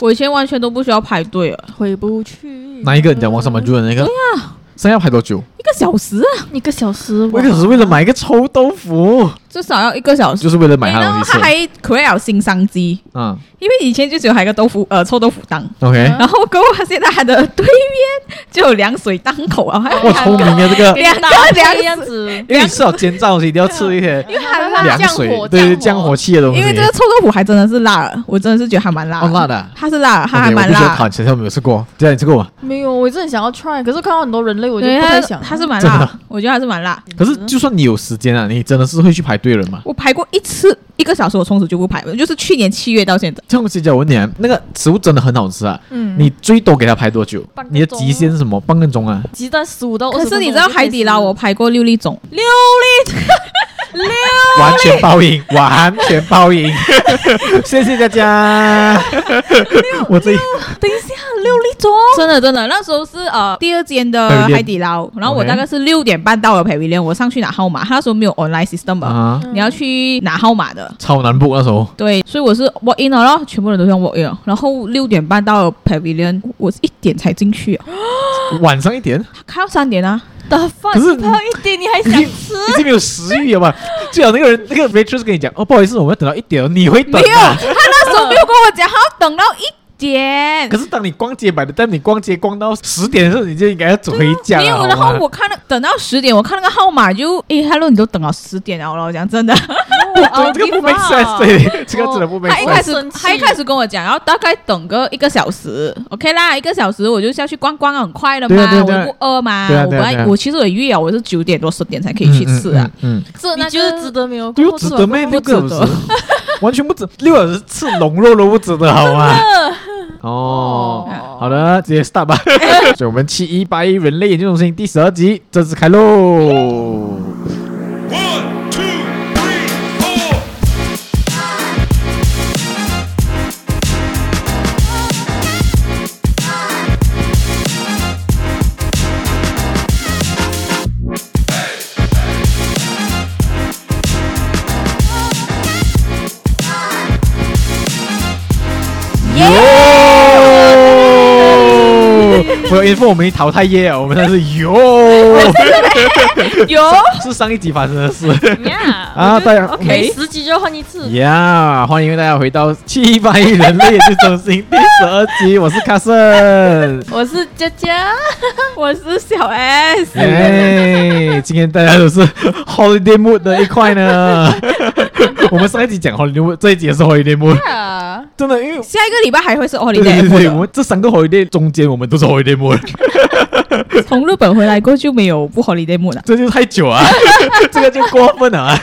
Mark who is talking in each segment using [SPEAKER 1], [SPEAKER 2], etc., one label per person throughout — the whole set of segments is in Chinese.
[SPEAKER 1] 我以前完全都不需要排队啊，
[SPEAKER 2] 回不去。
[SPEAKER 3] 哪一个？你讲王什么就的那个？对呀、生要排多久？
[SPEAKER 1] 一个小时啊，
[SPEAKER 2] 一个小时，
[SPEAKER 3] 我一个小时为了买一个臭豆腐，
[SPEAKER 1] 至少要一个小时。
[SPEAKER 3] 就是为了买它的
[SPEAKER 1] 然
[SPEAKER 3] 东
[SPEAKER 1] 后
[SPEAKER 3] 西
[SPEAKER 1] 他
[SPEAKER 3] 吃。
[SPEAKER 1] 还 create 了新商机，
[SPEAKER 3] 嗯
[SPEAKER 1] 因为以前就只有还有一个豆腐呃臭豆腐档，
[SPEAKER 3] ，OK，
[SPEAKER 1] 然后跟我现在他的对面就有凉水档口啊，还有
[SPEAKER 3] 哇，聪明啊，这 个，
[SPEAKER 1] 两个
[SPEAKER 2] 这
[SPEAKER 1] 两
[SPEAKER 2] 样子，
[SPEAKER 3] 因为你吃好煎炸的东西，一定要吃一些
[SPEAKER 2] 因为还
[SPEAKER 3] 凉水，对降火气的东西。
[SPEAKER 1] 因为这个臭豆腐还真的是辣的，我真的是觉得还蛮辣
[SPEAKER 3] 哦，辣的啊。
[SPEAKER 1] 它是辣的，它还
[SPEAKER 3] OK，我
[SPEAKER 1] 蛮
[SPEAKER 3] 必须要
[SPEAKER 1] 辣的。
[SPEAKER 3] 坦诚一下，我没有吃过。这样你吃过吗？
[SPEAKER 2] 没有，我真的想要 try，可是看到很多人类，我就
[SPEAKER 1] 对
[SPEAKER 2] 不
[SPEAKER 1] 它
[SPEAKER 2] 太想。
[SPEAKER 1] 它是蛮
[SPEAKER 3] 真
[SPEAKER 1] 辣
[SPEAKER 3] 的
[SPEAKER 1] 的，我觉得还是蛮辣。
[SPEAKER 3] 可是就算你有时间啊，你真的是会去排队的人吗？
[SPEAKER 1] 我排过一次一个小时，我从此就不排了，就是去年七月到现在。
[SPEAKER 3] 这样子讲，我问你啊，那个食物真的很好吃啊，
[SPEAKER 2] 嗯，
[SPEAKER 3] 你最多给他排多久
[SPEAKER 2] 半？个
[SPEAKER 3] 你的极限是什么？半个钟啊？
[SPEAKER 2] 鸡蛋哦十五到20
[SPEAKER 1] 可
[SPEAKER 2] 分钟
[SPEAKER 1] 是
[SPEAKER 2] 我就可以
[SPEAKER 1] 你
[SPEAKER 2] 吃
[SPEAKER 1] 知道海底捞我排过六粒种，六粒
[SPEAKER 3] 完全报应，完全报应。谢谢大家。 我这
[SPEAKER 1] 等一下，六粒钟，真的真的，那时候是呃第二间的
[SPEAKER 3] Pavilion
[SPEAKER 1] 海底捞，然后我
[SPEAKER 3] OK
[SPEAKER 1] 大概是六点半到了 Pavilion，我上去拿号码，他那时候没有 online system 吧，
[SPEAKER 3] 啊，
[SPEAKER 2] 嗯
[SPEAKER 1] 你要去拿号码的。
[SPEAKER 3] 超难 book 啊那时候。
[SPEAKER 1] 对，所以我是 walk in 了，然后全部人都像 walk in，了然后六点半到了 Pavilion，我是一点才进去啊，
[SPEAKER 3] 晚上一点，
[SPEAKER 1] 开到三点啊，
[SPEAKER 2] 的饭，
[SPEAKER 3] 可是
[SPEAKER 2] 你泡一点你还想吃？
[SPEAKER 3] 已经没有食欲了嘛。最好那个人那个 waitress 跟你讲，哦，不好意思，我们要等到一点哦，你会等、
[SPEAKER 1] 没有，
[SPEAKER 3] 啊。
[SPEAKER 1] 他那时候没有跟我讲，他要等到一点
[SPEAKER 3] 可。是当你逛街买的，但你逛街逛到十点的时候，你就应该要走回家
[SPEAKER 1] 没
[SPEAKER 3] 了。
[SPEAKER 1] 有，
[SPEAKER 3] 好
[SPEAKER 1] 然
[SPEAKER 3] 吗
[SPEAKER 1] 后我看了等到十点，我看那个号码就，诶，hello，你都等到十点了咯，我讲真的，
[SPEAKER 3] 这个这个不 make sense，对，这个真的不 make
[SPEAKER 1] 他一开
[SPEAKER 3] sense。
[SPEAKER 1] 始
[SPEAKER 2] 生气
[SPEAKER 1] 他一开始跟我讲，然后大概等个一个小时，OK 啦，一个小时我就下去逛逛，很快了嘛，
[SPEAKER 3] 对啊对啊
[SPEAKER 1] 我
[SPEAKER 3] 对啊
[SPEAKER 1] 又不饿嘛，
[SPEAKER 3] 对啊
[SPEAKER 1] 我本
[SPEAKER 3] 对啊
[SPEAKER 1] 来
[SPEAKER 3] 对啊
[SPEAKER 1] 我其实我也预了，我是九点多十点才可以去吃啊，
[SPEAKER 3] 嗯，嗯，
[SPEAKER 2] 这
[SPEAKER 1] 那
[SPEAKER 2] 你
[SPEAKER 1] 个
[SPEAKER 2] 觉得值得没有？
[SPEAKER 3] 嗯，有值得咩？
[SPEAKER 1] 不
[SPEAKER 3] 六
[SPEAKER 1] 值得
[SPEAKER 3] 个小时，完全不值，六小时吃龙肉都不值得，好吗？哦，好的，直接 start 吧。所以我们七一八一人类研究中心第十二集正式开喽。
[SPEAKER 4] One, two, three, four.
[SPEAKER 3] 哦哟！我有 info，我没淘汰耶，我们那是 哟，
[SPEAKER 1] 有
[SPEAKER 3] 是上一集发生的事
[SPEAKER 2] 呀
[SPEAKER 3] 啊，大家
[SPEAKER 2] 每十集就换一次。
[SPEAKER 3] 呀，欢迎大家回到七一八一人类研究中心第十二集，我是卡森。
[SPEAKER 2] 我是佳佳，
[SPEAKER 3] 嗯
[SPEAKER 1] 我是小 S，
[SPEAKER 3] 耶！哎今天大家都是 holiday mood 的一块呢。 我们上一集讲 holiday mood，这一集也是 holiday mood，
[SPEAKER 2] 啊
[SPEAKER 3] 真的，因为
[SPEAKER 1] 下一个礼拜还会是
[SPEAKER 3] 对
[SPEAKER 1] holiday，
[SPEAKER 3] 对
[SPEAKER 1] mood 啊
[SPEAKER 3] 对，
[SPEAKER 1] 的
[SPEAKER 3] 我们这三个 holiday 中间我们都是 holiday mood，
[SPEAKER 1] 从日本回来过就没有不 holiday mood 了。
[SPEAKER 3] 这就太久啊，这个就过分了啊。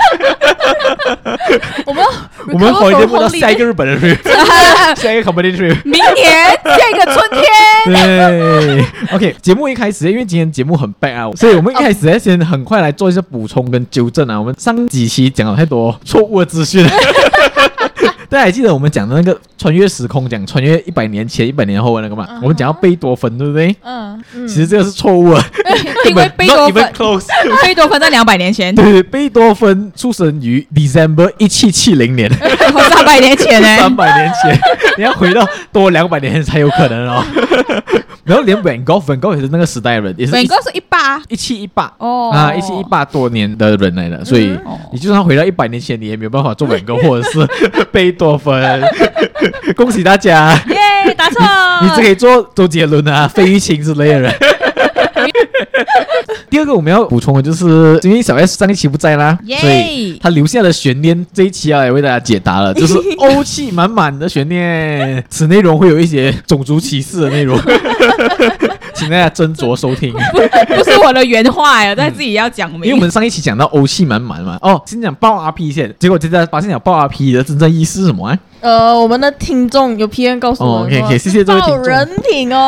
[SPEAKER 2] 我们
[SPEAKER 3] 我们 holiday mood
[SPEAKER 2] Recover
[SPEAKER 3] 到
[SPEAKER 2] from
[SPEAKER 3] 下一个日本的 trip，下一个 company trip。
[SPEAKER 1] 明年下一个春天，
[SPEAKER 3] 对 ，OK，节目一开始，因为今天节目很 bad 啊，所以我们一开始先很快来做一些补充跟纠正啊。我们上几期讲了太多错误的 资讯。大家还记得我们讲的那个穿越时空，讲穿越一百年前、一百年后的那个嘛
[SPEAKER 2] 嗯哼
[SPEAKER 3] 我们讲到贝多芬，对不对？
[SPEAKER 2] 嗯，
[SPEAKER 3] 其实这个是错误的，
[SPEAKER 1] 因 为贝多
[SPEAKER 3] n o
[SPEAKER 1] 芬
[SPEAKER 3] t even，close。
[SPEAKER 1] 贝多芬在两百年前，
[SPEAKER 3] 对，贝多芬出生于 December 一七七 零年，
[SPEAKER 1] 哦三百年前呢，
[SPEAKER 3] 三百年前，你要回到多两百年才有可能 哦。然后连 Van Gogh，Van Gogh 也是那个时代的人，也是
[SPEAKER 1] 本哥是一八
[SPEAKER 3] 一七一八
[SPEAKER 1] 哦
[SPEAKER 3] 啊，一七一八多年的人来的，所以
[SPEAKER 1] 哦
[SPEAKER 3] 你就算回到一百年前，你也没有办法做本哥或者是贝 多芬。恭喜大家，
[SPEAKER 2] 耶，答错。
[SPEAKER 3] 你只可以做周杰伦啊、费玉清之类的 人。第二个我们要补充的就是，因为小 S 上一期不在啦
[SPEAKER 1] 耶
[SPEAKER 3] 所以他留下的悬念这一期要来为大家解答了，就是 欧气满满的悬念。此内容会有一些种族歧视的 内容，请大家斟酌收听。
[SPEAKER 1] 不是我的原话呀，但自己要讲明。
[SPEAKER 3] 因为我们上一期讲到欧气满满嘛，哦，先讲爆 RP 先，结果现在发现讲爆 RP 的真正意思是什么啊？
[SPEAKER 2] 呃，我们的听众有 P N 告诉
[SPEAKER 3] 哦
[SPEAKER 2] 我说
[SPEAKER 3] ，OK，OK，谢谢这位听
[SPEAKER 2] 爆
[SPEAKER 3] 众
[SPEAKER 2] 人品哦。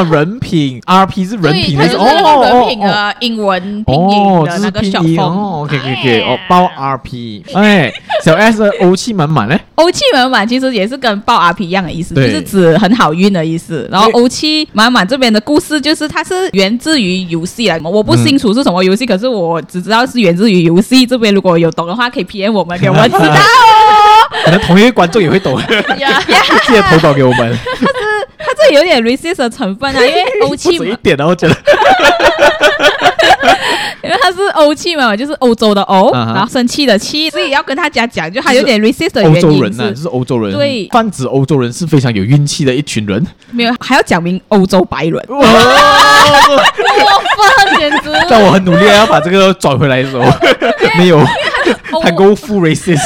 [SPEAKER 3] 哦，人品 RP 是人品的意思，
[SPEAKER 1] 对
[SPEAKER 3] 哦
[SPEAKER 1] 它就是那个人品啊
[SPEAKER 3] 哦
[SPEAKER 1] 的英文拼音
[SPEAKER 3] 哦，哦
[SPEAKER 1] 的
[SPEAKER 3] 这
[SPEAKER 1] 那
[SPEAKER 3] 是
[SPEAKER 1] 个
[SPEAKER 3] 拼
[SPEAKER 1] 小
[SPEAKER 3] 音
[SPEAKER 1] 风。
[SPEAKER 3] 哦，OK OK OK，哦，爆 RP，哎， 小 S 的欧气满满嘞，
[SPEAKER 1] 欧气满满其实也是跟爆 RP 一样的意思，就
[SPEAKER 3] 对
[SPEAKER 1] 是指很好运的意思。然后
[SPEAKER 3] 对
[SPEAKER 1] 欧气满满这边的故事就是它是源自于游戏来，我不
[SPEAKER 3] 嗯
[SPEAKER 1] 清楚是什么游戏， 可是我只知道是源自于游戏。这边如果有懂的话，可以 PM 我们给我们知道哦。
[SPEAKER 3] 可能同一个观众也会懂，
[SPEAKER 2] 呀，
[SPEAKER 3] 记得投稿给我们，
[SPEAKER 1] 它这有点 racist 的成分啊，因为欧
[SPEAKER 3] 不
[SPEAKER 1] 气
[SPEAKER 3] 止一
[SPEAKER 1] 嘛，
[SPEAKER 3] 点啊，我觉得。
[SPEAKER 1] 因为它是欧气嘛，就是欧洲的 欧，
[SPEAKER 3] 啊哈
[SPEAKER 1] 然后生气的气，所以要跟大家讲，就它有点 racist 的
[SPEAKER 3] 欧
[SPEAKER 1] 原
[SPEAKER 3] 洲
[SPEAKER 1] 因
[SPEAKER 3] 人呐、
[SPEAKER 1] 是，
[SPEAKER 3] 就是欧洲人，
[SPEAKER 1] 对
[SPEAKER 3] 泛指欧洲人是非常有运气的一群人。
[SPEAKER 1] 没有还要讲明欧洲白人。
[SPEAKER 3] 哇！
[SPEAKER 2] 过分，简直！
[SPEAKER 3] 但我很努力地啊要把这个转回来的时候，没有，
[SPEAKER 1] 哦
[SPEAKER 3] 他 go full racist。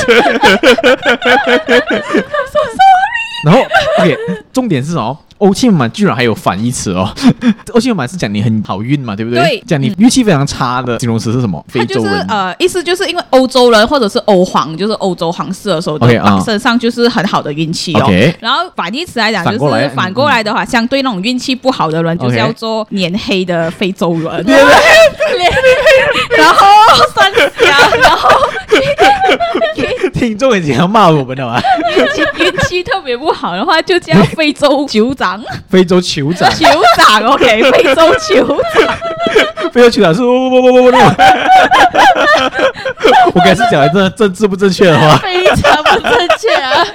[SPEAKER 3] 然后，OK，重点是哦，欧气满居然还有反义词哦。 欧气满是讲你很好运嘛，对不对？
[SPEAKER 1] 对
[SPEAKER 3] 讲你运气非常差的形容词是什么？非
[SPEAKER 1] 他就
[SPEAKER 3] 洲
[SPEAKER 1] 是
[SPEAKER 3] 人。
[SPEAKER 1] 呃，意思就是因为欧洲人或者是欧皇，就是欧洲皇室的时候，
[SPEAKER 3] OK，啊
[SPEAKER 1] 身上就是很好的运气哦。
[SPEAKER 3] OK
[SPEAKER 1] 然后反义词来讲，
[SPEAKER 3] 反
[SPEAKER 1] 就
[SPEAKER 3] 过来
[SPEAKER 1] 是
[SPEAKER 3] 嗯
[SPEAKER 1] 反过来的话，相对那种运气不好的人，就
[SPEAKER 3] OK
[SPEAKER 1] 叫做脸黑的非洲人。
[SPEAKER 3] 对对 对
[SPEAKER 1] 然后
[SPEAKER 2] 三峡，然后
[SPEAKER 3] 听众已经要骂我 们了啊！
[SPEAKER 1] 运气运气特别不好的话，就叫非洲酋 长。
[SPEAKER 3] 非洲 酋长，
[SPEAKER 1] 酋长，OK，非洲酋长。
[SPEAKER 3] 非洲酋长是不不不不不 不。我刚才是讲的政政治不正确的话，
[SPEAKER 2] 非常不正确 啊！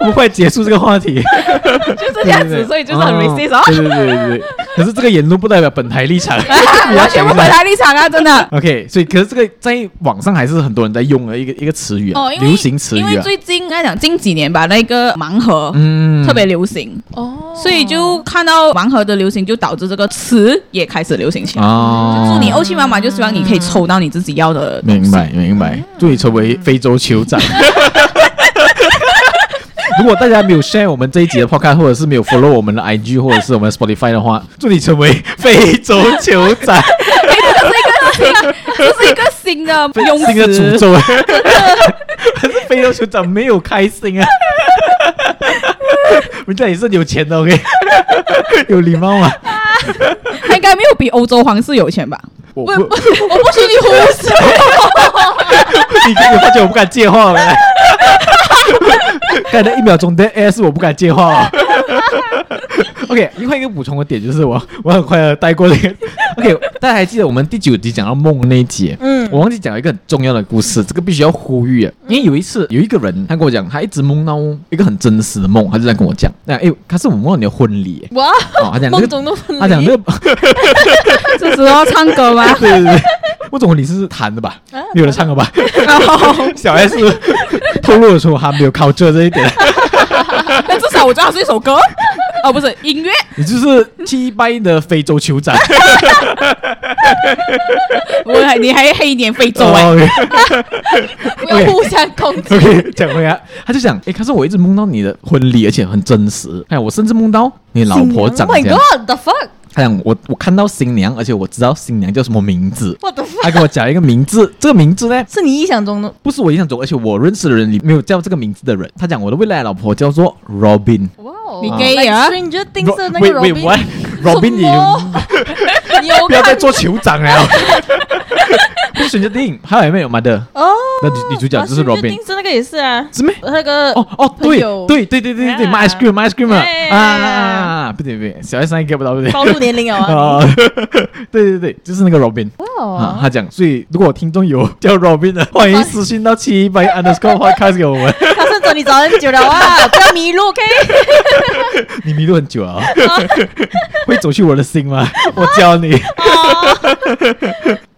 [SPEAKER 3] 我们快结束这个话题。
[SPEAKER 1] 就 这样子，所以就是很 racist 哦
[SPEAKER 3] 对对对对对，可是这个言论不代表本台立 场， 你要
[SPEAKER 1] 完全
[SPEAKER 3] 讲
[SPEAKER 1] 不
[SPEAKER 3] 一
[SPEAKER 1] 回
[SPEAKER 3] 下。
[SPEAKER 1] 答立场啊，真的。
[SPEAKER 3] OK，所以可是这个在网上还是很多人在用的一个一个词语、啊，
[SPEAKER 1] 哦，因为
[SPEAKER 3] 流行词
[SPEAKER 1] 因
[SPEAKER 3] 语
[SPEAKER 1] 为
[SPEAKER 3] 啊。
[SPEAKER 1] 最近来讲近几年吧，那个盲盒
[SPEAKER 3] 嗯
[SPEAKER 1] 特别流行，
[SPEAKER 2] 哦，
[SPEAKER 1] 所以就看到盲盒的流行，就导致这个词也开始流行起来。
[SPEAKER 3] 哦，
[SPEAKER 1] 祝你欧气满满，就希望你可以抽到你自己要的。
[SPEAKER 3] 明白明白，祝你成为非洲酋长。 如果大家没有 share 我们这一集的 podcast，或者是没有 follow 我们的 IG 或者是我们的 Spotify 的话，祝你成为非洲酋长，
[SPEAKER 1] 这是一个新的用
[SPEAKER 3] 新的诅
[SPEAKER 1] 词，
[SPEAKER 3] 咒。可是非洲酋长没有开 心啊，人家也是有钱的，OK，有礼貌啊。
[SPEAKER 1] 他应该没有比欧洲皇室有钱吧？
[SPEAKER 3] 我不，
[SPEAKER 2] 我不许你胡 说，
[SPEAKER 3] 你看，你发觉我不敢接话了 没？刚才那一秒钟的 S，我不敢接话、哦。OK，另外一个补充的点就是我，我很快的带过这个。OK，大家还记得我们第九集讲到梦那一集？
[SPEAKER 2] 嗯
[SPEAKER 3] 我忘记讲了一个很重要的故事，这个必须要呼吁啊！因为有一次有一个人，他跟我讲，他一直梦到一个很真实的梦，他就在跟我讲，那哎呦，他是我梦到你的婚 礼耶，
[SPEAKER 2] 哇，
[SPEAKER 3] 哦，他讲这
[SPEAKER 2] 梦
[SPEAKER 3] 个，
[SPEAKER 2] 中的婚礼，
[SPEAKER 3] 他讲这个，？
[SPEAKER 1] 这时候要唱歌吗
[SPEAKER 3] 对对对，我总你是弹的吧？没有人唱了吧？
[SPEAKER 1] 哦
[SPEAKER 3] 小 S 透露出他没有靠这这一点，
[SPEAKER 1] 但至少我知道是一首歌，哦，不是音乐。
[SPEAKER 3] 你就是击败的非洲酋 长。
[SPEAKER 1] 我还你还黑一点非洲哎、
[SPEAKER 3] 哦
[SPEAKER 2] 不要互相攻击
[SPEAKER 3] OK，OK，讲 回来，他就讲，诶，可是我一直梦到你的婚礼，而且很真实。哎，我甚至梦到你老婆长
[SPEAKER 2] Oh
[SPEAKER 3] 这
[SPEAKER 2] my
[SPEAKER 3] 样。
[SPEAKER 2] God, the fuck,
[SPEAKER 3] 他讲我我看到新娘，而且我知道新娘叫什么名字。
[SPEAKER 2] what the fuck，
[SPEAKER 3] 他跟我讲一个名字，这个名字呢
[SPEAKER 2] 是你意想中的
[SPEAKER 3] 不是我印象中，而且我认识的人里没有叫这个名字的人。他讲我的未来老婆叫做 Robin。
[SPEAKER 2] 哇哦，
[SPEAKER 1] 你 gay 啊
[SPEAKER 2] Like Stranger Things 的那个
[SPEAKER 3] Ro- wait, wait,
[SPEAKER 2] Robin，
[SPEAKER 3] what？Robin
[SPEAKER 2] 什
[SPEAKER 3] 也
[SPEAKER 2] 么你有
[SPEAKER 3] 不要再
[SPEAKER 2] 看
[SPEAKER 3] 做酋长了。 不选择电影，还有没有 Mother？
[SPEAKER 2] 哦？
[SPEAKER 3] 那女女主角就是
[SPEAKER 2] Stranger
[SPEAKER 3] Robin，
[SPEAKER 2] Things 的那个也是啊，
[SPEAKER 3] 是没？
[SPEAKER 2] 那个
[SPEAKER 3] 哦哦，
[SPEAKER 2] 朋
[SPEAKER 3] 对
[SPEAKER 2] 友
[SPEAKER 3] 对对对对对
[SPEAKER 2] Yeah
[SPEAKER 3] ，My s c r e a m My s c r e a m 啊
[SPEAKER 2] Yeah
[SPEAKER 3] 啊啊啊啊！不对不对，小 S 那 get 不到对不对？
[SPEAKER 2] 暴露年龄 啊！
[SPEAKER 3] 啊，对对对，就是那个 Robin 啊，
[SPEAKER 2] 哇，
[SPEAKER 3] 他讲，所以如果听众有叫 Robin 的，欢迎私信到七一八 underscore podcast 给我们。
[SPEAKER 2] 他顺着你找很久了啊，不要迷路，OK？
[SPEAKER 3] 你迷路很久啊， 会走去我的心吗？我教你。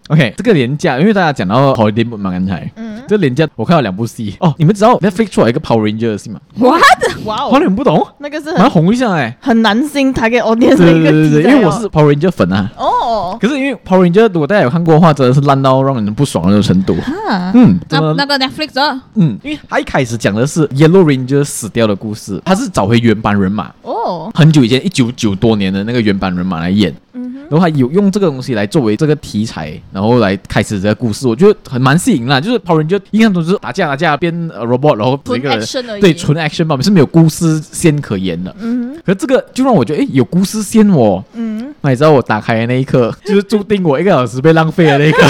[SPEAKER 3] OK，这个廉价，因为大家讲到 Holiday Moon 嘛，刚才，嗯，这廉价我看到两部戏哦，你们知道 Netflix 出来一个 Power Ranger 的戏吗？
[SPEAKER 1] What？
[SPEAKER 2] 哇
[SPEAKER 3] 好，
[SPEAKER 2] 哦，
[SPEAKER 3] 你们不懂，
[SPEAKER 2] 那个是
[SPEAKER 3] 蛮
[SPEAKER 2] 很
[SPEAKER 3] 红一下哎、
[SPEAKER 2] 很男性 target audience 的
[SPEAKER 3] 对
[SPEAKER 2] 嗯 一
[SPEAKER 3] 对
[SPEAKER 2] 个
[SPEAKER 3] 对对，
[SPEAKER 2] 题材
[SPEAKER 3] 因为我
[SPEAKER 2] 哦
[SPEAKER 3] 是 Power Ranger 粉啊。
[SPEAKER 2] 哦，
[SPEAKER 3] 可是因为 Power Ranger，如果大家有看过的话，真的是烂到让人不爽的程度。
[SPEAKER 2] 啊，
[SPEAKER 3] 嗯，
[SPEAKER 1] 那
[SPEAKER 3] 真的
[SPEAKER 1] 那个 Netflix 啊的
[SPEAKER 3] 嗯，因为他一开始讲的是 Yellow Ranger 死掉的故事，他是找回原班人马，
[SPEAKER 2] 哦，
[SPEAKER 3] 很久以前一九九多年的那个原版人马来演，
[SPEAKER 2] 嗯
[SPEAKER 3] 然后还有用这个东西来作为这个题材，然后来开始这个故事，我觉得很蛮吸引啦。就是 Power Ranger 印象中就是打架打架变呃 robot，然后一个人 네,
[SPEAKER 2] 纯 action 而已
[SPEAKER 3] 对纯 action 嘛，是没有故事线可言的。
[SPEAKER 2] 嗯，
[SPEAKER 3] 可这个就让我觉得，哎，有故事线哦。
[SPEAKER 2] 嗯，
[SPEAKER 3] 那你知道我打开的那一刻，就是注定我一个小时被浪费的 那一刻。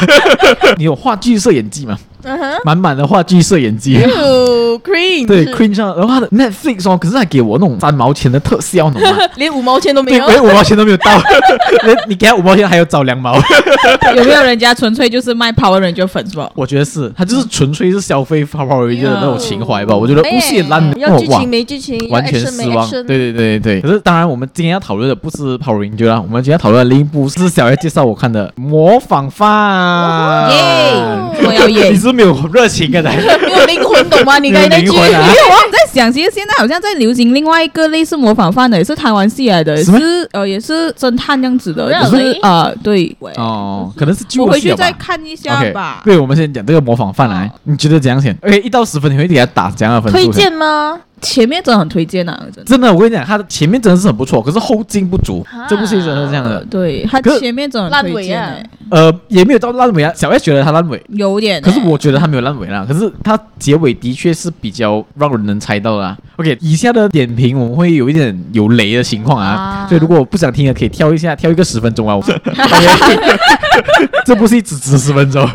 [SPEAKER 3] 你有话剧摄演技吗？
[SPEAKER 2] 嗯哼嗯
[SPEAKER 3] 满满的话剧摄演技。
[SPEAKER 2] ，Ew, green，
[SPEAKER 3] 对 c r e e 上，然后他的 Netflix 哦，可是还给我那种三毛钱的特效，你懂吗？
[SPEAKER 2] 连五毛钱都没
[SPEAKER 3] 对，
[SPEAKER 2] 有，
[SPEAKER 3] 连五毛钱都没有到， 连你给他五毛钱还要找 两毛，
[SPEAKER 1] 有没有人家纯粹就是卖 Power Ranger 粉是吧？
[SPEAKER 3] 我觉得是他就是纯粹是消费 Power Ranger 的那种情怀吧，我觉得无
[SPEAKER 2] 哎
[SPEAKER 3] 限烂
[SPEAKER 2] 要剧
[SPEAKER 3] 哇
[SPEAKER 2] 情。没剧情，要
[SPEAKER 3] 完全
[SPEAKER 2] action 没
[SPEAKER 3] 失望，对
[SPEAKER 2] action
[SPEAKER 3] 对对对。可是当然，我们今天要讨论的不是 Power Ranger 啦，我们今天讨论的另一部是小叶介绍我看的《模仿犯》。
[SPEAKER 1] 耶我要耶
[SPEAKER 3] 你是没有热情的，
[SPEAKER 2] 没有灵魂，懂吗？你刚才那
[SPEAKER 3] 没有
[SPEAKER 2] 句
[SPEAKER 3] 灵魂啊
[SPEAKER 1] 因为我在想，其实现在好像在流行另外一个类似模仿犯的，也是台湾戏来的，也
[SPEAKER 3] 是吗
[SPEAKER 1] 是呃也是侦探这样子的，就
[SPEAKER 2] Really？
[SPEAKER 1] 是呃对，
[SPEAKER 3] 哦，可能是旧
[SPEAKER 1] 我回
[SPEAKER 3] 戏
[SPEAKER 1] 去
[SPEAKER 3] 了吧
[SPEAKER 1] 再看一下
[SPEAKER 3] OK，
[SPEAKER 1] 吧。
[SPEAKER 3] 对，我们先讲这个模仿犯来，你觉得怎样先？OK，一到十分你会给他打怎样的分
[SPEAKER 2] 推
[SPEAKER 3] 数先？
[SPEAKER 2] 荐吗？
[SPEAKER 1] 前面真的很推荐啊，真的。
[SPEAKER 3] 真的，我跟你讲，他的前面真的是很不错，可是后劲不足，
[SPEAKER 1] 啊
[SPEAKER 3] 这部戏真的是这样的。
[SPEAKER 1] 对他
[SPEAKER 3] 可是
[SPEAKER 1] 前面真的很
[SPEAKER 2] 烂
[SPEAKER 1] 推
[SPEAKER 2] 尾
[SPEAKER 1] 荐、
[SPEAKER 2] 啊
[SPEAKER 1] 欸，
[SPEAKER 3] 呃，也没有到烂尾啊，小 S 觉得他烂尾，
[SPEAKER 1] 有点、欸。
[SPEAKER 3] 可是我觉得他没有烂尾啦。可是他结尾的确是比较让人能猜到啦、OK，以下的点评我们会有一点有雷的情况
[SPEAKER 2] 啊
[SPEAKER 3] 啊，所以如果不想听的可以挑一下，挑一个十分钟啊。我 这部戏只值十分钟，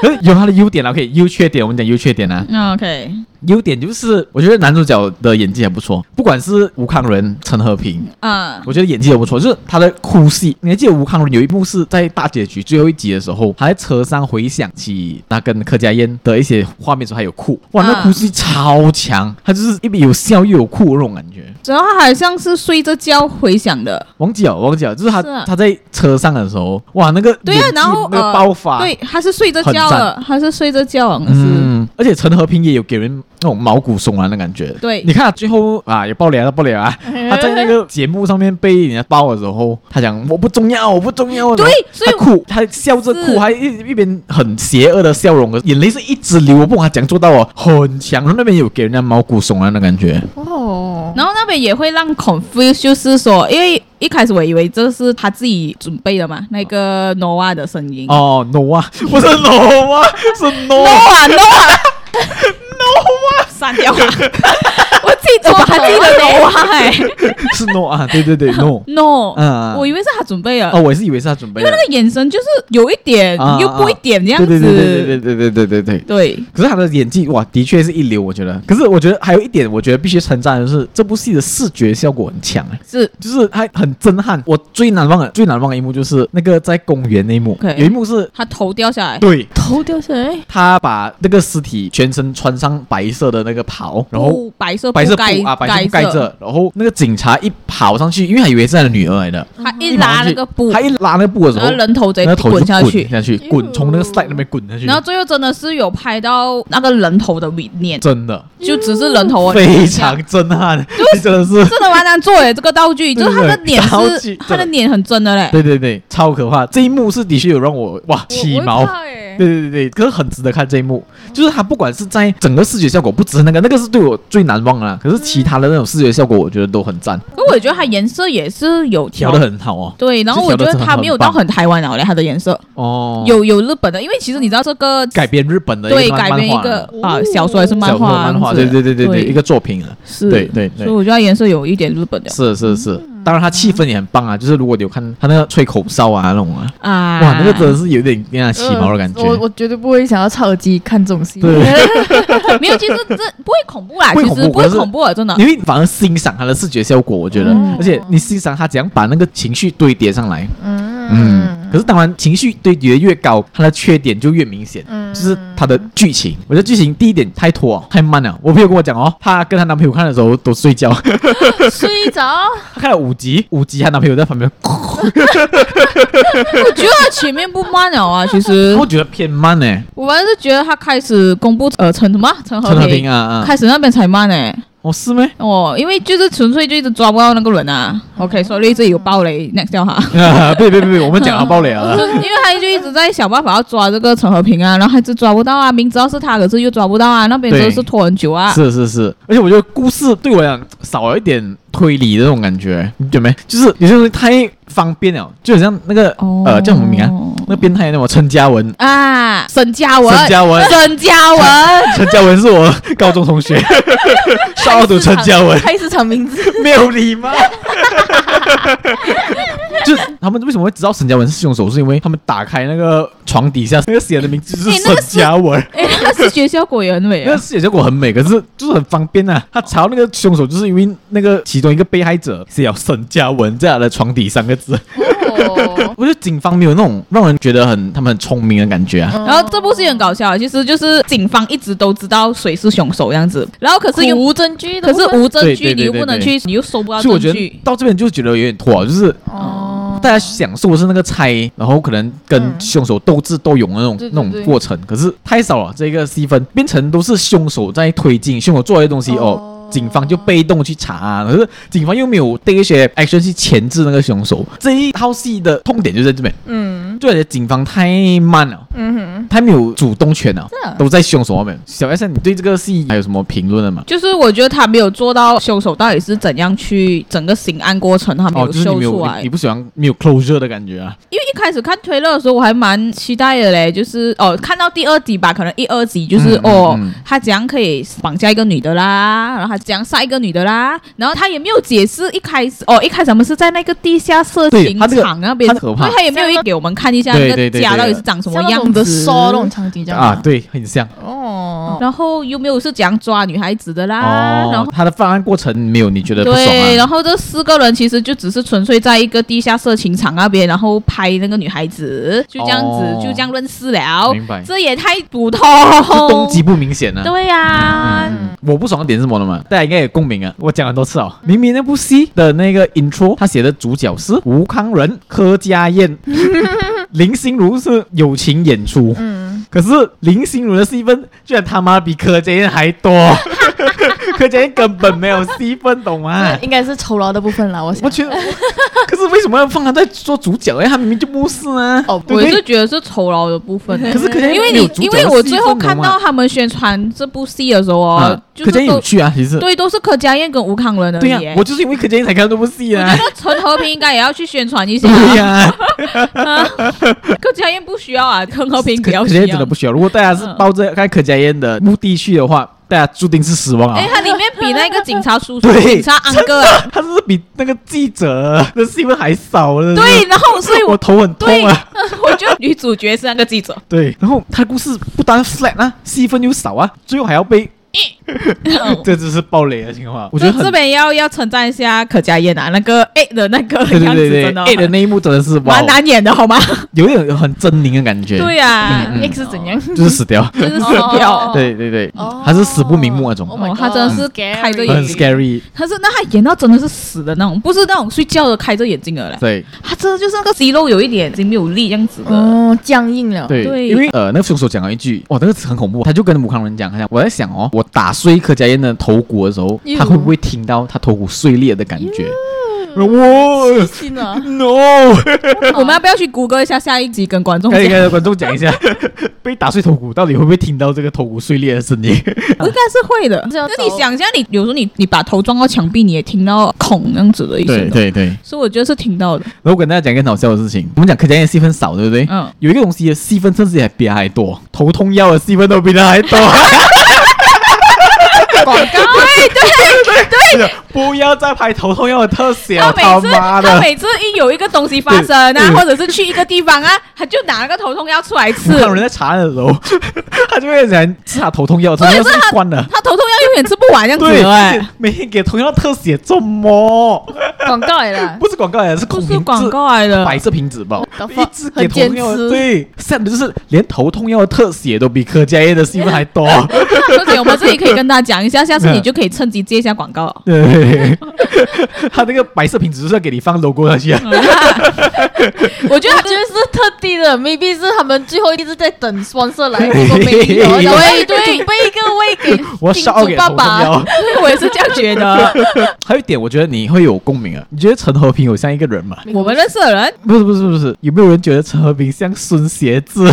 [SPEAKER 3] 可是有他的优点啦。OK，优啊缺点我们讲优缺点啊。
[SPEAKER 1] 嗯 OK，
[SPEAKER 3] 优点就是，我觉得男主角的演技还不错，不管是吴康仁、陈和平，
[SPEAKER 1] 啊，
[SPEAKER 3] 我觉得演技还不错。就是他的哭戏，你还记得吴康仁有一幕是在大结局最后一集的时候，他在车上回想起他跟柯佳嬿的一些画面的时候，他有哭，哇，那
[SPEAKER 1] 啊
[SPEAKER 3] 哭戏超强，他就是一边有笑又有哭的那种感觉。
[SPEAKER 1] 主要他好像是睡着觉回想的，
[SPEAKER 3] 忘记了，忘记了，就是他
[SPEAKER 1] 是啊
[SPEAKER 3] 他在车上的时候，哇，那个
[SPEAKER 1] 对啊
[SPEAKER 3] 演技
[SPEAKER 1] 然后
[SPEAKER 3] 那个
[SPEAKER 1] 呃
[SPEAKER 3] 爆发，
[SPEAKER 1] 对，他是睡着觉了，他是睡着觉，好像是。
[SPEAKER 3] 嗯，而且陈和平也有给人那种毛骨悚然的感觉。
[SPEAKER 1] 对
[SPEAKER 3] 你看他最后啊，也爆雷了，爆雷 了啊！他在那个节目上面被人家爆的时候，他讲我不重要，我不重要。
[SPEAKER 1] 对
[SPEAKER 3] 然后
[SPEAKER 1] 所以
[SPEAKER 3] 他哭，他笑着
[SPEAKER 1] 是
[SPEAKER 3] 哭，还一一边很邪恶的笑容，眼泪是一直流。我不管他讲做到哦，很强。然后那边有给人家毛骨悚然的 感觉。
[SPEAKER 2] 哦，
[SPEAKER 1] 然后那边也会让 confuse，就是说，因为一开始我以为这是他自己准备的嘛，那个 Nova 的声音。
[SPEAKER 3] 哦 ，no 啊，不是 no 啊，是 no 啊。
[SPEAKER 1] ，Nova Nova Nova，删掉啊！我记得我还记 得 Nova 哎、
[SPEAKER 3] 是 no 啊，对对对 no。
[SPEAKER 1] No，、
[SPEAKER 3] 嗯
[SPEAKER 1] 我以为是他准备了，
[SPEAKER 3] 哦，我也是以为是他准备
[SPEAKER 1] 因
[SPEAKER 3] 的
[SPEAKER 1] 为那。个眼神就是有一点、
[SPEAKER 3] 啊
[SPEAKER 1] 又不一点这样
[SPEAKER 3] 对
[SPEAKER 1] 子。
[SPEAKER 3] 对对对对对对对对对。
[SPEAKER 1] 对
[SPEAKER 3] 可是他的演技哇，的确是一流，我觉得。可是我觉得还有一点，我觉得必须称赞的是，这部戏的视觉效果很强、哎，
[SPEAKER 1] 是
[SPEAKER 3] 就是它很震撼。我最难忘的、最难忘的一幕就是那个在公园那一幕
[SPEAKER 1] OK
[SPEAKER 3] 有一幕是
[SPEAKER 1] 他头掉下来，
[SPEAKER 3] 对
[SPEAKER 2] 头掉下来，
[SPEAKER 3] 他把那个尸体全身穿上白色的那个袍，然后
[SPEAKER 1] 布白色
[SPEAKER 3] 白色布
[SPEAKER 1] 盖
[SPEAKER 3] 啊，白色布盖
[SPEAKER 1] 盖
[SPEAKER 3] 着，然后那个警察一跑上去，因为他以为是他的女儿来的，
[SPEAKER 1] 他一拉那个布，
[SPEAKER 3] 嗯他一拉那个布的时
[SPEAKER 1] 然
[SPEAKER 3] 候
[SPEAKER 1] 后，人头直
[SPEAKER 3] 那个
[SPEAKER 1] 接
[SPEAKER 3] 头就
[SPEAKER 1] 滚下去
[SPEAKER 3] 滚。下去，滚从那个 slide 那边滚下去
[SPEAKER 1] 然，后最后真的是有拍到那个人头的理念，
[SPEAKER 3] 真的
[SPEAKER 1] 就只是人头而已
[SPEAKER 3] 嗯非常震撼， 真的是。
[SPEAKER 1] 真的蛮难做诶，这个道具
[SPEAKER 3] 对
[SPEAKER 1] 就是他的脸
[SPEAKER 3] 道具
[SPEAKER 1] 是
[SPEAKER 3] 真的
[SPEAKER 1] 他的脸很真的嘞，
[SPEAKER 3] 对对对，超可怕！这一幕是的确有让我哇
[SPEAKER 2] 뭐,
[SPEAKER 3] 起毛。
[SPEAKER 2] 对
[SPEAKER 3] 对对对对，可是很值得看这一幕，
[SPEAKER 1] 哦
[SPEAKER 3] 就是它不管是在整个视觉效果，不只是那个，那个是对我最难忘的啦。可是其他的那种视觉效果，我觉得都很赞，
[SPEAKER 1] 可我觉得他颜色也是有
[SPEAKER 3] 调的。很好哦。
[SPEAKER 1] 对，然后我觉得他没有到很台湾佬嘞，他的颜色
[SPEAKER 3] 哦，
[SPEAKER 1] 有有日本的，因为其实你知道这个
[SPEAKER 3] 改编日本的
[SPEAKER 1] 对
[SPEAKER 3] 一个漫
[SPEAKER 1] 改
[SPEAKER 3] 漫
[SPEAKER 1] 编一
[SPEAKER 3] 画
[SPEAKER 1] 个
[SPEAKER 3] 啦
[SPEAKER 1] 啊小说还是漫
[SPEAKER 3] 小说
[SPEAKER 1] 画
[SPEAKER 3] 漫画，
[SPEAKER 1] 这
[SPEAKER 3] 对
[SPEAKER 1] 样子
[SPEAKER 3] 对对对对，
[SPEAKER 1] 对
[SPEAKER 3] 一个作品啊，
[SPEAKER 1] 是，嗯
[SPEAKER 3] 对对
[SPEAKER 1] 所
[SPEAKER 3] 对
[SPEAKER 1] 以我觉得他颜色有一点日本的
[SPEAKER 3] 是是是。当然，它气氛也很棒啊，就是如果你有看他那个吹口哨啊那种啊，
[SPEAKER 1] 啊，呃
[SPEAKER 3] 哇，那个真的是有点让人
[SPEAKER 2] 어,
[SPEAKER 3] 起毛的感觉。
[SPEAKER 2] 我我绝对不会想要插耳机看这种戏。
[SPEAKER 3] 对
[SPEAKER 1] 没有，其实这不会恐怖啦，
[SPEAKER 3] 不会
[SPEAKER 1] 其
[SPEAKER 3] 恐怖
[SPEAKER 1] 实不会
[SPEAKER 3] 可是
[SPEAKER 1] 恐怖啊的，真的
[SPEAKER 3] 因为反而欣赏他的视觉效果，我觉得，
[SPEAKER 2] 嗯
[SPEAKER 3] 而且你欣赏他怎样把那个情绪堆叠上来。
[SPEAKER 2] 嗯
[SPEAKER 3] 嗯，可是当然，情绪堆叠越高，它的缺点就越明显，
[SPEAKER 2] 嗯
[SPEAKER 3] 就是它的剧情。我觉得剧情第一点太拖哦，太慢了。我朋友跟我讲哦，她跟她男朋友看的时候都睡觉，
[SPEAKER 2] 睡着，
[SPEAKER 3] 她看了五集，五集她男朋友在旁边，
[SPEAKER 1] 我觉得他前面不慢了 啊，其实
[SPEAKER 2] 嗯
[SPEAKER 3] 我觉得偏慢呢。
[SPEAKER 1] 我还是觉得他开始公布呃陈什么陈和
[SPEAKER 3] 陈和
[SPEAKER 1] 平
[SPEAKER 3] 平啊啊，
[SPEAKER 1] 开始那边才慢哎、
[SPEAKER 3] 哦是咩？
[SPEAKER 1] 哦，因为就是纯粹就一直抓不到那个人啊。OK，所
[SPEAKER 3] 哦
[SPEAKER 1] 以这里有暴雷，next 掉哈。
[SPEAKER 3] 啊，别别别别，我们讲到爆雷
[SPEAKER 1] 就
[SPEAKER 3] 了
[SPEAKER 1] 是
[SPEAKER 3] 啦。
[SPEAKER 1] 因为他就一直在想办法要抓这个陈和平啊，然后还是抓不到啊，明知道是他，可是又抓不到啊，那边
[SPEAKER 3] 对
[SPEAKER 1] 真的是拖很久啊。
[SPEAKER 3] 是是是，而且我觉得故事对我来讲少了一点推理的那种感觉，你觉得没？就是有些东西太方便了，就好像那个、
[SPEAKER 1] 哦
[SPEAKER 3] 呃叫什么名啊？那个变态那么陈嘉文，
[SPEAKER 1] 啊，沈嘉文，
[SPEAKER 3] 陈 嘉文，
[SPEAKER 1] 沈嘉 文，
[SPEAKER 3] 陈嘉文是我高中同学，少主陈 嘉文，
[SPEAKER 2] 开市场名字，
[SPEAKER 3] 没有礼貌。 就是他们为什么会知道沈嘉文是凶手，是因为他们打开那个床底下那个写的名字就
[SPEAKER 1] 诶
[SPEAKER 3] 是
[SPEAKER 1] 那
[SPEAKER 3] 沈
[SPEAKER 1] 个是
[SPEAKER 3] 嘉文，
[SPEAKER 1] 哎，那个视觉效果也很美
[SPEAKER 3] 那
[SPEAKER 1] 啊
[SPEAKER 3] 个。视觉效果很美，可是就是很方便啊。他查到那个凶手，就是因为那个其中一个被害者是要沈嘉文在他的床底三个字。
[SPEAKER 2] 哦
[SPEAKER 3] 我觉得警方没有那种让人觉得很他们很聪明的感觉啊。
[SPEAKER 1] 然后这部戏很搞笑，啊其实就是警方一直都知道谁是凶手这样子，然后可是又
[SPEAKER 2] 无证据的
[SPEAKER 1] 可
[SPEAKER 2] 部分，
[SPEAKER 1] 是无证
[SPEAKER 3] 对对
[SPEAKER 1] 据，
[SPEAKER 3] 对
[SPEAKER 1] 你又不能去，你又收不到
[SPEAKER 3] 所以我
[SPEAKER 1] 证
[SPEAKER 3] 觉得
[SPEAKER 1] 据。
[SPEAKER 3] 到这边就觉得有点妥，就是
[SPEAKER 2] 哦，
[SPEAKER 3] 大家享受的是那个猜，然后可能跟
[SPEAKER 2] 嗯
[SPEAKER 3] 凶手斗智斗勇的那种、
[SPEAKER 2] 对对
[SPEAKER 3] 那种
[SPEAKER 2] 对
[SPEAKER 3] 过程，可是太少了这个戏份，变成都是凶手在推进，凶手做一些东西哦。
[SPEAKER 2] 哦
[SPEAKER 3] 警方就被动去查、啊，可是警方又没有对一些 action 去钳制那个凶手。这一套戏的痛点就在这边，
[SPEAKER 2] 嗯
[SPEAKER 3] 就感觉警方太慢了，
[SPEAKER 2] 嗯哼，
[SPEAKER 3] 太没有主动权了
[SPEAKER 2] 真的，
[SPEAKER 3] 都在凶手那边。小 S，你对这个戏还有什么评论的吗？
[SPEAKER 1] 就是我觉得他没有做到凶手到底是怎样去整个刑案过程，他没有
[SPEAKER 3] 哦，就是你
[SPEAKER 1] 秀
[SPEAKER 3] 没
[SPEAKER 1] 出
[SPEAKER 3] 有，
[SPEAKER 1] 来。
[SPEAKER 3] 你你不喜欢没有 closure 的感觉啊？
[SPEAKER 1] 因为一开始看推乐的时候，我还蛮期待的嘞，就是哦，看到第二集吧，可能一二集就是、
[SPEAKER 3] 嗯嗯
[SPEAKER 1] 哦，
[SPEAKER 3] 嗯
[SPEAKER 1] 他怎样可以绑架一个女的啦，然后他怎样杀一个女的啦，然后他也没有解释一开始哦，一开始我们是在那个地下色
[SPEAKER 3] 对
[SPEAKER 1] 情
[SPEAKER 3] 他这个
[SPEAKER 1] 场那边，
[SPEAKER 3] 他可怕
[SPEAKER 1] 因为他也没有给我们看一下
[SPEAKER 3] 对
[SPEAKER 1] 那
[SPEAKER 3] 对
[SPEAKER 1] 个
[SPEAKER 3] 对
[SPEAKER 1] 家
[SPEAKER 3] 对
[SPEAKER 1] 到底是长什么样
[SPEAKER 2] 的
[SPEAKER 1] 子
[SPEAKER 2] 烧那种场景这样吗
[SPEAKER 3] 啊，，对，很像。
[SPEAKER 2] 哦，
[SPEAKER 1] 然后又没有是怎样抓女孩子的啦，啊然后。
[SPEAKER 3] 他的犯案过程没有你哦觉得不爽
[SPEAKER 1] 对，
[SPEAKER 3] 啊？
[SPEAKER 1] 然后这四个人其实就只是纯粹在一个地下色情场那边，然后拍那个女孩子，就这样子，
[SPEAKER 3] 哦
[SPEAKER 1] 就这样认识了。
[SPEAKER 3] 明白，
[SPEAKER 1] 这也太普通，
[SPEAKER 3] 就动机不明显呢、
[SPEAKER 1] 对啊呀、
[SPEAKER 3] 嗯，我不爽的点是什么呢嘛？大家应该有共鸣啊！我讲很多次哦，
[SPEAKER 1] 嗯
[SPEAKER 3] 明明那部戏的那个 intro，他写的主角是吴康仁、柯 佳燕、林心如是友情演出，
[SPEAKER 2] 嗯，
[SPEAKER 3] 可是林心如的戏份居然他妈比柯佳燕还 多，柯佳燕根本没有戏份，懂吗？
[SPEAKER 2] 应该是酬劳的部分啦，哎我想
[SPEAKER 3] 我，觉得，可是为什么要放他在做主角？哎，他明明就不是啊！
[SPEAKER 2] 哦
[SPEAKER 3] 对
[SPEAKER 1] 我
[SPEAKER 3] 不
[SPEAKER 1] 也
[SPEAKER 3] 对
[SPEAKER 1] 是觉得是酬劳的部分。
[SPEAKER 3] 可是可能
[SPEAKER 1] 嗯因为
[SPEAKER 3] 没有
[SPEAKER 1] 你
[SPEAKER 3] 主角
[SPEAKER 1] 因为我最后
[SPEAKER 3] 戏份的
[SPEAKER 1] 看
[SPEAKER 3] 嘛
[SPEAKER 1] 到他们宣传这部戏的时候哦，
[SPEAKER 3] 啊，
[SPEAKER 1] 就
[SPEAKER 3] 柯佳
[SPEAKER 1] 是
[SPEAKER 3] 燕有
[SPEAKER 1] 都
[SPEAKER 3] 趣啊，其实
[SPEAKER 1] 对都是柯佳燕跟吴康仁而
[SPEAKER 3] 对
[SPEAKER 1] 已
[SPEAKER 3] 呀、
[SPEAKER 1] 耶。
[SPEAKER 3] 我就是因为柯佳燕才看到这部戏
[SPEAKER 1] 我
[SPEAKER 3] 啊
[SPEAKER 1] 觉。得陈和平应该也要去宣传一下，
[SPEAKER 3] 对呀、
[SPEAKER 1] 啊柯佳燕不需要啊，陈和平比
[SPEAKER 3] 柯
[SPEAKER 1] 较
[SPEAKER 3] 柯
[SPEAKER 1] 需
[SPEAKER 3] 佳
[SPEAKER 1] 要嗯
[SPEAKER 3] 燕。真的不需要。如果大家是抱着看柯佳燕的目的去的话，大家注定是失望啊
[SPEAKER 1] 哎，。他里面比那个警察 叔叔、
[SPEAKER 3] 对
[SPEAKER 1] 警察安哥啊，
[SPEAKER 3] 他是比那个记者的新闻还少了。
[SPEAKER 1] 对，，然后所以
[SPEAKER 3] 我
[SPEAKER 1] 我
[SPEAKER 3] 头很
[SPEAKER 1] 对
[SPEAKER 3] 痛啊。，
[SPEAKER 1] 我觉得女主角是那个记者，
[SPEAKER 3] 对，然后他的故事不单 flat 啊，戏份又少啊，最后还要被， 这就是暴雷的情 况。我觉得
[SPEAKER 1] 哦这这
[SPEAKER 3] 很。
[SPEAKER 1] 边要要称赞一下可嘉燕啊，那个 A 的那个
[SPEAKER 3] 对
[SPEAKER 1] 样
[SPEAKER 3] 对
[SPEAKER 1] 子
[SPEAKER 3] 对
[SPEAKER 1] 真的
[SPEAKER 3] 对，A 的那一幕真的是哇
[SPEAKER 1] 蛮，难演的好吗？哦
[SPEAKER 3] 有点很狰狞的感觉，
[SPEAKER 1] 对啊呀，
[SPEAKER 3] 嗯嗯
[SPEAKER 2] X 是怎样？
[SPEAKER 3] 就是死掉，
[SPEAKER 1] 就是死掉
[SPEAKER 2] 哦。
[SPEAKER 3] 对对对
[SPEAKER 2] 哦，
[SPEAKER 3] 他是死不瞑目那种，
[SPEAKER 2] Oh my
[SPEAKER 1] 哦
[SPEAKER 2] god，
[SPEAKER 1] 他真的是开着
[SPEAKER 2] scary
[SPEAKER 1] 眼
[SPEAKER 3] 很
[SPEAKER 1] 睛
[SPEAKER 3] scary，
[SPEAKER 1] 可是那他演到真的是死的那种，不是那种睡觉的开着眼睛的嘞，
[SPEAKER 3] 对
[SPEAKER 1] 他真的就是那个肌肉有一点已经没有力这样子
[SPEAKER 3] 嗯
[SPEAKER 1] 的。
[SPEAKER 2] 哦，僵硬了，
[SPEAKER 1] 对
[SPEAKER 3] 因为呃，那个凶手讲了一句，哇，那个很恐怖，他就跟武康人讲，他讲我在想哦，我打碎柯佳燕的头骨的时候，
[SPEAKER 2] 哟
[SPEAKER 3] 他会不会听到他头骨碎裂的感觉？哇
[SPEAKER 2] 信了，
[SPEAKER 3] ，no！
[SPEAKER 1] 我们要不要去谷歌一下下一集跟观众
[SPEAKER 3] 可以
[SPEAKER 1] 讲？
[SPEAKER 3] 跟观众讲一下， 被打碎头骨到底会不会听到这个头骨碎裂的 声音？
[SPEAKER 1] 我应该是会的。
[SPEAKER 2] 是要
[SPEAKER 1] 那你
[SPEAKER 2] 走
[SPEAKER 1] 想一下，你有时候你你把头撞到墙壁，你也听到孔那样子的一声
[SPEAKER 3] 对
[SPEAKER 1] 的，
[SPEAKER 3] 对对。
[SPEAKER 1] 所以我觉得是听到 的。
[SPEAKER 3] 然后我跟大家讲一个很好笑的事情，我们讲柯佳燕戏份少，对不对？
[SPEAKER 1] 嗯，
[SPEAKER 3] 有一个东西的戏份甚至还比他还多，头痛药的戏份都比他还多。
[SPEAKER 2] 广告
[SPEAKER 3] 哎不要再拍头痛药的特写
[SPEAKER 1] 他
[SPEAKER 3] 了，他
[SPEAKER 1] 每次
[SPEAKER 3] 妈的！
[SPEAKER 1] 每次一有一个东西发生
[SPEAKER 3] 对
[SPEAKER 1] 啊，
[SPEAKER 3] 对
[SPEAKER 1] 或者是去一个地方啊，他就拿那个头痛药出来吃
[SPEAKER 3] 我。看有人在查案的时候， 他就会想吃他头痛药，头痛药是不是关的。
[SPEAKER 1] 他头痛药永远吃不完 这样
[SPEAKER 3] 对
[SPEAKER 1] 子哎，，
[SPEAKER 3] 每天给头痛药特写做么？
[SPEAKER 2] 广告来了，
[SPEAKER 3] 不是广告来的，是空
[SPEAKER 1] 不
[SPEAKER 3] 瓶
[SPEAKER 1] 是
[SPEAKER 3] 子，
[SPEAKER 1] 广告来的。
[SPEAKER 3] 白色瓶子吧
[SPEAKER 2] What？the
[SPEAKER 3] 一
[SPEAKER 2] fuck？
[SPEAKER 3] 直给头痛药，
[SPEAKER 2] 很坚持
[SPEAKER 3] 对，甚至就是连头痛药的特写都比柯佳燕的戏份还多。
[SPEAKER 1] 而且我们这里可以跟大家讲一下，下次
[SPEAKER 3] 嗯
[SPEAKER 1] 你就可以趁机接一下广告了。
[SPEAKER 3] 对，他那个白色瓶子就是要给你放 logo 上去啊。
[SPEAKER 2] 我觉得就是特地的，maybe 是他们 最后一直在等双色来，结果没有，然后哎
[SPEAKER 1] 对对
[SPEAKER 2] 准备一个位给
[SPEAKER 3] 我
[SPEAKER 2] 金
[SPEAKER 3] 烧
[SPEAKER 2] 主
[SPEAKER 3] 给
[SPEAKER 2] 爸爸
[SPEAKER 3] 头重要。
[SPEAKER 2] 爸。
[SPEAKER 1] 我也是这样觉得。
[SPEAKER 3] 还有一点，我觉得你会有共鸣啊。你觉得陈和平有像一个人吗？
[SPEAKER 1] 我们认识的人，
[SPEAKER 3] 不是不是不是，有没有人觉得陈和平像孙协志？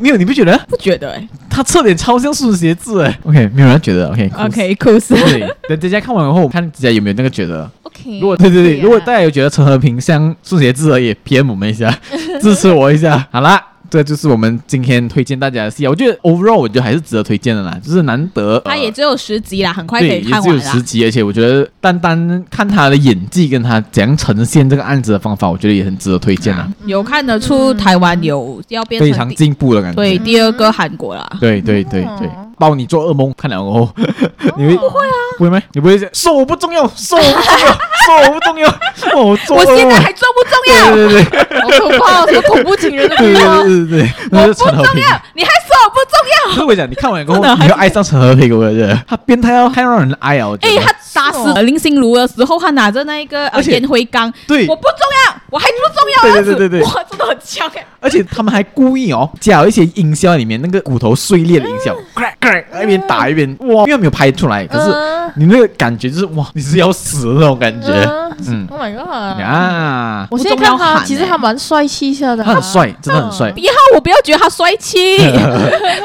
[SPEAKER 3] 没有，你不觉得
[SPEAKER 1] 不觉得 哎、
[SPEAKER 3] 他侧脸超像孙协志？哎，OK，没有人觉得 OK cool
[SPEAKER 1] OK，酷死。
[SPEAKER 3] 对，等大家看完以后，我看大家有没有那个觉得。
[SPEAKER 2] OK，
[SPEAKER 3] 如果对对对，
[SPEAKER 2] 啊
[SPEAKER 3] 如果大家有觉得陈和平像孙协志而已，PM 我们一 下，支持我一下。好啦，这就是我们今天推荐大家的戏啊。我觉得 overall 我觉得还是值得推荐的啦，就是难得。
[SPEAKER 1] 他也
[SPEAKER 3] 呃
[SPEAKER 1] 只有十集啦，很快可
[SPEAKER 3] 对，
[SPEAKER 1] 以
[SPEAKER 3] 也
[SPEAKER 1] 看
[SPEAKER 3] 只有
[SPEAKER 1] 完
[SPEAKER 3] 十
[SPEAKER 1] 啦。
[SPEAKER 3] 集，而且我觉得单单看他的演技跟他怎样呈现这个案子的方法，我觉得也很值得推荐啊，
[SPEAKER 1] 有看得出台湾有要变成
[SPEAKER 3] 非常
[SPEAKER 1] 第
[SPEAKER 3] 进步的感觉。
[SPEAKER 1] 对第嗯二个韩国啦。
[SPEAKER 3] 对对对对
[SPEAKER 2] 哦，
[SPEAKER 3] 包你做噩梦，看了过后，
[SPEAKER 1] 哦
[SPEAKER 3] 你会不会啊？不会吗？你不会说我不重要，说我不重要，说我不重要，说我做
[SPEAKER 1] 我
[SPEAKER 3] 噩
[SPEAKER 1] 现在
[SPEAKER 3] 梦。
[SPEAKER 1] 还重不重要？
[SPEAKER 3] 对对对对
[SPEAKER 2] 好可怕哦，什么恐怖情人的
[SPEAKER 3] 对
[SPEAKER 2] 故事啊。
[SPEAKER 3] 对对对，那就是陈和平。
[SPEAKER 1] 你还说我不重要？
[SPEAKER 3] 所以我讲，你看完过后
[SPEAKER 1] 真的，
[SPEAKER 3] 你会爱上陈和平，我觉得他变态到太让人爱啊！我觉
[SPEAKER 1] 哎、
[SPEAKER 3] 得
[SPEAKER 1] 他打死林心如的时候，他拿着那一个
[SPEAKER 3] 而
[SPEAKER 1] 呃
[SPEAKER 3] 且
[SPEAKER 1] 烟灰缸，
[SPEAKER 3] 对
[SPEAKER 1] 我不重要，我还不重要，
[SPEAKER 3] 对对
[SPEAKER 1] 儿子
[SPEAKER 3] 对对对
[SPEAKER 1] 哇，真的很强哎、
[SPEAKER 3] 而且他们还故意哦，加了一些音效，里面那个骨头碎裂的音效，crack crack，一边打一边哇，因为没有拍出来，可是
[SPEAKER 2] 嗯
[SPEAKER 3] 你那个感觉就是哇，你是要死的那种感觉嗯
[SPEAKER 2] 嗯，Oh my god！
[SPEAKER 3] 啊！
[SPEAKER 2] 我现在看
[SPEAKER 1] 不重要
[SPEAKER 2] 他，
[SPEAKER 1] 喊
[SPEAKER 2] 其实
[SPEAKER 1] 欸
[SPEAKER 2] 他蛮帅气一下的啊，嗯
[SPEAKER 3] 他很帅，真的很帅。
[SPEAKER 1] 一号我不要觉得他帅 气，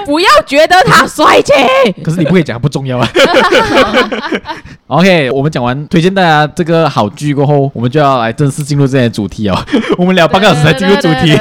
[SPEAKER 1] 不要觉得他帅气。
[SPEAKER 3] 可是你不可以讲它不重要啊。OK，我们讲完推荐大家这个好剧过后，我们就要来正式进入今天的主题哦。我们聊半个小时才进入主题。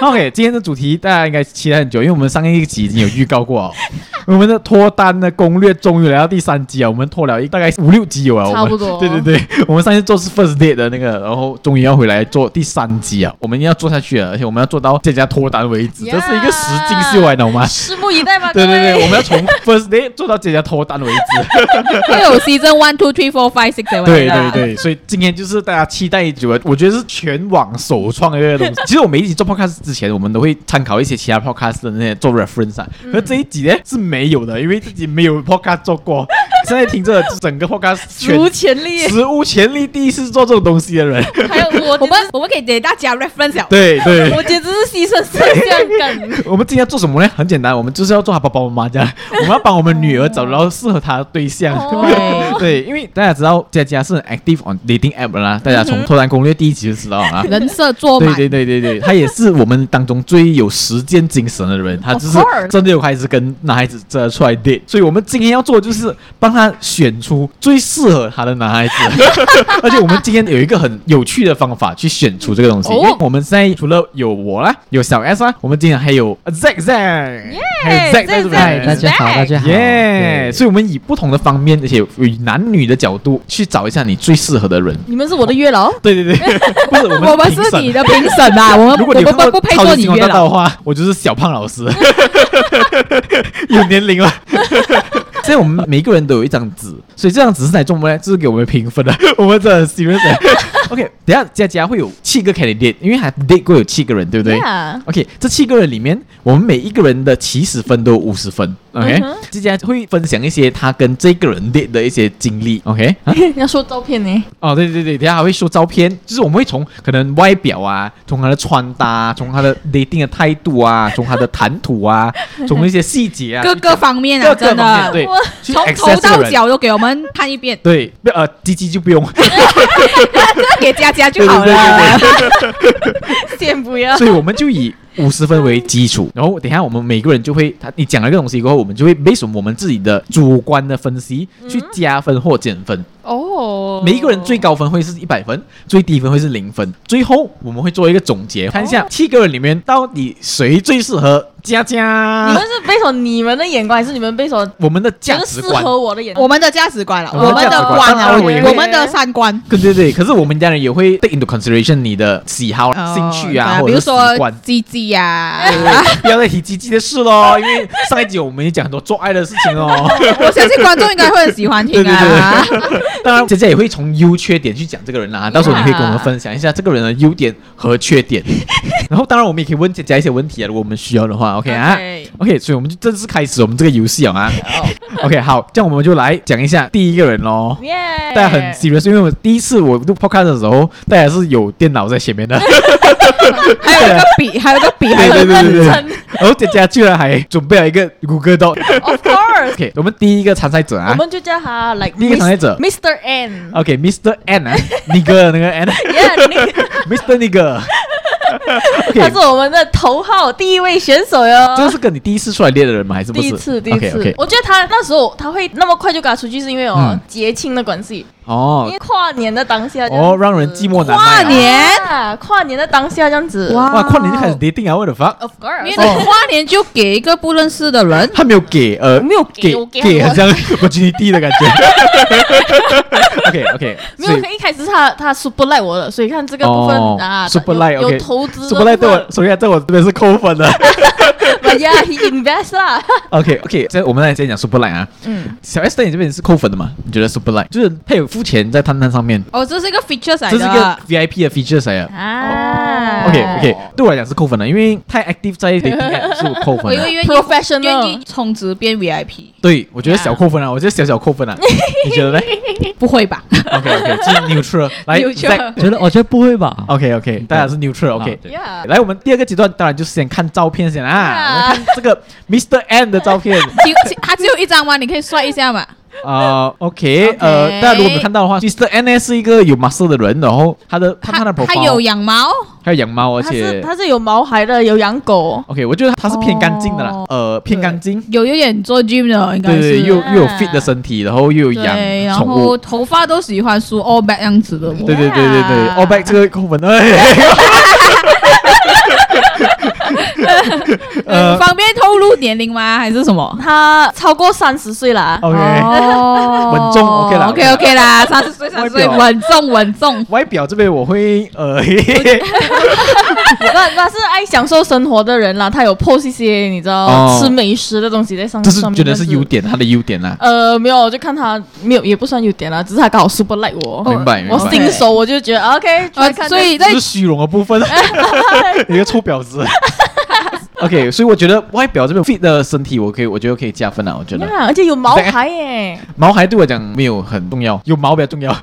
[SPEAKER 3] OK，今天的主题大家应该期待很久，因为我们上一集已经有预告过哦。 我们的脱单的攻略终于来到第三集啊，我们拖了一大概五六集有啊，我们
[SPEAKER 2] 差不多
[SPEAKER 3] 对对对，我们上次做是 first date 的那个，然后终于要回来做第三集啊，我们要做下去了，而且我们要做到大家脱单为止，这是一个实境秀啊，你 懂吗？
[SPEAKER 2] 拭目以待吧，
[SPEAKER 3] 对对
[SPEAKER 2] 各
[SPEAKER 3] 对，
[SPEAKER 2] 位
[SPEAKER 3] 我们要从 first day 做到姐姐脱单为止。
[SPEAKER 1] 会有 season one two three four five six seven
[SPEAKER 3] 对对 对，所以今天就是大家期待已久的，我觉得是全网首创的一个东 西。其实我每一集做 podcast 之前，我们都会参考一些其他 podcast 的那些做 reference 啊，
[SPEAKER 2] 嗯
[SPEAKER 3] 而这一集呢是没有的，因为自己没有 podcast 做过。现在听着整个 podcast
[SPEAKER 2] 史
[SPEAKER 3] 全
[SPEAKER 2] 无前例，
[SPEAKER 3] 史无前例第一次做这种东西 的人，
[SPEAKER 2] 还有我，
[SPEAKER 1] 我们我们可以给大家 reference 了。。
[SPEAKER 3] 对对。
[SPEAKER 2] 我简直是牺牲摄像 感，
[SPEAKER 3] 我们今天要做什么呢？很简单，我们就是要做好爸爸妈妈 这样，我们要帮我们女儿找到适合她的对象。
[SPEAKER 2] 哦
[SPEAKER 3] 对，因为大家知道佳佳是很 active on dating app 的啦，大
[SPEAKER 2] 嗯
[SPEAKER 3] 家从《脱单攻略》第一集就知道了啊
[SPEAKER 1] 人设做
[SPEAKER 3] 对
[SPEAKER 1] 满，
[SPEAKER 3] 对对对对，她也是我们当中最有实践精神的人，她就是
[SPEAKER 2] Of course
[SPEAKER 3] 真的有开始跟男孩子真的出来 date，所以我们今天要做的就是帮她选出最适合她的男孩子，而且我们今天有一个很有趣的方法去选出这个东西，
[SPEAKER 2] 哦
[SPEAKER 3] 因为我们现在除了有我啦，有小 S 啦，我们今天还有 Zack Zack，还有 Zack 在这
[SPEAKER 2] Zack
[SPEAKER 3] 边
[SPEAKER 5] 嗨，大家哎好，大家好。
[SPEAKER 3] 耶、
[SPEAKER 5] 对
[SPEAKER 3] 所以我们以不同的方面，而且以男女的角度去找一下你最适合的人。
[SPEAKER 2] 你们是我的月老，
[SPEAKER 3] 对对对，不是我们
[SPEAKER 1] 我们
[SPEAKER 3] 评
[SPEAKER 1] 是
[SPEAKER 3] 审
[SPEAKER 1] 你。的评审 啊，我们
[SPEAKER 3] 如
[SPEAKER 1] 我
[SPEAKER 3] 果你有
[SPEAKER 1] 们
[SPEAKER 3] 看
[SPEAKER 1] 不
[SPEAKER 3] 过
[SPEAKER 1] 不
[SPEAKER 3] 《
[SPEAKER 1] 配
[SPEAKER 3] 超
[SPEAKER 1] 做
[SPEAKER 3] 级
[SPEAKER 1] 你
[SPEAKER 3] 星光
[SPEAKER 1] 约
[SPEAKER 3] 大道》的
[SPEAKER 1] 了。
[SPEAKER 3] 话，我就是小胖老师，有年龄了。所以我们每一个人都有一张纸，所以这张纸是来做什么呢？就是给我们评分的。我们真的很 serious。OK，等一下佳佳会有七个 candidate，因为还 date 过有七个人，对不对
[SPEAKER 2] Yeah
[SPEAKER 3] OK，这七个人里面，我们每一个人的起始分都有五十分。OK，
[SPEAKER 2] 嗯哼
[SPEAKER 3] 之前会分享一些他跟这个人 date 的一些经历。OK，啊
[SPEAKER 2] 要说照片呢，
[SPEAKER 3] 哦，对对对，等一下还会说照片，就是我们会从可能外表啊，从他的穿搭、啊，从他的 dating 的态 度啊，从他的谈吐啊，从一些细节啊，
[SPEAKER 1] 各个方面啊，
[SPEAKER 3] 各个
[SPEAKER 1] 真
[SPEAKER 3] 方面
[SPEAKER 1] 的，
[SPEAKER 3] 对
[SPEAKER 2] 我，
[SPEAKER 3] 去
[SPEAKER 1] 从
[SPEAKER 3] access
[SPEAKER 1] 头
[SPEAKER 3] 这个
[SPEAKER 1] 到
[SPEAKER 3] 人。，
[SPEAKER 1] 脚都给我们看一遍
[SPEAKER 3] 对，不呃，鸡鸡就不用。
[SPEAKER 1] 这个给佳佳 就好
[SPEAKER 3] 对对对
[SPEAKER 1] 了。
[SPEAKER 2] 先不要
[SPEAKER 3] 所以我们就以五十分为基础，然后等一下我们每个人就会，他你讲了一个东西过后，我们就会 based on 我们自己的主观的分析
[SPEAKER 1] 嗯
[SPEAKER 3] 去加分或减分。
[SPEAKER 2] 哦，
[SPEAKER 3] 每一个人最高分会是一百分，最低分会是零分。最后我们会做一个总结，看一下七个人里面到底谁最适合佳
[SPEAKER 2] 你们
[SPEAKER 3] 佳。
[SPEAKER 2] 是背手你们的眼光，还是你们背手
[SPEAKER 3] 我们的价
[SPEAKER 2] 适
[SPEAKER 3] 值观，
[SPEAKER 2] 合我的 眼
[SPEAKER 1] 我
[SPEAKER 2] 光？
[SPEAKER 1] 们的价值观了，
[SPEAKER 3] 我
[SPEAKER 1] 我
[SPEAKER 3] 们
[SPEAKER 1] 们
[SPEAKER 3] 的价
[SPEAKER 1] 的
[SPEAKER 3] 值观
[SPEAKER 1] 观
[SPEAKER 2] 当
[SPEAKER 1] 啊，
[SPEAKER 2] 然
[SPEAKER 1] 我
[SPEAKER 2] 我也
[SPEAKER 1] 我们的三观。
[SPEAKER 3] 对对对。可是我们家人也会 take into consideration 你的喜好、
[SPEAKER 1] 呃
[SPEAKER 3] 兴趣
[SPEAKER 1] 对
[SPEAKER 3] 啊，或
[SPEAKER 1] 比
[SPEAKER 3] 者
[SPEAKER 1] 如
[SPEAKER 3] 是
[SPEAKER 1] 说
[SPEAKER 3] 习惯。
[SPEAKER 1] 鸡鸡啊呀，
[SPEAKER 3] 不要再提鸡鸡的事咯，因为上一集我们也讲很多做爱的事情哦。
[SPEAKER 1] 我相信观众应该会很喜欢听 啊。
[SPEAKER 3] 当然，姐姐也会从优缺点去讲这个人啦、 到时候你可以跟我们分 享一下这个人的优点和缺点。然后，当然我们也可以问姐姐一些问题啊，如果我们需要的话 嘛，OK 啊
[SPEAKER 1] OK
[SPEAKER 3] ，OK，所以我们就正式开始我们这个游戏了 啊。OK，好，这样我们就来讲一下第一个人喽。
[SPEAKER 2] 耶！
[SPEAKER 3] 大家很 serious，因为我第一次我录 podcast 的时候，大家是有电脑在前面 的，
[SPEAKER 1] 还有一个笔，还有一个笔，还
[SPEAKER 3] 对哦
[SPEAKER 1] 有
[SPEAKER 3] 对
[SPEAKER 1] 一个
[SPEAKER 3] 对对对。
[SPEAKER 2] 很
[SPEAKER 3] 然后佳佳居然还准备了一个谷歌 Doc。
[SPEAKER 2] ，of course，
[SPEAKER 3] OK，我们第一个参赛者
[SPEAKER 2] 我
[SPEAKER 3] 啊
[SPEAKER 2] 们就叫他 like
[SPEAKER 3] 第一个参赛者
[SPEAKER 2] Mr. N。
[SPEAKER 3] ，OK，Mr. N 啊，尼哥的那个啊 N，Mr.
[SPEAKER 2] Yeah，你
[SPEAKER 3] 尼哥。
[SPEAKER 2] 他
[SPEAKER 3] OK，
[SPEAKER 2] 是我们的头号第一位选手哟。
[SPEAKER 3] 这是跟你第一次出来练的人吗？还是不
[SPEAKER 2] 第
[SPEAKER 3] 是？
[SPEAKER 2] 一次，第一次
[SPEAKER 3] OK，OK。
[SPEAKER 2] 我觉得他那时候他会那么快就赶出去，是因为哦
[SPEAKER 3] 嗯
[SPEAKER 2] 节庆的关系，因
[SPEAKER 3] 哦
[SPEAKER 2] 为跨年的当下这样子
[SPEAKER 3] 哦，让人寂寞难耐啊。
[SPEAKER 1] 跨年
[SPEAKER 2] 啊，跨年的当下这样子。
[SPEAKER 1] 哇
[SPEAKER 3] 哇，跨年就开始 dating 啊，我的 fuck，
[SPEAKER 2] ，Of course，
[SPEAKER 1] 因为你花莲就给一个不认识的人，
[SPEAKER 3] 他没有给呃，
[SPEAKER 2] 没有给
[SPEAKER 3] 给
[SPEAKER 2] 我给
[SPEAKER 3] 给，
[SPEAKER 2] 我
[SPEAKER 3] 很像 opportunity 的感觉。OK OK，
[SPEAKER 2] 没有，一开始是他他 super like 我的，所以看这个部分
[SPEAKER 3] 哦
[SPEAKER 2] 啊
[SPEAKER 3] super
[SPEAKER 2] 有
[SPEAKER 3] like，OK
[SPEAKER 2] 有投资的
[SPEAKER 3] Super Light 对我，首先在我这边是扣 分的。
[SPEAKER 2] ，Yeah，he invest 啦。
[SPEAKER 3] OK OK，这我们来先讲 Super Light 啊，
[SPEAKER 2] 嗯，
[SPEAKER 3] 小 S 在你这边是扣分的嘛？你觉得 Super Light 就是他有付钱在探探上面，
[SPEAKER 1] 哦，这是一个 feature 来
[SPEAKER 3] 这是一个
[SPEAKER 1] 的。
[SPEAKER 3] 哦 VIP 的 feature 来的。
[SPEAKER 2] 啊
[SPEAKER 3] OK
[SPEAKER 1] 哎
[SPEAKER 3] OK，对我来讲是扣分的，因为太 active 在 dating app 是我扣
[SPEAKER 1] 我
[SPEAKER 3] 分
[SPEAKER 1] 因
[SPEAKER 3] 的
[SPEAKER 1] 为。愿意
[SPEAKER 2] Professional
[SPEAKER 1] 愿意充值变 VIP，
[SPEAKER 3] 对，我觉得小扣分啊，我觉得小小扣 分啊，你觉得呢
[SPEAKER 1] 不会吧？
[SPEAKER 3] ？OK OK，这是 neutral，来
[SPEAKER 1] Neutral
[SPEAKER 3] Zack
[SPEAKER 5] 觉得我觉得不会 吧？
[SPEAKER 3] OK OK，大家是 neutral OK。
[SPEAKER 5] 对
[SPEAKER 1] 啊
[SPEAKER 2] Yeah，
[SPEAKER 3] 来，我们第二个阶段当然就是先看照片先啊，
[SPEAKER 2] 啊
[SPEAKER 3] 我们看这个 Mr. N 的照片
[SPEAKER 1] 只有只他只有一张吗？你可以帅一下嘛？
[SPEAKER 3] 啊。OK，
[SPEAKER 1] OK
[SPEAKER 3] 呃，大家如果没有看到的话，Mr. N 呢是一个有 muscle 的人，然后他的他他的
[SPEAKER 1] 他有
[SPEAKER 3] profile，
[SPEAKER 1] 养毛，
[SPEAKER 3] 他有养猫，而
[SPEAKER 2] 他是
[SPEAKER 3] 且
[SPEAKER 2] 他是有毛孩的，有养狗，
[SPEAKER 3] OK，我觉得他是偏干净的啦
[SPEAKER 1] 哦，
[SPEAKER 3] 呃，偏干净，
[SPEAKER 1] 有有点做 gym 的，应该
[SPEAKER 3] 对对，
[SPEAKER 1] 是
[SPEAKER 3] 又又有
[SPEAKER 2] 啊
[SPEAKER 3] fit 的身体，然后又有
[SPEAKER 1] 对，然
[SPEAKER 3] 养宠
[SPEAKER 1] 后
[SPEAKER 3] 物，
[SPEAKER 1] 头发都喜欢梳 all back 样子的嘛。
[SPEAKER 3] 对对对对对
[SPEAKER 2] Yeah
[SPEAKER 3] ，all back 这个扣分，哎，呃
[SPEAKER 1] 呃，方便透露年龄吗？还是什么
[SPEAKER 2] 他超过三十岁啦。
[SPEAKER 3] OK
[SPEAKER 1] 哦
[SPEAKER 3] 稳重，OK 啦
[SPEAKER 1] OK OK 啦，三十岁三十岁，
[SPEAKER 3] 外表
[SPEAKER 1] 稳重稳重。
[SPEAKER 3] 外表这边我会 呃，
[SPEAKER 2] 那那是爱享受生活的人啦，他有 post 一些你知道、
[SPEAKER 3] 哦
[SPEAKER 2] 吃美食的东西在上
[SPEAKER 3] 这是
[SPEAKER 2] 上面，
[SPEAKER 3] 觉得是
[SPEAKER 2] 但
[SPEAKER 3] 优点，他的优点啊啦。
[SPEAKER 2] 呃，没有，我就看他没有，也不算优点啦，只是他刚好 super like 我，
[SPEAKER 3] 明白，明白哎
[SPEAKER 2] 我新手我就觉得啊 OK，就来
[SPEAKER 1] 呃，
[SPEAKER 2] 看看
[SPEAKER 1] 所以
[SPEAKER 3] 这
[SPEAKER 1] 在
[SPEAKER 3] 是虚荣的 部分，你个臭婊子。OK，所以我觉得外表这边 fit 的身体，我可以，我觉得可以加分啊。我觉得
[SPEAKER 2] 呀，而且有毛孩耶，
[SPEAKER 3] 毛孩对我讲没有很重要，有毛比较 重要。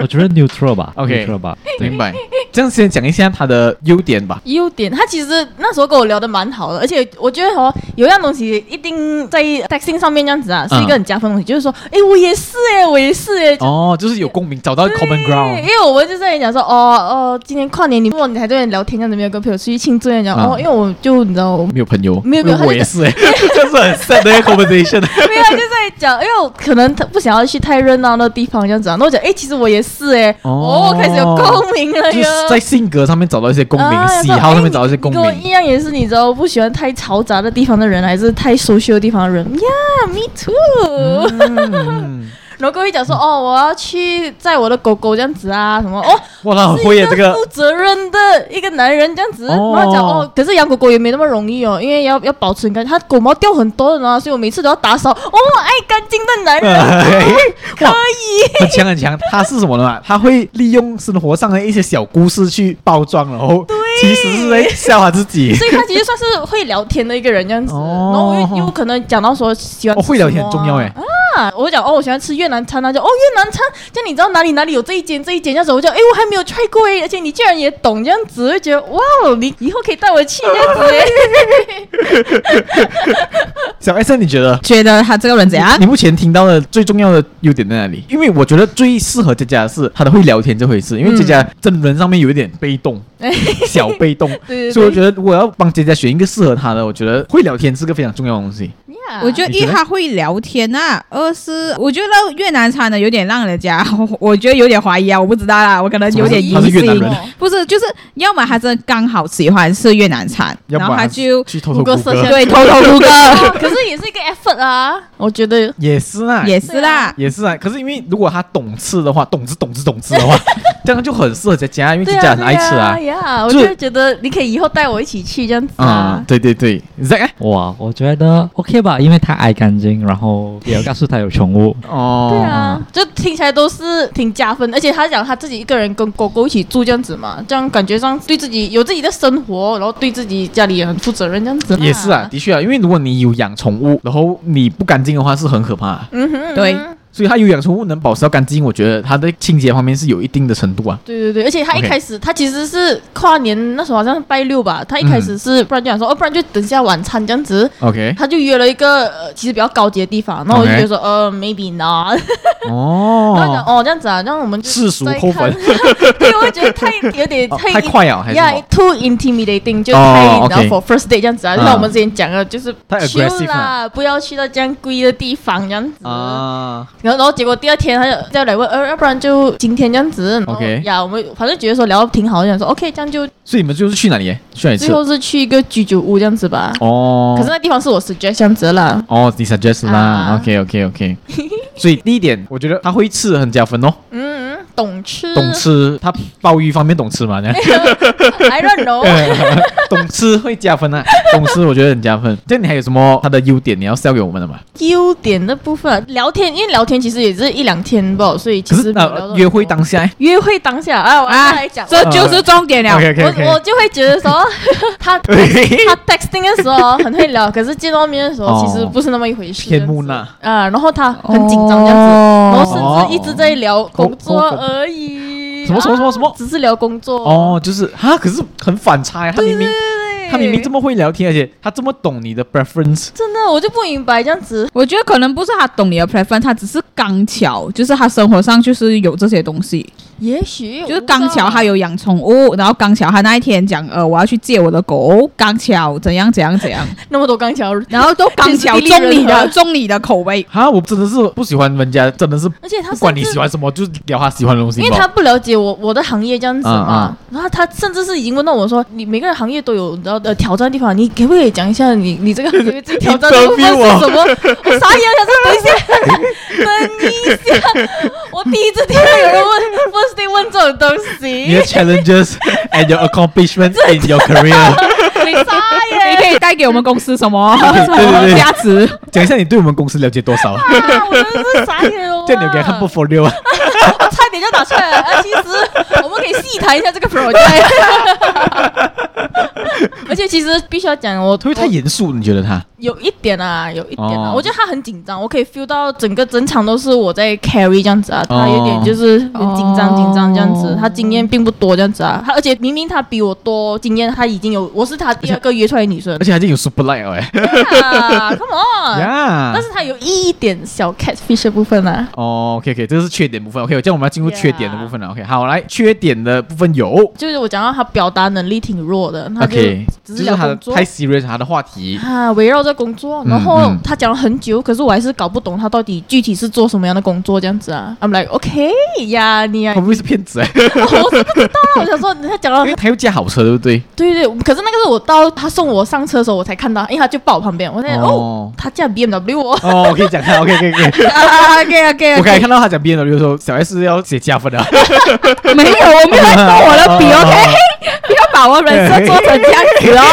[SPEAKER 5] 我觉得 neutral 吧
[SPEAKER 3] OK
[SPEAKER 5] ，neutral 吧，对
[SPEAKER 3] 明白。这样先讲一下他的优点吧。
[SPEAKER 2] 优点。他其实那时候跟我聊的蛮好的，而且我觉得哦，有一样东西一定在 texting 上面这样子啊，是一个很加分的东西，就是说，哎，我也是哎，我也是哎。
[SPEAKER 3] 哦，就是有共鸣，找到
[SPEAKER 2] 对
[SPEAKER 3] common
[SPEAKER 2] 因
[SPEAKER 3] ground。
[SPEAKER 2] 为我们就在讲说，哦哦，今天跨年，你问我你还在那边聊天，这样子没有跟朋友出去庆祝，这样讲、
[SPEAKER 3] 啊
[SPEAKER 2] 哦，因为我就你知道，我
[SPEAKER 3] 没有朋友，
[SPEAKER 2] 没有没有他就
[SPEAKER 3] 我也是 哎，这是很 sad 的一个 conversation。
[SPEAKER 2] 没有，就在讲，因为我可能他不想要去太热闹的地方，这样子、啊。那我讲，哎、其实我也是、诶，哎、
[SPEAKER 3] 哦
[SPEAKER 2] 哦，我开始有共鸣了
[SPEAKER 3] 就是
[SPEAKER 2] 哟。
[SPEAKER 3] 在性格上面找到一些共鸣，
[SPEAKER 2] 哎啊
[SPEAKER 3] 喜好上面找到一些
[SPEAKER 2] 跟
[SPEAKER 3] 共
[SPEAKER 2] 我
[SPEAKER 3] 鸣
[SPEAKER 2] 一。样，也是你知道，我不喜欢太嘈杂的地方的人，还是太 social 的地方的人。Yeah，me too、
[SPEAKER 3] 嗯，
[SPEAKER 2] 然后跟我讲说，哦，我要去载我的狗狗这样子啊，什么哦，
[SPEAKER 3] 哇，他很
[SPEAKER 2] 是
[SPEAKER 3] 会耶，
[SPEAKER 2] 一
[SPEAKER 3] 这个
[SPEAKER 2] 负责任的一个男人这样子。
[SPEAKER 3] 哦
[SPEAKER 2] 然后讲哦，可是养狗狗也没那么容易哦，因为要要保持干净，它狗毛掉很多的呢，所以我每次都要打扫。哦，爱干净的男 人，可
[SPEAKER 3] 哇，
[SPEAKER 2] 以。
[SPEAKER 3] 很强很强，他是什么呢嘛？他会利用生活上的一些小故事去包装，然后其实是在笑他自己。
[SPEAKER 2] 所以他其实算是会聊天的一个人这样子。
[SPEAKER 3] 哦
[SPEAKER 2] 然后我又又可能讲到说喜欢、
[SPEAKER 3] 哦，会聊天很重要哎、。
[SPEAKER 2] 啊，我就讲哦，我喜欢吃越南餐，他就哦越南餐，这样你知道哪里哪里有这一间这一间这样子，我就哎我还没有 try 过哎，而且你居然也懂这样子，我就觉得哇哦，你以后可以带我去这样子 哎。
[SPEAKER 3] 小艾森，你觉得？
[SPEAKER 1] 觉得他这个人怎样
[SPEAKER 3] 你？目前听到的最重要的优点在哪里？因为我觉得最适合佳佳的是她的会聊天这回事，因为佳佳真人上面有一点被 动，小被动，
[SPEAKER 2] 嗯对对
[SPEAKER 3] 所以我觉
[SPEAKER 2] 对
[SPEAKER 3] 得如果要帮佳佳选一个适合她的，我觉得会聊天是个非常重要的东西。
[SPEAKER 2] ，yeah,
[SPEAKER 1] 我觉得
[SPEAKER 3] 你觉
[SPEAKER 1] 一
[SPEAKER 3] 得
[SPEAKER 1] 他会聊天啊，二是我觉得越南餐呢有点让人家， 我觉得有点怀疑啊，我不知道啦，我可能有点疑
[SPEAKER 3] 他是越南
[SPEAKER 1] 心
[SPEAKER 3] 人。
[SPEAKER 1] 不是，就是要么他真的刚好喜欢吃越南餐，
[SPEAKER 3] 要
[SPEAKER 1] 然
[SPEAKER 3] 不
[SPEAKER 1] 后
[SPEAKER 3] 然
[SPEAKER 1] 他就
[SPEAKER 3] 去偷偷
[SPEAKER 2] 谷歌
[SPEAKER 3] 谷歌
[SPEAKER 2] 搜 一下啊
[SPEAKER 1] 对偷偷 g 歌。
[SPEAKER 2] 可是也是一个 F effort 啊，我觉得
[SPEAKER 3] 也是啊，
[SPEAKER 1] 也是啦，
[SPEAKER 3] 也是啊。可是因为如果他懂吃的话，懂吃懂吃懂吃的 话，这样就很适合在家，因为
[SPEAKER 2] 对
[SPEAKER 3] 在家
[SPEAKER 2] 啊，
[SPEAKER 3] 很爱吃啊。
[SPEAKER 2] 对呀，我
[SPEAKER 3] 就
[SPEAKER 2] 就觉得你可以以后带我一起去这样子啊
[SPEAKER 3] 嗯，。对对对，Zack 呢
[SPEAKER 5] 哇，我觉得 OK 吧，因为他爱干净，然后也有告诉他有宠物。
[SPEAKER 3] 哦，
[SPEAKER 2] 对啊，就听起来都是挺加分，而且他讲他自己一个人跟狗狗一起住这样子嘛，这样感觉上对自己有自己的生活，然后对自己家里也很负责任这样子。
[SPEAKER 3] 也是啊，，的确啊，因为如果你有养宠物，然后你不干净的话是很可怕的、
[SPEAKER 2] 嗯哼，
[SPEAKER 1] 对
[SPEAKER 2] 嗯哼
[SPEAKER 3] 所以他有养宠物能保持到干净，我觉得他的清洁方面是有一定的程度啊。
[SPEAKER 2] 对对对，而且他一
[SPEAKER 3] OK
[SPEAKER 2] 开始他其实是跨年那时候好像是拜六吧，他一开始是、不然就想说哦，不然就等一下晚餐这样子。
[SPEAKER 3] OK，
[SPEAKER 2] 他就约了一个呃，其实比较高级的地方，然后我就
[SPEAKER 3] OK
[SPEAKER 2] 觉得说，呃，maybe not，然 后讲
[SPEAKER 3] 哦，
[SPEAKER 2] 哦这样子啊，让我们就
[SPEAKER 3] 世俗
[SPEAKER 2] 再看
[SPEAKER 3] 扣分，
[SPEAKER 2] 对，我觉得太有点
[SPEAKER 3] 哦
[SPEAKER 2] 太
[SPEAKER 3] 太快了还是什
[SPEAKER 2] ，yeah
[SPEAKER 3] 么
[SPEAKER 2] too intimidating，就
[SPEAKER 3] 哦
[SPEAKER 2] 太然后
[SPEAKER 3] OK
[SPEAKER 2] for first date 这样子啊，就
[SPEAKER 3] 嗯
[SPEAKER 2] 像我们之前讲的，就是
[SPEAKER 3] 太
[SPEAKER 2] chill
[SPEAKER 3] aggressive
[SPEAKER 2] 啦，不要去到这样贵的地方这样子。
[SPEAKER 3] 啊，
[SPEAKER 2] 然后，然后结果第二天他就再来问，呃，要不然就今天这样子。然后
[SPEAKER 3] OK
[SPEAKER 2] 呀，我们反正觉得说聊得挺好，就想说 OK，这样就
[SPEAKER 3] 所以你们就是去哪里？去哪里
[SPEAKER 2] 最
[SPEAKER 3] 吃？
[SPEAKER 2] 后是去一个居酒屋这样子吧。
[SPEAKER 3] 哦，
[SPEAKER 2] 可是那地方是我 suggest 这样子啦，
[SPEAKER 3] 哦，你 suggest 啦
[SPEAKER 2] 啊
[SPEAKER 3] ，OK OK OK，所以第一点，我觉得他会吃很加分哦，
[SPEAKER 2] 嗯，嗯懂吃，
[SPEAKER 3] 懂 吃，他鲍鱼方面懂吃嘛，这样
[SPEAKER 2] ，I don't know。
[SPEAKER 3] 懂吃会加分啊，懂吃我觉得很加分。这样你还有什么他的优点你要 sell 给我们的吗？
[SPEAKER 2] 优点的部分，啊聊天，因为聊天其实也是一两天吧，所以其
[SPEAKER 3] 可
[SPEAKER 2] 实
[SPEAKER 3] 是
[SPEAKER 2] 没有聊到
[SPEAKER 3] 呃，
[SPEAKER 2] 很
[SPEAKER 3] 约会
[SPEAKER 2] 多
[SPEAKER 3] 当下
[SPEAKER 2] 约会当下啊，我要
[SPEAKER 1] 啊
[SPEAKER 2] 来讲，，
[SPEAKER 1] 这就是重点了。
[SPEAKER 3] ，OK OK
[SPEAKER 2] 我我
[SPEAKER 3] OK，
[SPEAKER 2] 就会觉得说 他他 texting 的时候很会聊，可是见到面的时
[SPEAKER 3] 哦
[SPEAKER 2] 候其实不是那么一回事。
[SPEAKER 3] 天木讷
[SPEAKER 2] 啊，然后他很紧张这样子，
[SPEAKER 1] 哦
[SPEAKER 2] 然后甚至一直在聊工作
[SPEAKER 3] 哦哦
[SPEAKER 2] 而已。
[SPEAKER 3] 什么什么什么什么
[SPEAKER 2] 啊只是聊工作。
[SPEAKER 3] 哦，就是哈，可是很反差呀，他明明
[SPEAKER 2] 对，
[SPEAKER 3] 他明明这么会聊天，而且他这么懂你的 preference，
[SPEAKER 2] 真的，我就不明白这样子。
[SPEAKER 1] 我觉得可能不是他懂你的 preference，他只是刚巧，就是他生活上就是有这些东西，
[SPEAKER 2] 也许
[SPEAKER 1] 就是刚巧他有养宠物，然后刚巧他那一天讲呃我要去借我的狗，刚巧怎样怎样怎 样，
[SPEAKER 2] 那么多刚巧，
[SPEAKER 1] 然后都刚巧
[SPEAKER 2] 天时地
[SPEAKER 1] 中
[SPEAKER 2] 利
[SPEAKER 1] 你
[SPEAKER 2] 人和
[SPEAKER 1] 的中你的口味，
[SPEAKER 3] 哈，我真的是不喜欢人家，真的是
[SPEAKER 2] 而且他
[SPEAKER 3] 不管你
[SPEAKER 2] 甚至
[SPEAKER 3] 喜欢什么，就是聊他喜欢的东西吧，
[SPEAKER 2] 因为他不了解我我的行业这样子嘛，
[SPEAKER 3] 嗯
[SPEAKER 2] 然后他甚至是已经问到我说，你每个人行业都有然后呃挑战的地方，你可不可以讲一下你 你这个行业最挑战的部分是
[SPEAKER 3] Interview 我
[SPEAKER 2] 什么？我傻眼了，等一下，等一下，我第一次听到有人问 first day 问这种东
[SPEAKER 3] 你的
[SPEAKER 2] 西，
[SPEAKER 3] challenges and your accomplishments in your career。
[SPEAKER 2] 你傻
[SPEAKER 1] 你
[SPEAKER 2] 眼。
[SPEAKER 1] 可以带给我们公司什 么什
[SPEAKER 3] 对对
[SPEAKER 1] 么价值？
[SPEAKER 3] 讲一下你对我们公司了解多少？
[SPEAKER 2] 啊！我真的是傻眼了哇，
[SPEAKER 3] 这样你有给他看 portfolio 啊？
[SPEAKER 2] 我差点就打出来了。啊，其实我们可以细谈一下这个 project。而且其实必须要讲，我
[SPEAKER 3] 会不会太
[SPEAKER 2] 我
[SPEAKER 3] 严肃？你觉得他？
[SPEAKER 2] 有一点啊，有一点啊，
[SPEAKER 3] 哦
[SPEAKER 2] 我觉得他很紧张，我可以 feel 到整个整场都是我在 carry 这样子啊，他
[SPEAKER 3] 哦
[SPEAKER 2] 有点就是很紧张
[SPEAKER 1] 哦
[SPEAKER 2] 紧张这样子，他经验并不多这样子啊，他而且明明他比我多经验，他已经有，我是他第二个约出来的女 生
[SPEAKER 3] 而且他已经有 super light 了哎。
[SPEAKER 2] 啊，come on，、
[SPEAKER 3] 呀
[SPEAKER 2] 但是他有一点小 catfish 的部分啊，
[SPEAKER 3] 哦，OK OK，这个是缺点部分。OK，这样我们要进入
[SPEAKER 2] Yeah
[SPEAKER 3] 缺点的部分了。OK，好，来，缺点的部分有
[SPEAKER 2] 就是我讲到他表达能力挺弱的，他就
[SPEAKER 3] OK，
[SPEAKER 2] 只
[SPEAKER 3] 就是
[SPEAKER 2] 聊
[SPEAKER 3] 他的
[SPEAKER 2] 工作
[SPEAKER 3] 太 serious，他的 话题。
[SPEAKER 2] 啊，围绕着工作，
[SPEAKER 3] 嗯
[SPEAKER 2] 然后
[SPEAKER 3] 嗯
[SPEAKER 2] 他讲了很久，可是我还是搞不懂他到底具体是做什么样的工作这样子啊。I'm like OK 呀，你呀、
[SPEAKER 3] 会不会是骗子哎？
[SPEAKER 2] 我是不知道，我想说他讲了
[SPEAKER 3] 因，为他又驾好车，对不对？
[SPEAKER 2] 对对，可是那个是我到他送我上车的时候我才看到，因为他就抱我旁边，我在哦。
[SPEAKER 3] 哦
[SPEAKER 2] 他驾 BMW 哦，
[SPEAKER 3] 哦，我可以讲他，OK OK OK。
[SPEAKER 2] 啊
[SPEAKER 1] OK OK，
[SPEAKER 3] 我刚才看到他讲 B N W 的时候，小 S 要写 加分了。
[SPEAKER 1] 没有，我没有在动我的笔
[SPEAKER 3] 哦
[SPEAKER 1] ，OK，不要把我人设做成这样子哦。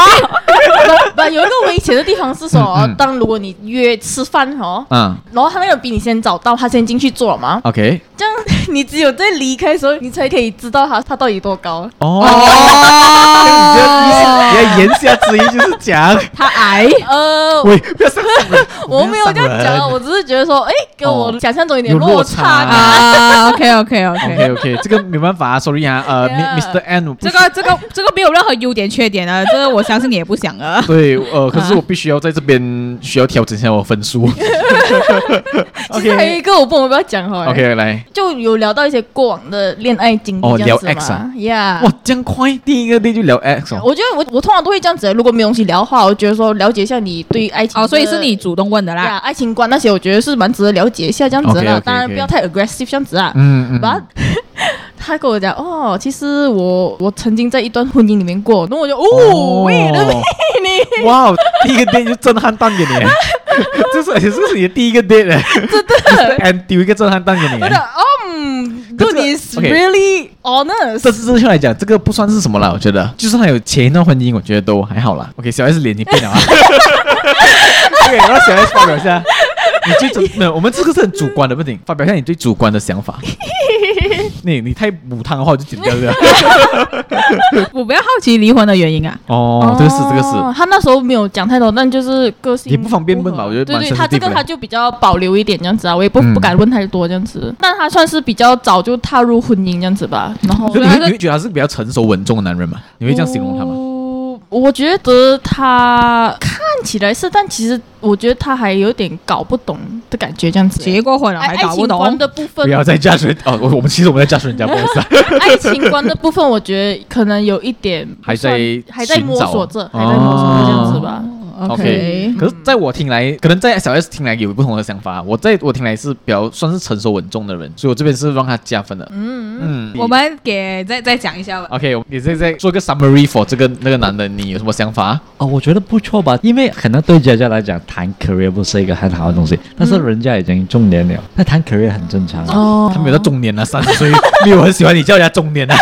[SPEAKER 2] 不有一个危险的地方是什么
[SPEAKER 3] 嗯嗯？
[SPEAKER 2] 当如果你约吃饭哦，
[SPEAKER 3] 嗯
[SPEAKER 2] 然后他那个人比你先找到，他先进去做嘛，
[SPEAKER 3] ，OK。
[SPEAKER 2] 这样 你只有在离开的时候，你才可以知道他他到底多高。
[SPEAKER 3] 哦。
[SPEAKER 1] 哦，
[SPEAKER 3] 你的言下之意就是讲，
[SPEAKER 1] 他矮，
[SPEAKER 2] 呃，
[SPEAKER 3] 喂，不要上人，
[SPEAKER 2] 我没有这样讲啊，
[SPEAKER 3] 我
[SPEAKER 2] 我只是觉得说，哎，跟我
[SPEAKER 3] 哦
[SPEAKER 2] 想象中有点
[SPEAKER 3] 有落
[SPEAKER 2] 落
[SPEAKER 3] 差
[SPEAKER 2] 差
[SPEAKER 3] 啊
[SPEAKER 2] 感。
[SPEAKER 1] 啊，OK OK
[SPEAKER 3] OK
[SPEAKER 1] OK，
[SPEAKER 3] OK，这个没办法啊，sorry 啊， 呃
[SPEAKER 2] Yeah
[SPEAKER 3] ，Mi-，Mr. N，我不
[SPEAKER 1] 这个这个这个没有任何优点缺点啊，这个我相信你也不想啊。
[SPEAKER 3] 对， 呃，可是我必须要在这边需要调整一下我分数。
[SPEAKER 2] 其实还有
[SPEAKER 3] OK
[SPEAKER 2] 一个我不懂要不要讲好。
[SPEAKER 3] OK，来，
[SPEAKER 2] 就有聊到一些过往的恋爱经
[SPEAKER 3] 哦
[SPEAKER 2] 历这样子
[SPEAKER 3] 聊 X 啊
[SPEAKER 2] 嘛，Yeah。
[SPEAKER 3] 哇，这样快，第一个 day 就聊 X 哦。
[SPEAKER 2] 我觉得我我通常都会这样子，如果没有东西聊的话，我觉得说了解一下你对爱情的
[SPEAKER 1] 哦，所以是你主动问的
[SPEAKER 2] 呀
[SPEAKER 1] 啦。
[SPEAKER 2] 爱情观那些，我觉得是蛮值得了解一下这样子
[SPEAKER 3] OK，OK，OK 嗯
[SPEAKER 2] 啦。当然不要太 aggressive 这样子啊。
[SPEAKER 3] 嗯嗯，
[SPEAKER 2] 把 他跟我讲，哦，其实我我曾经在一段婚姻里面过，那我就哦，喂了喂你，
[SPEAKER 3] 哇，第一个 date 就震撼弹给你， 这是这是你的第一个 date 哎，真的，and 丢一个震撼弹给你
[SPEAKER 2] 我。就哦，嗯
[SPEAKER 3] 可是
[SPEAKER 2] ，Dude is
[SPEAKER 3] OK
[SPEAKER 2] really honest，
[SPEAKER 3] 这这就来讲，这个不算是什么了，我觉得，就算他有前一段婚姻，我觉得都还好啦。OK，小 S 脸已经变了啊。OK，让小 S 发表一下，你最主没有，我们这个是很主观的，不行，发表一下你最主观的想法。你你太母汤的话，我就剪掉了。
[SPEAKER 1] 我比较好奇离婚的原因啊。
[SPEAKER 3] 哦，这个是这个
[SPEAKER 2] 哦
[SPEAKER 3] 是，
[SPEAKER 2] 他那时候没有讲太多，但就是个性
[SPEAKER 3] 也不方便问吧
[SPEAKER 2] 合
[SPEAKER 3] 我觉得蛮
[SPEAKER 2] 对对，
[SPEAKER 3] sensitive
[SPEAKER 2] 他这个
[SPEAKER 3] 的
[SPEAKER 2] 他就比较保留一点这样子啊，我也不、
[SPEAKER 3] 嗯
[SPEAKER 2] 不敢问太多这样子。但他算是比较早就踏入婚姻这样子吧，然后
[SPEAKER 3] 就你会你会觉得他是比较成熟稳重的男人嘛？你会这样形容他吗？
[SPEAKER 2] 哦我觉得他看起来是，但其实我觉得他还有点搞不懂的感觉这样子。
[SPEAKER 1] 结过婚了
[SPEAKER 2] 爱
[SPEAKER 1] 还
[SPEAKER 2] 爱
[SPEAKER 1] 搞不
[SPEAKER 2] 情观
[SPEAKER 1] 懂，
[SPEAKER 2] 的部分
[SPEAKER 3] 不，要再加水 哦！我我们其实我们在加水人家，不好意 思啊，
[SPEAKER 2] 爱情观的部分，我觉得可能有一点不
[SPEAKER 3] 还
[SPEAKER 2] 算
[SPEAKER 3] 在
[SPEAKER 2] 还在哦
[SPEAKER 3] 寻
[SPEAKER 2] 摸
[SPEAKER 3] 找
[SPEAKER 2] 索着，还在摸索着这样子吧。
[SPEAKER 3] OK 可是在我听来，可能在小 S 听来有不同的想法。我在我听来是比较算是成熟稳重的人，所以我这边是让他加分的。嗯嗯，嗯
[SPEAKER 1] 我们给再再讲一下吧。
[SPEAKER 3] OK，我们也是在做个 summary for 这个那个男的，你有什么想法？
[SPEAKER 5] 哦，我觉得不错吧，因为可能对佳佳来讲，谈 career 不是一个很好的东西，但是人家已经中年了，那谈 career 很正常啊。
[SPEAKER 2] 哦
[SPEAKER 3] 他没有到中年了，三十岁， 没有很喜欢你叫人家中年啊。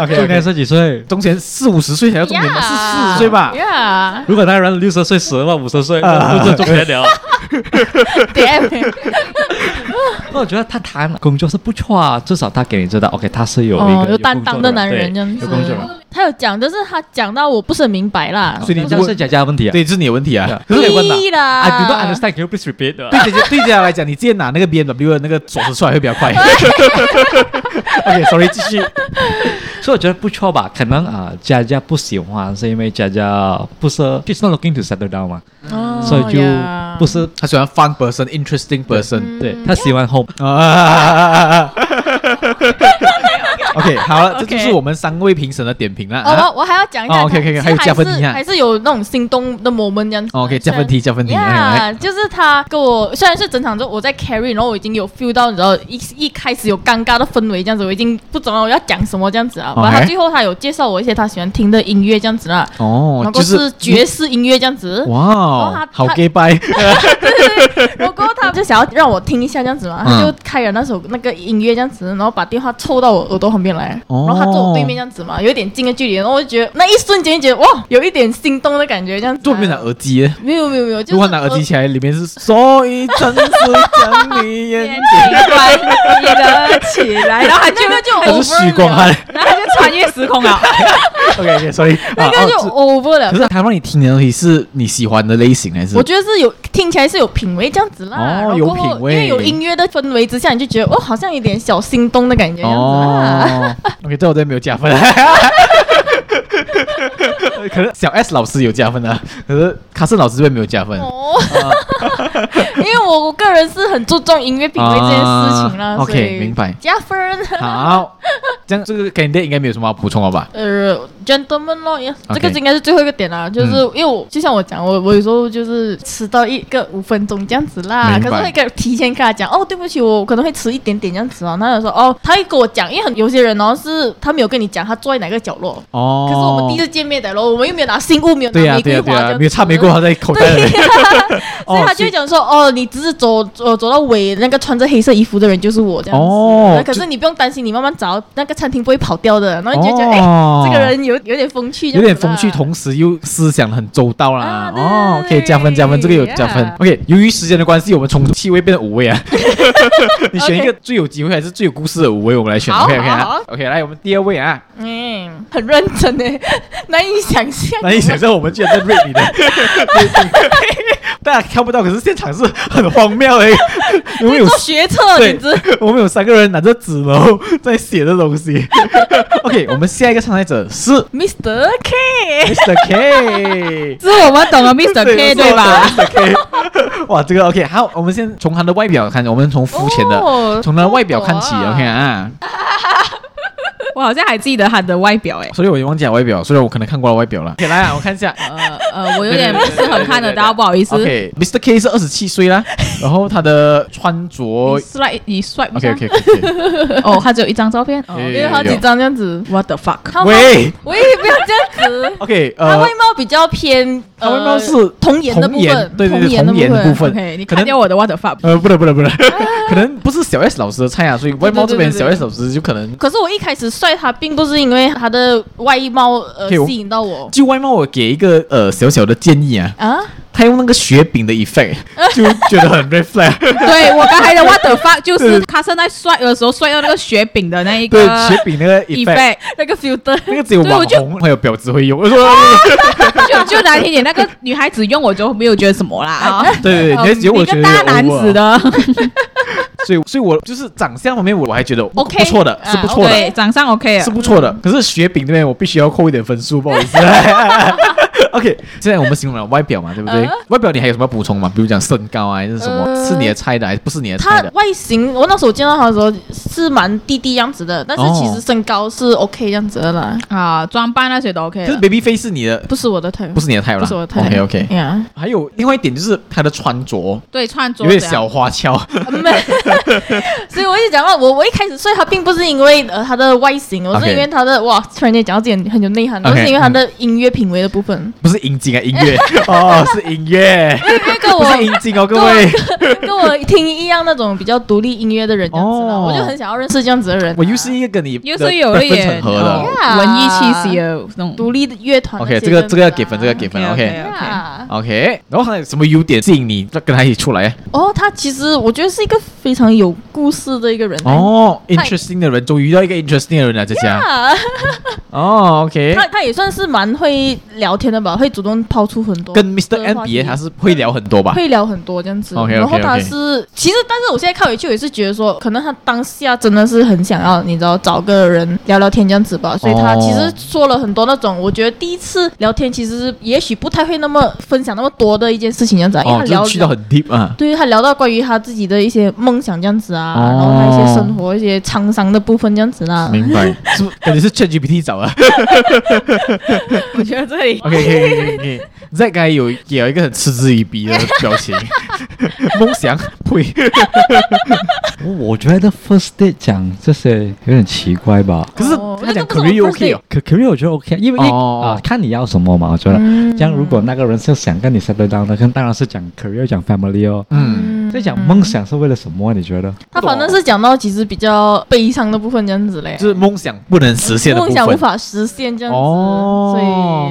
[SPEAKER 3] OK，
[SPEAKER 5] 就应该
[SPEAKER 3] OK，
[SPEAKER 5] 是几岁？
[SPEAKER 3] 中年四五十岁才叫中年吗？是四十岁吧？
[SPEAKER 2] Yeah，
[SPEAKER 5] 如果那个人六十岁死了，五十岁，那不是中年了。
[SPEAKER 2] damn，
[SPEAKER 5] 那我觉得他谈工作是不错啊，至少他给你知道，OK，他是有一
[SPEAKER 2] 哦
[SPEAKER 5] 个
[SPEAKER 2] 有担当的
[SPEAKER 5] 的
[SPEAKER 2] 男人
[SPEAKER 5] 对
[SPEAKER 2] 这样子
[SPEAKER 5] 有工作人。
[SPEAKER 2] 他有讲，但是他讲到我不是很明白啦。
[SPEAKER 3] 所以你
[SPEAKER 5] 这是
[SPEAKER 3] 问，
[SPEAKER 5] 佳佳的问题啊。
[SPEAKER 3] 对，这是你的问题啊。
[SPEAKER 5] 可是你问的
[SPEAKER 2] 屁啦
[SPEAKER 5] ，I do not understand. Can you please repeat? 对吧
[SPEAKER 3] 对姐姐对姐姐来讲，你直接拿那个 B M W 的那个锁匙出来会比较快。OK，sorry，继 续。
[SPEAKER 5] 所以我觉得不错吧，可能啊，佳佳不喜欢是因为佳佳不是，she's not looking to settle down 嘛，
[SPEAKER 2] 哦
[SPEAKER 5] 所以就不是
[SPEAKER 3] 他喜欢 fun person、interesting person
[SPEAKER 5] 对他喜欢 home。
[SPEAKER 3] 啊。OK，好 了，这
[SPEAKER 2] OK
[SPEAKER 3] 就是我们三位评审的点评了。
[SPEAKER 2] 哦，
[SPEAKER 3] 啊
[SPEAKER 2] 我我还要讲一
[SPEAKER 3] 哦
[SPEAKER 2] 下
[SPEAKER 3] ，OK，OK，
[SPEAKER 2] 其实
[SPEAKER 3] 还有加分
[SPEAKER 2] 还是
[SPEAKER 3] 题啊
[SPEAKER 2] 还是有那种心动的 moment 这样子。
[SPEAKER 3] 哦 OK，加分题，加分题，哎来来来
[SPEAKER 2] 呀，就是他跟我虽然是整场之后我在 carry，然后我已经有 feel 到，你知道一一开始有尴尬的氛围这样子，我已经不懂了我要讲什么这样子啊。
[SPEAKER 3] OK
[SPEAKER 2] 然后他最后他有介绍我一些他喜欢听的音乐这样子啦，
[SPEAKER 3] 哦
[SPEAKER 2] 然，后
[SPEAKER 3] 就是
[SPEAKER 2] 爵士音乐这样子。
[SPEAKER 3] 哇
[SPEAKER 2] 然后
[SPEAKER 3] 哦，
[SPEAKER 2] 他
[SPEAKER 3] 好
[SPEAKER 2] 他
[SPEAKER 3] gay bye，
[SPEAKER 2] 然后过后他就想要让我听一下这样子嘛，
[SPEAKER 3] 嗯
[SPEAKER 2] 他就开了那首那个音乐这样子，然后把电话凑到我耳朵旁边来，
[SPEAKER 3] 哦
[SPEAKER 2] 然后他坐我对面这样子嘛，有一点近的距离，然后我就觉得那一瞬间就觉得哇，有一点心动的感觉这样子啊。
[SPEAKER 3] 做变成耳机耶。
[SPEAKER 2] 没有没有没有，就是
[SPEAKER 3] 如果拿耳机起来，里面是所以真是将你眼 睛
[SPEAKER 1] 关你的起来，然后他就
[SPEAKER 2] 那个就
[SPEAKER 3] 他是
[SPEAKER 2] over
[SPEAKER 3] 许光汉。
[SPEAKER 1] 然后他就穿越时空了。
[SPEAKER 3] OK，OK，sorry 啊。
[SPEAKER 2] 那个就
[SPEAKER 3] 哦
[SPEAKER 2] over 了
[SPEAKER 3] 可。是他让你听的东西是你喜欢的类型还是？
[SPEAKER 2] 我觉得是有听起来是有品味这样子啦，
[SPEAKER 3] 哦
[SPEAKER 2] 然后
[SPEAKER 3] 有
[SPEAKER 2] 过后
[SPEAKER 3] 品味
[SPEAKER 2] 因为有音乐的氛围之下，你就觉得哦，好像有点小心动的感觉这样子啦。
[SPEAKER 3] 哦，OK，在我这边没有加分。可是小 S 老师有加分啊，可是卡森老师这边没有加分。
[SPEAKER 2] 哦， 因为我我个人是很注重音乐品味这件事情啦
[SPEAKER 3] 啊，
[SPEAKER 2] 所
[SPEAKER 3] OK，
[SPEAKER 2] 以
[SPEAKER 3] 明白
[SPEAKER 2] 加分。
[SPEAKER 3] 好，这样这个 candidate 应该没有什么要补充了吧？
[SPEAKER 2] 呃，gentleman 咯，也这
[SPEAKER 3] OK 嗯
[SPEAKER 2] 个应该是最后一个点啦，就是因为我就像我讲，我我有时候就是迟到一个五分钟这样子啦，
[SPEAKER 3] 明白
[SPEAKER 2] 可是会跟提前跟他讲，哦，对不起，我可能会迟一点点这样子哦，那他就说，哦，他会跟我讲，因为很有些人哦是他没有跟你讲他坐在哪个角落，
[SPEAKER 3] 哦，
[SPEAKER 2] 可是我们第一次见面的咯，我们又没有拿信物，没有拿
[SPEAKER 3] 对呀
[SPEAKER 2] 玫
[SPEAKER 3] 对
[SPEAKER 2] 瑰
[SPEAKER 3] 呀
[SPEAKER 2] 花这
[SPEAKER 3] 对
[SPEAKER 2] 样
[SPEAKER 3] 呀，
[SPEAKER 2] 子，
[SPEAKER 3] 没有插玫瑰花在口袋里
[SPEAKER 2] 对
[SPEAKER 3] 面。
[SPEAKER 2] 呀、所以他
[SPEAKER 3] 哦
[SPEAKER 2] 就会讲说，哦，你只是走走走到尾，那个穿着黑色衣服的人就是我这样子。
[SPEAKER 3] 哦
[SPEAKER 2] 可是你不用担心，你慢慢找，那个餐厅不会跑掉的。然后你就觉得，哎、
[SPEAKER 3] 哦
[SPEAKER 2] 这个人有有点风趣这
[SPEAKER 3] 有
[SPEAKER 2] 样子啦，
[SPEAKER 3] 点风趣，同时又思想很周到啦
[SPEAKER 2] 啊。对
[SPEAKER 3] 哦，可以加分加分，这个有加分
[SPEAKER 2] yeah。
[SPEAKER 3] OK，由于时间的关系，我们从七位变成五 位啊。 你选一个最有机会还是最有故事的五位，我们来选。
[SPEAKER 2] 好
[SPEAKER 3] OK OK
[SPEAKER 2] 好
[SPEAKER 3] 啊
[SPEAKER 2] 好
[SPEAKER 3] ，OK，来我们第二位啊，
[SPEAKER 2] 嗯，很认真诶， 难以想象。
[SPEAKER 3] 难以想象我们居然在 r 你的，大家看不到，可是现场是很荒谬的，因为有
[SPEAKER 2] 做学测，
[SPEAKER 3] 对
[SPEAKER 2] 简直
[SPEAKER 3] 我们有三个人拿着纸篓在写的东西。OK，我们下一个参赛者是
[SPEAKER 2] Mr.
[SPEAKER 1] 哎
[SPEAKER 2] K，
[SPEAKER 3] Mr. K。
[SPEAKER 1] 是我们懂了 Mr. K 对吧？
[SPEAKER 3] ？Mr. K，哇， 这个 OK，好，我们先从他的外表看，我们从肤浅的，
[SPEAKER 2] 哦
[SPEAKER 1] 啊
[SPEAKER 3] 从他的外表看起
[SPEAKER 2] 哦
[SPEAKER 3] ，OK 啊。
[SPEAKER 1] 我好像还记得他的外表哎、
[SPEAKER 3] 所以我也忘记了外表，虽然我可能看过了外表了。来啊，我看一下。
[SPEAKER 1] 呃呃，我有点不是很看得到，不好意思。
[SPEAKER 3] OK，Mr. K 是二十七岁啦，然后他的穿着
[SPEAKER 1] 你 swipe 你 swipe 不
[SPEAKER 3] ，OK
[SPEAKER 1] 上
[SPEAKER 3] OK OK，
[SPEAKER 1] 哦，他只有一张照片，哦，
[SPEAKER 3] 因
[SPEAKER 2] 因为好几张这样子。
[SPEAKER 1] What the fuck？
[SPEAKER 2] 他
[SPEAKER 3] 喂。
[SPEAKER 2] 喂，不要这样子
[SPEAKER 3] OK，
[SPEAKER 2] 他
[SPEAKER 3] 呃
[SPEAKER 2] 外，貌比较偏，
[SPEAKER 3] 他
[SPEAKER 2] 呃
[SPEAKER 3] 外貌是
[SPEAKER 2] 童颜的部
[SPEAKER 3] 童颜
[SPEAKER 2] 分，
[SPEAKER 3] 对对对
[SPEAKER 2] 颜的
[SPEAKER 3] 童颜的部分
[SPEAKER 1] OK，你
[SPEAKER 3] 可
[SPEAKER 1] 看
[SPEAKER 3] 能
[SPEAKER 1] 掉我的 What the fuck？
[SPEAKER 3] 呃，不能不能不能，可能不是小 S 老师的菜啊，所以外貌这边
[SPEAKER 2] 对对
[SPEAKER 3] 小
[SPEAKER 2] 对对
[SPEAKER 3] S 老师就可能
[SPEAKER 2] 可是我一开始帅他，并不是因为他的外貌呃
[SPEAKER 3] 可以我
[SPEAKER 2] 吸引到我
[SPEAKER 3] 就外貌，我给一个呃小小的建议啊，
[SPEAKER 2] 啊，
[SPEAKER 3] 他用那个雪饼的 effect 就觉得很 red flag，
[SPEAKER 1] 对我刚才的 What the fuck 就是他是在帅的时候帅到那个雪饼的那一
[SPEAKER 3] 对
[SPEAKER 1] 个
[SPEAKER 3] 雪饼那个
[SPEAKER 1] 呃
[SPEAKER 3] effect，
[SPEAKER 1] effect，
[SPEAKER 2] 那个 filter
[SPEAKER 3] 那个只有
[SPEAKER 1] 对
[SPEAKER 3] 网
[SPEAKER 1] 我就
[SPEAKER 3] 红还有婊子会用，我说
[SPEAKER 1] 就就难听点， 那个女孩子用我就没有觉得什么啦。
[SPEAKER 3] 哎 对对对，你还只有我
[SPEAKER 1] 一
[SPEAKER 3] 觉
[SPEAKER 1] 哦个
[SPEAKER 3] 得
[SPEAKER 1] 大
[SPEAKER 3] 有
[SPEAKER 1] 男
[SPEAKER 3] over 啊
[SPEAKER 1] 子的，
[SPEAKER 3] 所以，所以我就是长相方面，我我还觉得
[SPEAKER 2] OK，
[SPEAKER 3] 不错的，
[SPEAKER 2] 啊
[SPEAKER 3] 是不错的，
[SPEAKER 1] 对，长相 OK
[SPEAKER 3] 是
[SPEAKER 1] 啊。
[SPEAKER 3] 不错
[SPEAKER 2] 嗯
[SPEAKER 3] 的。可是雪饼那边我必须要扣一点分数，不好意 思。OK，现在我们形容了外表嘛，对不对
[SPEAKER 2] 啊？
[SPEAKER 3] 外表你还有什么要补充吗？比如讲身高啊，还是什么？
[SPEAKER 2] 呃
[SPEAKER 3] 是你的菜的还是不是你的
[SPEAKER 2] 他
[SPEAKER 3] 菜的？
[SPEAKER 2] 外形，我那时候见到他的时候是蛮弟弟样子的，但是
[SPEAKER 3] 哦
[SPEAKER 2] 其实身高是 OK 这样子的啦，
[SPEAKER 1] 啊，装扮那些都 OK
[SPEAKER 3] 可是
[SPEAKER 1] 了。
[SPEAKER 3] baby face 是你的，
[SPEAKER 2] 不是我的 type，
[SPEAKER 3] 不是你的菜啦。
[SPEAKER 2] 不是我的嗯 type。
[SPEAKER 3] OK OK。
[SPEAKER 2] 呀，
[SPEAKER 3] 还有另外一点就是他的穿着
[SPEAKER 1] 对，穿着
[SPEAKER 3] 有点
[SPEAKER 1] 这样
[SPEAKER 3] 小花俏，
[SPEAKER 2] 没 所以我就讲到我我一开始睡他并不是因为呃他的外形，我
[SPEAKER 3] OK
[SPEAKER 2] 是因为他的哇，突然间讲到自己很有内涵，
[SPEAKER 3] OK，
[SPEAKER 2] 我是因为他的音乐品味的部分。
[SPEAKER 3] 不是音景啊，音 乐哦，是音乐，
[SPEAKER 2] 因为跟
[SPEAKER 3] 不
[SPEAKER 2] 我
[SPEAKER 3] 是音景哦，各位。
[SPEAKER 2] 跟我听一样那种比较独立音乐的人这样子啦，
[SPEAKER 3] 哦
[SPEAKER 2] 我就很想要认识这样子的人啊。
[SPEAKER 3] 我又是一个跟 你
[SPEAKER 1] 又
[SPEAKER 3] 的
[SPEAKER 1] 是有一
[SPEAKER 3] preference
[SPEAKER 1] 点
[SPEAKER 3] 很合的
[SPEAKER 1] 哦
[SPEAKER 2] Yeah
[SPEAKER 1] 文艺气息的那种。
[SPEAKER 2] 独立的乐团那
[SPEAKER 3] OK，
[SPEAKER 2] 些
[SPEAKER 3] 这
[SPEAKER 2] 这
[SPEAKER 3] 个
[SPEAKER 2] 样子
[SPEAKER 3] 这个要
[SPEAKER 2] 啦
[SPEAKER 3] 给分，这个要给分，这个给
[SPEAKER 1] OK，OK，OK
[SPEAKER 3] 分。
[SPEAKER 2] Yeah
[SPEAKER 3] OK，然后还有什么优点吸引你跟他一起出来？
[SPEAKER 2] 哦，他其实我觉得是一个非常有故事的一个人。欸
[SPEAKER 3] 哦，interesting
[SPEAKER 2] 哎
[SPEAKER 3] 的人，终于遇到一个 interesting 的人了，这家。
[SPEAKER 2] 啊，
[SPEAKER 3] 哦，OK，
[SPEAKER 2] 他他也算是蛮会聊天的吧，会主动抛出很多
[SPEAKER 3] 跟 Mr.
[SPEAKER 2] 的
[SPEAKER 3] N
[SPEAKER 2] 话
[SPEAKER 3] 比，
[SPEAKER 2] 题
[SPEAKER 3] 他是会聊很多吧？
[SPEAKER 2] 会聊很多这样子。
[SPEAKER 3] 啊 OK，OK，OK
[SPEAKER 2] 然后他是其实，但是我现在看回去，我也是觉得说，可能他当下真的是很想要，你知道，找个人聊聊天这样子吧。所以他
[SPEAKER 3] 哦
[SPEAKER 2] 其实说了很多那种，我觉得第一次聊天其实是也许不太会那么分享那么多的一件事情这样子、啊，因为
[SPEAKER 3] 哦
[SPEAKER 2] 他，聊
[SPEAKER 3] 就。是去到很 deep 啊。
[SPEAKER 2] 对他聊到关于他自己的一些梦想这样子啊，
[SPEAKER 3] 哦
[SPEAKER 2] 然后他一些生活一些沧桑的部分这样子啊啦、
[SPEAKER 3] 明白，是 不是感觉是 ChatGPT 找啊
[SPEAKER 1] 我觉得这里
[SPEAKER 3] ？OK，可以，可以，可以。Z 该有也有一个很嗤之以鼻的 表情，梦想呸！
[SPEAKER 2] 哦
[SPEAKER 5] 我我觉得 first date 讲这些有点奇怪吧。
[SPEAKER 3] 可是
[SPEAKER 2] 哦
[SPEAKER 3] 他讲
[SPEAKER 2] 那个不是
[SPEAKER 3] career
[SPEAKER 2] first
[SPEAKER 3] OK 哦，
[SPEAKER 5] 可可是我觉得 OK，因为、因为
[SPEAKER 3] 哦
[SPEAKER 5] 啊，看你要什么嘛。我觉得，这样如果那个人是想跟你 settle down 的，那当然是讲 career 讲 family 哦。
[SPEAKER 3] 嗯，
[SPEAKER 5] 在讲梦想是为了什么？你觉得？
[SPEAKER 2] 他反正是讲到其实比较悲伤的部分这样子嘞，
[SPEAKER 3] 就是梦想不能实现的部
[SPEAKER 2] 梦想无
[SPEAKER 3] 分。
[SPEAKER 2] 法实现这样子，
[SPEAKER 3] 哦
[SPEAKER 2] 所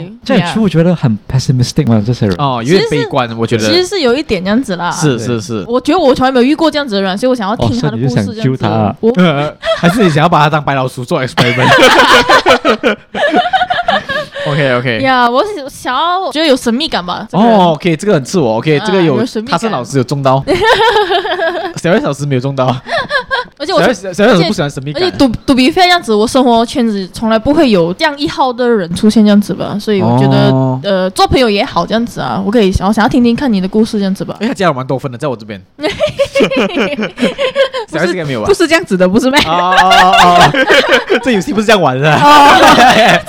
[SPEAKER 2] 以
[SPEAKER 5] 这
[SPEAKER 2] 对
[SPEAKER 5] 样
[SPEAKER 2] 啊
[SPEAKER 5] 你不觉得很 pessimistic 吗？这些人，
[SPEAKER 3] 哦，有点
[SPEAKER 2] 其实是
[SPEAKER 3] 悲观，我觉
[SPEAKER 2] 其实
[SPEAKER 3] 得
[SPEAKER 2] 是有一点这样子啦。
[SPEAKER 3] 是
[SPEAKER 5] 对
[SPEAKER 3] 是是。
[SPEAKER 2] 我觉得我从来没有遇过这样子的人，所以我想要
[SPEAKER 5] 哦
[SPEAKER 2] 听他
[SPEAKER 5] 所
[SPEAKER 2] 的
[SPEAKER 5] 以你
[SPEAKER 2] 故
[SPEAKER 5] 就
[SPEAKER 2] 事
[SPEAKER 5] 想
[SPEAKER 2] 这
[SPEAKER 5] 揪
[SPEAKER 2] 样子。
[SPEAKER 5] 他啊
[SPEAKER 2] 我
[SPEAKER 3] 呃， 还是你想要把它当白老鼠做 experiment ？OK OK。
[SPEAKER 2] 呀，我是想要觉得有神秘感吧。这个人
[SPEAKER 3] 哦，，OK，这个很自我，OK，
[SPEAKER 2] 啊
[SPEAKER 3] 这个有
[SPEAKER 2] 有神秘
[SPEAKER 3] 他
[SPEAKER 2] 感
[SPEAKER 3] 是老师有 中刀，小月老师没有中刀，
[SPEAKER 2] 而且
[SPEAKER 3] 小
[SPEAKER 2] 哎我
[SPEAKER 3] 月
[SPEAKER 2] 从。
[SPEAKER 3] 小月老师不喜欢神秘
[SPEAKER 2] 而且
[SPEAKER 3] 感。
[SPEAKER 2] 赌赌比费这样子，我生活圈子从来不会有这样一号的人出现这样子吧，所以我觉得、
[SPEAKER 3] 哦
[SPEAKER 2] 呃做朋友也好这样子啊，我可以想我想要听听看你的故事这样子吧。
[SPEAKER 3] 哎，他家人蛮多分的，在我 这边。小 S 应该没有吧
[SPEAKER 1] 不？是这样子的，不是咩？
[SPEAKER 3] 哦哦哦哦，这游戏不是这样玩的，
[SPEAKER 2] 哦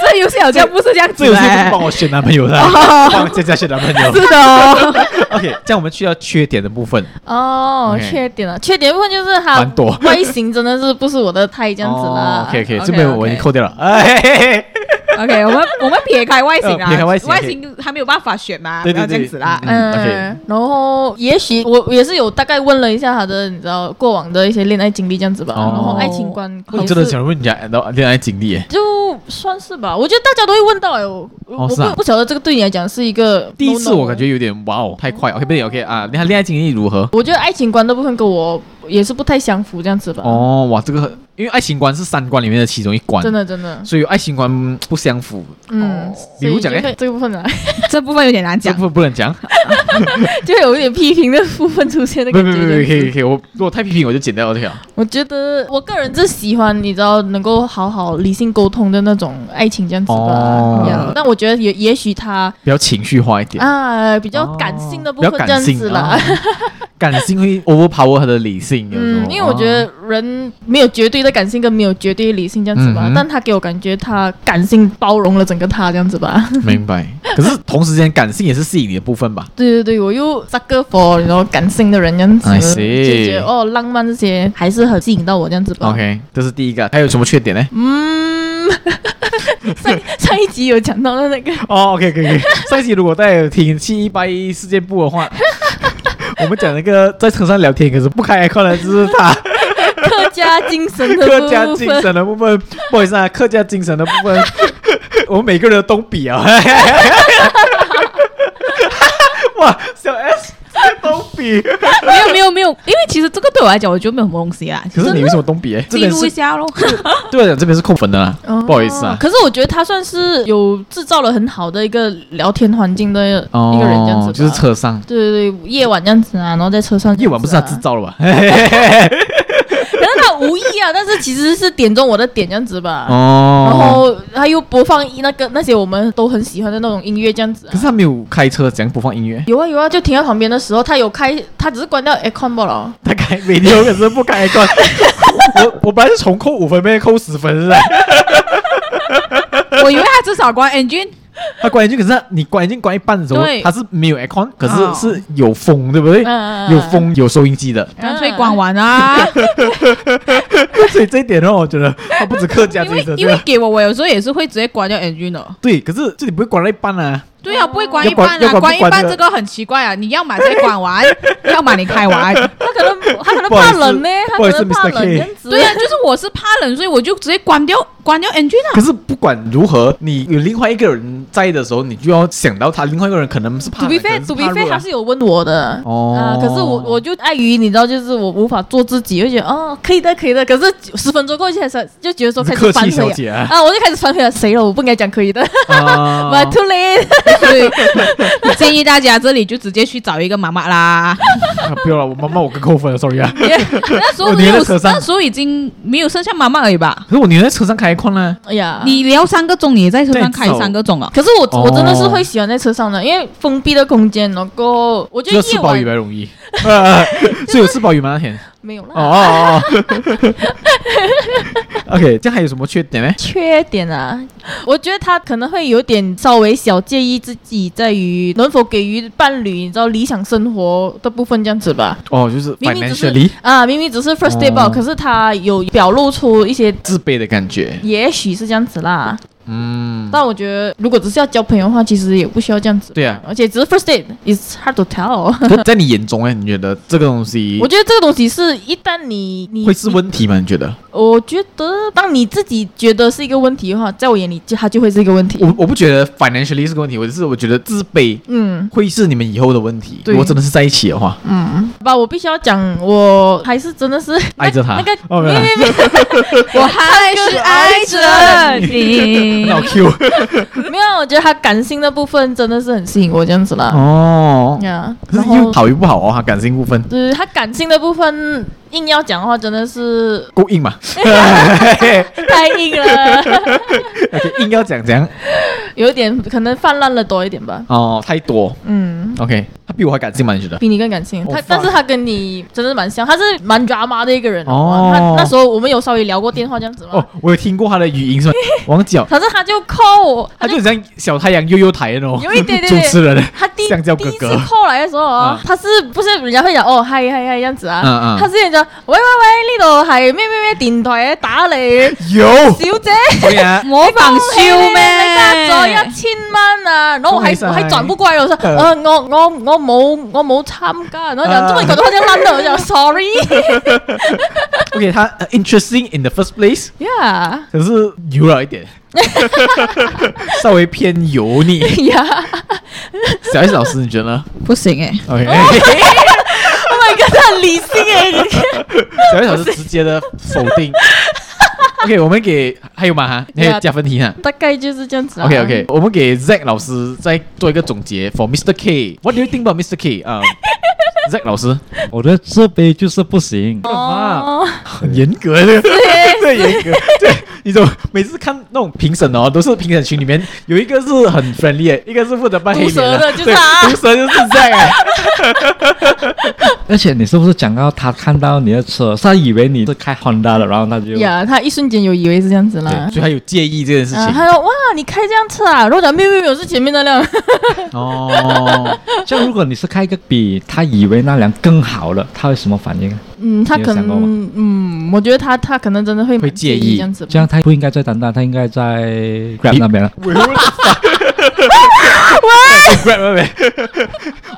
[SPEAKER 1] 这游戏好像不是这样子
[SPEAKER 3] 这游戏不是
[SPEAKER 1] 欸
[SPEAKER 3] 帮我选男朋友的，
[SPEAKER 2] 哦
[SPEAKER 3] 帮佳佳选男朋友。
[SPEAKER 1] 是的哦。
[SPEAKER 3] OK，这样我们去到缺点的部分。
[SPEAKER 2] 哦
[SPEAKER 3] OK
[SPEAKER 2] 缺点啊，缺点部分就是他
[SPEAKER 3] 蛮多
[SPEAKER 2] 外形真的是不是我的菜这样子啦。
[SPEAKER 3] OK OK，
[SPEAKER 1] OK，
[SPEAKER 3] 哦这边我已经
[SPEAKER 1] OK
[SPEAKER 3] 扣掉了。哎嘿嘿嘿
[SPEAKER 1] OK，我们我们撇开外形
[SPEAKER 3] 呃
[SPEAKER 1] 啊，
[SPEAKER 3] 撇开外形
[SPEAKER 1] 还没有办法选嘛，不
[SPEAKER 3] 对对
[SPEAKER 1] 要这
[SPEAKER 3] 对
[SPEAKER 1] 样子啦。
[SPEAKER 3] 嗯，OK
[SPEAKER 2] 然后也许我我也是有大概问了一下他的，你知道过往的一些恋爱经历这样子吧，
[SPEAKER 3] 哦
[SPEAKER 2] 然后爱情观
[SPEAKER 3] 我
[SPEAKER 2] 也
[SPEAKER 3] 真的
[SPEAKER 2] 是
[SPEAKER 3] 想问人家到恋爱经历耶。哎
[SPEAKER 2] 就算是吧，我觉得大家都会问到哎、我我
[SPEAKER 3] 是啊
[SPEAKER 2] 不不晓得这个对你来讲是一个
[SPEAKER 3] 第一次
[SPEAKER 2] no-no
[SPEAKER 3] 我感觉有点哇哦，太快。OK，不对，OK 啊，你看恋爱经历如何？
[SPEAKER 2] 我觉得爱情观的部分跟我也是不太相符，这样子吧。
[SPEAKER 3] 哦，哇，这个很因为爱情观是三观里面的其中一关，
[SPEAKER 2] 真，的真的，
[SPEAKER 3] 所以爱情观嗯不相符，
[SPEAKER 2] 嗯，
[SPEAKER 3] 哦比如讲哎
[SPEAKER 2] 所以就
[SPEAKER 3] 诶
[SPEAKER 2] 会这 个部分啊，
[SPEAKER 1] 这部分有点难
[SPEAKER 3] 嗯这
[SPEAKER 1] 讲
[SPEAKER 3] 部。分不能 讲。
[SPEAKER 2] 就会有一点批评的部分出现的
[SPEAKER 3] 不
[SPEAKER 2] 感
[SPEAKER 3] 不不，
[SPEAKER 2] 觉。
[SPEAKER 3] 不
[SPEAKER 2] 这
[SPEAKER 3] 可
[SPEAKER 2] 样子
[SPEAKER 3] 以可以，我如果太批评我就剪掉这啊条。
[SPEAKER 2] 我觉得我个人是喜欢，你知道，能够好好理性沟通的那种爱情这样子
[SPEAKER 3] 哦
[SPEAKER 2] 吧。呀但我觉得也也许他
[SPEAKER 3] 比较情绪化一点，
[SPEAKER 2] 啊比较
[SPEAKER 3] 哦
[SPEAKER 2] 感性的部
[SPEAKER 3] 比较
[SPEAKER 2] 分这
[SPEAKER 3] 感
[SPEAKER 2] 样
[SPEAKER 3] 性
[SPEAKER 2] 子啦。
[SPEAKER 3] 啊。感性会 overpower 他的理性，有时候
[SPEAKER 2] 嗯，因为我觉
[SPEAKER 3] 哦
[SPEAKER 2] 得人没有绝对的感性跟没有绝对的理性这样子吧，
[SPEAKER 3] 嗯哼
[SPEAKER 2] 但他给我感觉他感性包容了整个他这样子吧。
[SPEAKER 3] 明白。可是同时间，感性也是吸引你的部分吧？
[SPEAKER 2] 对对对，我又 sucker for 然后感性的人这样子
[SPEAKER 3] I，
[SPEAKER 2] 就
[SPEAKER 3] see
[SPEAKER 2] 觉得哦浪漫这些还是很吸引到我这样子吧。
[SPEAKER 3] OK，这是第一个，还有什么缺点呢？
[SPEAKER 2] 嗯， 上上一集有讲到的那个，
[SPEAKER 3] 哦，OK，可以，可 以。上一期如果大家有听七一八一事件部的话， 我们讲那个在车上聊天，可是不开 aircon 的就是他
[SPEAKER 2] 客家精神的
[SPEAKER 3] 客家
[SPEAKER 2] 部
[SPEAKER 3] 精
[SPEAKER 2] 分，
[SPEAKER 3] 神的部 分，不好意思啊，客家精神的部 分，我们每个人都动笔啊。 哇，小 S 直接动笔，
[SPEAKER 1] 没有没有没有，因为其实这个对我来讲，我觉得没有什么东西啦。
[SPEAKER 3] 可是
[SPEAKER 1] 真
[SPEAKER 3] 你为
[SPEAKER 1] 的
[SPEAKER 3] 什么动笔？哎
[SPEAKER 1] 啊记
[SPEAKER 3] 这边
[SPEAKER 1] 录一
[SPEAKER 3] 是
[SPEAKER 1] 下咯。
[SPEAKER 3] 对我啊来讲，这边是扣分的啦，不好意思
[SPEAKER 2] 哦
[SPEAKER 3] 啊。
[SPEAKER 2] 可是我觉得他算是有制造了很好的一个聊天环境的一个人，这样子、
[SPEAKER 3] 哦就是。车上。
[SPEAKER 2] 对对对，夜晚这样子啊，然后在车上、
[SPEAKER 3] 夜晚不是啊他制，造了吧？
[SPEAKER 2] 啊可能他无意啊，但是其实是点中我的点这样子吧。
[SPEAKER 3] 哦
[SPEAKER 2] 然后他又播放一那个那些我们都很喜欢的那种音乐这样子、啊
[SPEAKER 3] 可。是他没有开车，怎样播放音乐？
[SPEAKER 2] 有啊有啊，就停在旁边的时候，他有开，他只是关掉 aircon 罢 了。
[SPEAKER 3] 他开 video 可是不开 a 我我本来是重扣五分，被扣十分是吧？
[SPEAKER 1] 我以为他至少关 engine，
[SPEAKER 3] 他关进去，可是你关进去关一半的时候
[SPEAKER 1] 对，
[SPEAKER 3] 他是没有 aircon，可
[SPEAKER 1] 哦
[SPEAKER 3] 是是有风，对不对？
[SPEAKER 2] 啊嗯
[SPEAKER 3] 有风有收音机 的，
[SPEAKER 1] 干脆关完 啊。
[SPEAKER 3] 所以这一点哦让我觉得他不止客家
[SPEAKER 1] 因
[SPEAKER 3] 精神
[SPEAKER 1] 为，因为给我，我有时候也是会直接关掉 engine 的。
[SPEAKER 3] 对，可是这里不会关到一半 啊。
[SPEAKER 1] 对啊，不会关
[SPEAKER 3] 要
[SPEAKER 1] 一
[SPEAKER 3] 管
[SPEAKER 1] 半
[SPEAKER 3] 要
[SPEAKER 1] 啊，
[SPEAKER 3] 管
[SPEAKER 1] 关
[SPEAKER 3] 不
[SPEAKER 1] 一
[SPEAKER 3] 管
[SPEAKER 1] 半
[SPEAKER 3] 这个
[SPEAKER 1] 这个很奇怪啊！你要么再关完，要么你开完。
[SPEAKER 2] 他可能他可能
[SPEAKER 3] 不好意
[SPEAKER 2] 怕
[SPEAKER 3] 思
[SPEAKER 2] 冷呢，他
[SPEAKER 3] 不好
[SPEAKER 2] 可
[SPEAKER 3] 意思
[SPEAKER 2] 能怕冷
[SPEAKER 3] Mr. K
[SPEAKER 2] 这样子。
[SPEAKER 1] 对啊，就是我是怕冷，所以我就直接关掉关掉 engine 啊。
[SPEAKER 3] 可是不管如何，你有另外一个人在的时候，你就要想到他另外一个人可能是怕
[SPEAKER 2] To
[SPEAKER 3] 冷
[SPEAKER 2] be
[SPEAKER 3] 可能
[SPEAKER 2] fair,
[SPEAKER 3] 是
[SPEAKER 2] to be
[SPEAKER 3] 怕
[SPEAKER 2] fair，
[SPEAKER 3] 热
[SPEAKER 2] 他
[SPEAKER 3] 啊。
[SPEAKER 2] 是有问我的。
[SPEAKER 3] 哦
[SPEAKER 2] 啊，可是我我就碍于你知道，就是我无法做自己，就觉得哦，可以的，可以的。可是十分钟过去的时候，就觉得说
[SPEAKER 3] 你
[SPEAKER 2] 开
[SPEAKER 3] 是
[SPEAKER 2] 始
[SPEAKER 3] 客
[SPEAKER 2] 反
[SPEAKER 3] 气
[SPEAKER 2] 悔
[SPEAKER 3] 小
[SPEAKER 2] 啊
[SPEAKER 3] 姐 啊，
[SPEAKER 2] 啊，我就开始反悔了，谁了？我不应该讲可以的
[SPEAKER 3] 啊
[SPEAKER 2] ，but too late。
[SPEAKER 1] 所 以我建议大家这里就直接去找一个妈妈啦。
[SPEAKER 3] 啊不要了，我妈妈我更扣分了 ，sorry 啊。
[SPEAKER 1] 那时候
[SPEAKER 3] 我
[SPEAKER 1] 没
[SPEAKER 3] 黏在
[SPEAKER 1] 有，
[SPEAKER 3] 车上
[SPEAKER 1] 那时候已经没有剩下妈妈而已吧？
[SPEAKER 3] 可是我女儿在车上开矿呢，
[SPEAKER 2] 哎呀，
[SPEAKER 1] 你聊三个钟，你也在车上
[SPEAKER 3] 对
[SPEAKER 1] 开
[SPEAKER 3] 走
[SPEAKER 1] 三个钟啊？
[SPEAKER 2] 可是我
[SPEAKER 3] 哦
[SPEAKER 2] 我真的是会喜欢在车上的，因为封闭的空间，然后我觉
[SPEAKER 3] 就
[SPEAKER 2] 得
[SPEAKER 3] 是吃
[SPEAKER 2] 夜
[SPEAKER 3] 鲍鱼比
[SPEAKER 2] 晚
[SPEAKER 3] 较 容易， 呃是有吃鲍鱼吗？那天
[SPEAKER 2] 没有啦。
[SPEAKER 3] 哦哦 哦，OK，这样还有什么缺点呢？
[SPEAKER 2] 缺点啊，我觉得他可能会有点稍微小介意自己在于能否给予伴侣，你知道理想生活的部分这样子吧。
[SPEAKER 3] 哦，就是
[SPEAKER 2] 明明只是
[SPEAKER 3] financially
[SPEAKER 2] 啊，明明只是 first day 吧、
[SPEAKER 3] 哦
[SPEAKER 2] 可是他有表露出一些，
[SPEAKER 3] 自卑的感觉，
[SPEAKER 2] 也许是这样子啦。
[SPEAKER 3] 嗯，
[SPEAKER 2] 但我觉得如果只是要交朋友的话，其实也不需要这样子。
[SPEAKER 3] 对啊。
[SPEAKER 2] 而且只是 first date is hard to tell。
[SPEAKER 3] 可是在你眼中呢，你觉得这个东西
[SPEAKER 2] 我觉得这个东西是一旦你你
[SPEAKER 3] 会是问题吗？你觉得？
[SPEAKER 2] 我觉得，当你自己觉得是一个问题的话，在我眼里，就它就会是一个问题
[SPEAKER 3] 我。我不觉得 financially 是个问题，我只是我觉得自卑
[SPEAKER 2] 嗯
[SPEAKER 3] 会是你们以后的问题。
[SPEAKER 2] 对
[SPEAKER 3] 如果真的是在一起的话，
[SPEAKER 2] 嗯，吧，我必须要讲，我还是真的是
[SPEAKER 3] 爱着他
[SPEAKER 2] 那个
[SPEAKER 3] 哦
[SPEAKER 2] 没
[SPEAKER 3] 没有啦
[SPEAKER 2] 没没
[SPEAKER 1] 我还是爱着你
[SPEAKER 3] 那。我 Q
[SPEAKER 2] 没有，我觉得他感性的部分真的是很吸引我这样子啦。
[SPEAKER 3] 哦，
[SPEAKER 2] 呀，
[SPEAKER 3] 可
[SPEAKER 2] 然
[SPEAKER 3] 是又
[SPEAKER 2] 后
[SPEAKER 3] 好又不好哦，它感性部分
[SPEAKER 2] 就是他感性的部分，硬要讲的话，真的是
[SPEAKER 3] 够硬嘛？
[SPEAKER 2] 太硬了，
[SPEAKER 3] 硬要讲怎样？
[SPEAKER 2] 有点可能泛滥了多一点吧。
[SPEAKER 3] 哦，太多。
[SPEAKER 2] 嗯。
[SPEAKER 3] OK，他比我还感性吗？你觉得？
[SPEAKER 2] 比你更感性，
[SPEAKER 3] Oh,
[SPEAKER 2] 他
[SPEAKER 3] fuck
[SPEAKER 2] 但是他跟你真的是蛮像，他是蛮 drama 的一个人
[SPEAKER 3] 哦
[SPEAKER 2] 哦。他那时候我们有稍微聊过电话这样子嘛，
[SPEAKER 3] 哦，我有听过他的语 音是吧？王角，
[SPEAKER 2] 可是他就 call 我，
[SPEAKER 3] 他
[SPEAKER 2] 他就
[SPEAKER 3] 就很像小太阳悠悠台那种
[SPEAKER 2] 有一点点
[SPEAKER 3] 主持人，
[SPEAKER 2] 他第
[SPEAKER 3] 香蕉哥
[SPEAKER 2] 第一次
[SPEAKER 3] 哥
[SPEAKER 2] call 来的时候啊
[SPEAKER 3] 啊，
[SPEAKER 2] 他是不是人家会讲哦嗨嗨嗨这样子
[SPEAKER 3] 嗯嗯
[SPEAKER 2] 啊？他是人家喂喂喂呢度系咩咩咩電台打嚟，
[SPEAKER 3] 有
[SPEAKER 2] 小姐。
[SPEAKER 3] 对 呀，
[SPEAKER 1] 模仿秀
[SPEAKER 2] 你得咗
[SPEAKER 1] 咩
[SPEAKER 2] 一？千蚊啊！然後我
[SPEAKER 3] 恭喜
[SPEAKER 2] 係
[SPEAKER 3] 晒
[SPEAKER 2] 我係轉不過嚟，我話
[SPEAKER 3] 嗯
[SPEAKER 2] 呃我我我冇我冇參加，然後
[SPEAKER 3] 啊
[SPEAKER 2] 就中意覺得好似爛到，我就 sorry，yeah，
[SPEAKER 3] OK，他呃 interesting in the first place，可是油了一 点，稍微偏油 腻。
[SPEAKER 2] 呀，
[SPEAKER 3] 小 S 老师，你觉得呢
[SPEAKER 1] 不行哎，
[SPEAKER 3] ？OK，哦
[SPEAKER 2] Oh my god，他很理性欸诶，
[SPEAKER 3] 小 S 老师直接的否 定。OK，我们给还有吗？哈，还有加分题呢？
[SPEAKER 2] 大概就是这样子啊。
[SPEAKER 3] OK OK，我们给 Zack 老师再做一个总结。For Mr K，What do you think about Mr K？啊、z a c k 老师
[SPEAKER 5] 我的自卑就是不行。
[SPEAKER 3] 干嘛
[SPEAKER 2] 哦，
[SPEAKER 3] 很严格的，这个严格。对，你怎么每次看那种评审哦，都是评审群里面有一个是很 friendly，的一个是负责扮黑脸
[SPEAKER 2] 毒舌的就是
[SPEAKER 3] 对
[SPEAKER 2] 他
[SPEAKER 3] 毒 舌就是这样哎。
[SPEAKER 5] 而且你是不是讲到他看到你的车，他以为你是开 Honda 的，然后他就
[SPEAKER 2] 呀，他一瞬间有以为是这样子啦。
[SPEAKER 3] 对，所以他有介意这件事
[SPEAKER 2] 啊，
[SPEAKER 3] 情
[SPEAKER 2] 他说哇，你开这辆车啊？然后我讲没有没有没有，是前面那 辆。
[SPEAKER 3] 哦。
[SPEAKER 5] 像如果你是开一个比他以为那辆更好的，他会什么反应啊？
[SPEAKER 2] 嗯，他
[SPEAKER 5] 你有
[SPEAKER 2] 可
[SPEAKER 5] 想过
[SPEAKER 2] 能嗯，我觉得他他可能真的会
[SPEAKER 3] 会
[SPEAKER 2] 蛮
[SPEAKER 3] 介
[SPEAKER 2] 介
[SPEAKER 3] 意
[SPEAKER 2] 这样子吧。
[SPEAKER 5] 这样他不应该在丹丹，他应该在 Grab 那边了。
[SPEAKER 3] 喂 喂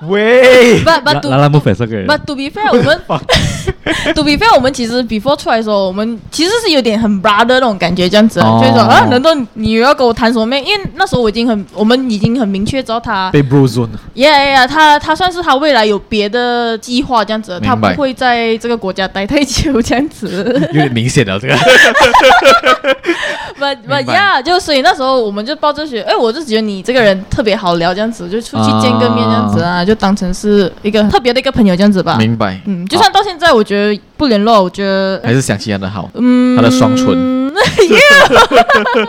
[SPEAKER 3] 喂
[SPEAKER 2] 不不
[SPEAKER 5] 拉
[SPEAKER 2] 独
[SPEAKER 5] 拉拉木粉色个人，
[SPEAKER 2] But to be fair，我 们 to be fair，我们其实 before 出来的时候，我们其实是有点很 brother 那种感觉，这样子，
[SPEAKER 3] 哦
[SPEAKER 2] 就是说啊，难道你又要跟我谈什么妹？因为那时候我已经很，我们已经很明确知道他
[SPEAKER 3] 被 bro zone 了
[SPEAKER 2] ，yeah yeah，他他算是他未来有别的计划这样子，
[SPEAKER 3] 明白
[SPEAKER 2] 他不会在这个国家待太久这样 子。
[SPEAKER 3] 有点明显了这 个。
[SPEAKER 2] But
[SPEAKER 3] 白
[SPEAKER 2] but yeah，就所以那时候我们就抱着学，哎，我就觉得你这个人特别好聊，这样子就出去见个面这样子啊，就当成是一个特别的一个朋友这样子吧。
[SPEAKER 3] 明白，
[SPEAKER 2] 嗯，就算到现在，我觉得不联络，我觉得
[SPEAKER 3] 还是想起他的好，
[SPEAKER 2] 嗯，
[SPEAKER 3] 他的 双唇。
[SPEAKER 2] 嗯，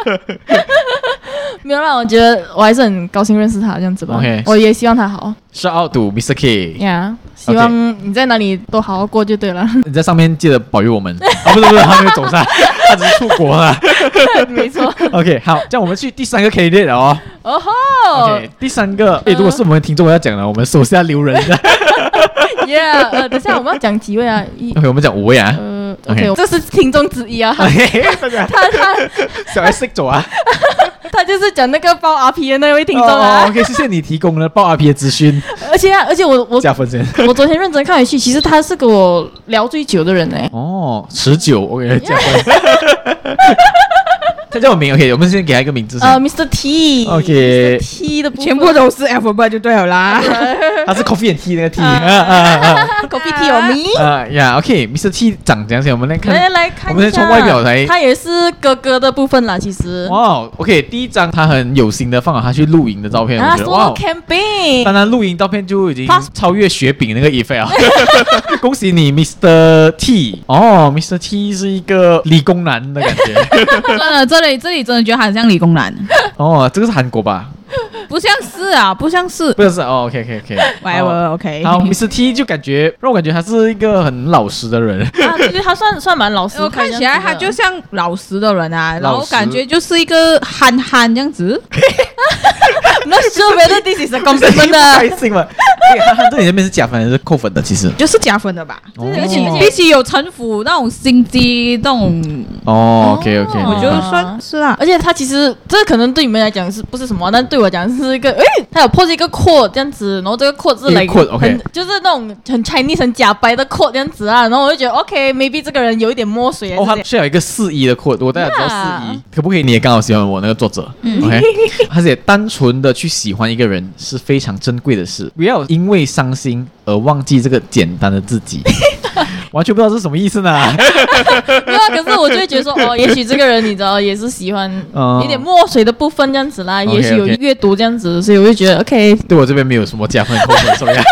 [SPEAKER 2] 没有啦，我觉得我还是很高兴认识他这样子吧。
[SPEAKER 3] OK
[SPEAKER 2] 我也希望他好
[SPEAKER 3] Shout out to Mr. K，
[SPEAKER 2] 呀希望你在哪里都好好过就对了。
[SPEAKER 3] 你在上面记得保佑我们啊！不是不是，他没有走上，他只是出国了。
[SPEAKER 2] 没错，
[SPEAKER 3] OK，好，这样我们去第三个 candidate 了哦。
[SPEAKER 2] 哦吼
[SPEAKER 3] OK，第三个，诶，如果是我们听众要讲的，我们手下留人的。
[SPEAKER 2] ，Yeah，呃，等一下我们要讲几位啊？一
[SPEAKER 3] OK，我们讲五位啊。
[SPEAKER 2] 呃
[SPEAKER 3] OK
[SPEAKER 2] ，OK，
[SPEAKER 3] 哎
[SPEAKER 2] 我这是听众之 一啊，他
[SPEAKER 3] OK，大家
[SPEAKER 2] 他他
[SPEAKER 3] 小 S 走啊。
[SPEAKER 2] 他就是讲那个报 RP 的那位听众
[SPEAKER 3] 哦哦哦
[SPEAKER 2] 啊，
[SPEAKER 3] OK，谢谢你提供了报 RP 的资讯，
[SPEAKER 2] 而且啊，而且我我
[SPEAKER 3] 加分先。
[SPEAKER 2] 我昨天认真看回去，其实他是跟我聊最久的人哎，
[SPEAKER 3] 哦，持久，OK，加分。他叫我名，OK，我们先给他一个名字
[SPEAKER 2] 呃
[SPEAKER 3] 先。
[SPEAKER 2] ，Mr. T。
[SPEAKER 3] OK，
[SPEAKER 2] T 的部分啊
[SPEAKER 1] 全部都是 alphabet 就对了啦。
[SPEAKER 3] 他是 Coffee and Tea 那个 T，啊啊
[SPEAKER 2] 啊 狗屁 T 有迷。
[SPEAKER 3] 啊啊呀，OK，Mr. T 长怎样先？我们来
[SPEAKER 2] 来
[SPEAKER 3] 看。
[SPEAKER 2] 来看
[SPEAKER 3] 我们
[SPEAKER 2] 一
[SPEAKER 3] 先
[SPEAKER 2] 下，
[SPEAKER 3] 从外表来
[SPEAKER 2] 他也是哥哥的部分啦，其实。
[SPEAKER 3] 哇，OK，第一张他很有心的放了他去露营的照片，我
[SPEAKER 2] 啊
[SPEAKER 3] 觉得哇
[SPEAKER 2] ，solo。camping，
[SPEAKER 3] 单单露营照片就已经
[SPEAKER 2] 他
[SPEAKER 3] 超越雪饼那个 effect 啊！恭喜你，Mr. T。哦，Mr. T 是一个理工男的感 觉。
[SPEAKER 1] 真的，这里这里真的觉得他很像理工男，
[SPEAKER 3] 哦，这个是韩国吧？
[SPEAKER 1] 不像是啊，不像是。
[SPEAKER 3] 不是哦，OK 哦 OK OK，
[SPEAKER 1] 喂喂，OK。
[SPEAKER 3] 好，Mr. T 就感觉让我感觉他是一个很老实的人，
[SPEAKER 2] 啊，对对，他算算蛮老实的。
[SPEAKER 1] 我看起来他就
[SPEAKER 2] 这样子
[SPEAKER 1] 像老实的人啊，然
[SPEAKER 3] 老
[SPEAKER 1] 后
[SPEAKER 3] 实
[SPEAKER 1] 感觉就是一个憨憨这样子。
[SPEAKER 2] 的 not sure whether this is a
[SPEAKER 3] 真
[SPEAKER 2] compliment
[SPEAKER 3] 的
[SPEAKER 2] 啊
[SPEAKER 3] 开心嘛？对，他他这里那边是加分还是扣分的？其实
[SPEAKER 1] 就是加分的吧，
[SPEAKER 3] 哦
[SPEAKER 1] 而且必须有城府那种心机，那种
[SPEAKER 3] 哦，OK OK，
[SPEAKER 1] 我觉
[SPEAKER 2] 明
[SPEAKER 1] 得
[SPEAKER 2] 白
[SPEAKER 1] 算是啊啦。
[SPEAKER 2] 而且他其实这可能对你们来讲是不是什么，但对我讲是一个，诶，他有破一个 quote 这样子，然后这个 quote 是
[SPEAKER 3] 一个
[SPEAKER 2] 来
[SPEAKER 3] quote，OK
[SPEAKER 2] 很就是那种很 Chinese 很假白的 quote 这样子啊，然后我就觉得 OK，maybe 这个人有一点墨水还是
[SPEAKER 3] 哦，
[SPEAKER 2] 怎
[SPEAKER 3] 他
[SPEAKER 2] 样。
[SPEAKER 3] 是有一个四一的 quote，我大家知道四
[SPEAKER 2] Yeah
[SPEAKER 3] 一，可不可以？你也刚好喜欢我那个作者，OK？他写单纯的去喜欢一个人是非常珍贵的事，不要因为伤心而忘记这个简单的自己。 完全不知道这是什么意思呢？
[SPEAKER 2] 对啊，可是我就会觉得说，哦，也许这个人你知道也是喜欢
[SPEAKER 3] 嗯
[SPEAKER 2] 有点墨水的部分这样子啦，
[SPEAKER 3] OK，
[SPEAKER 2] 也许有
[SPEAKER 3] OK
[SPEAKER 2] 阅读这样子，所以我就觉得 OK
[SPEAKER 3] 对我这边没有什么加分扣分，怎么 样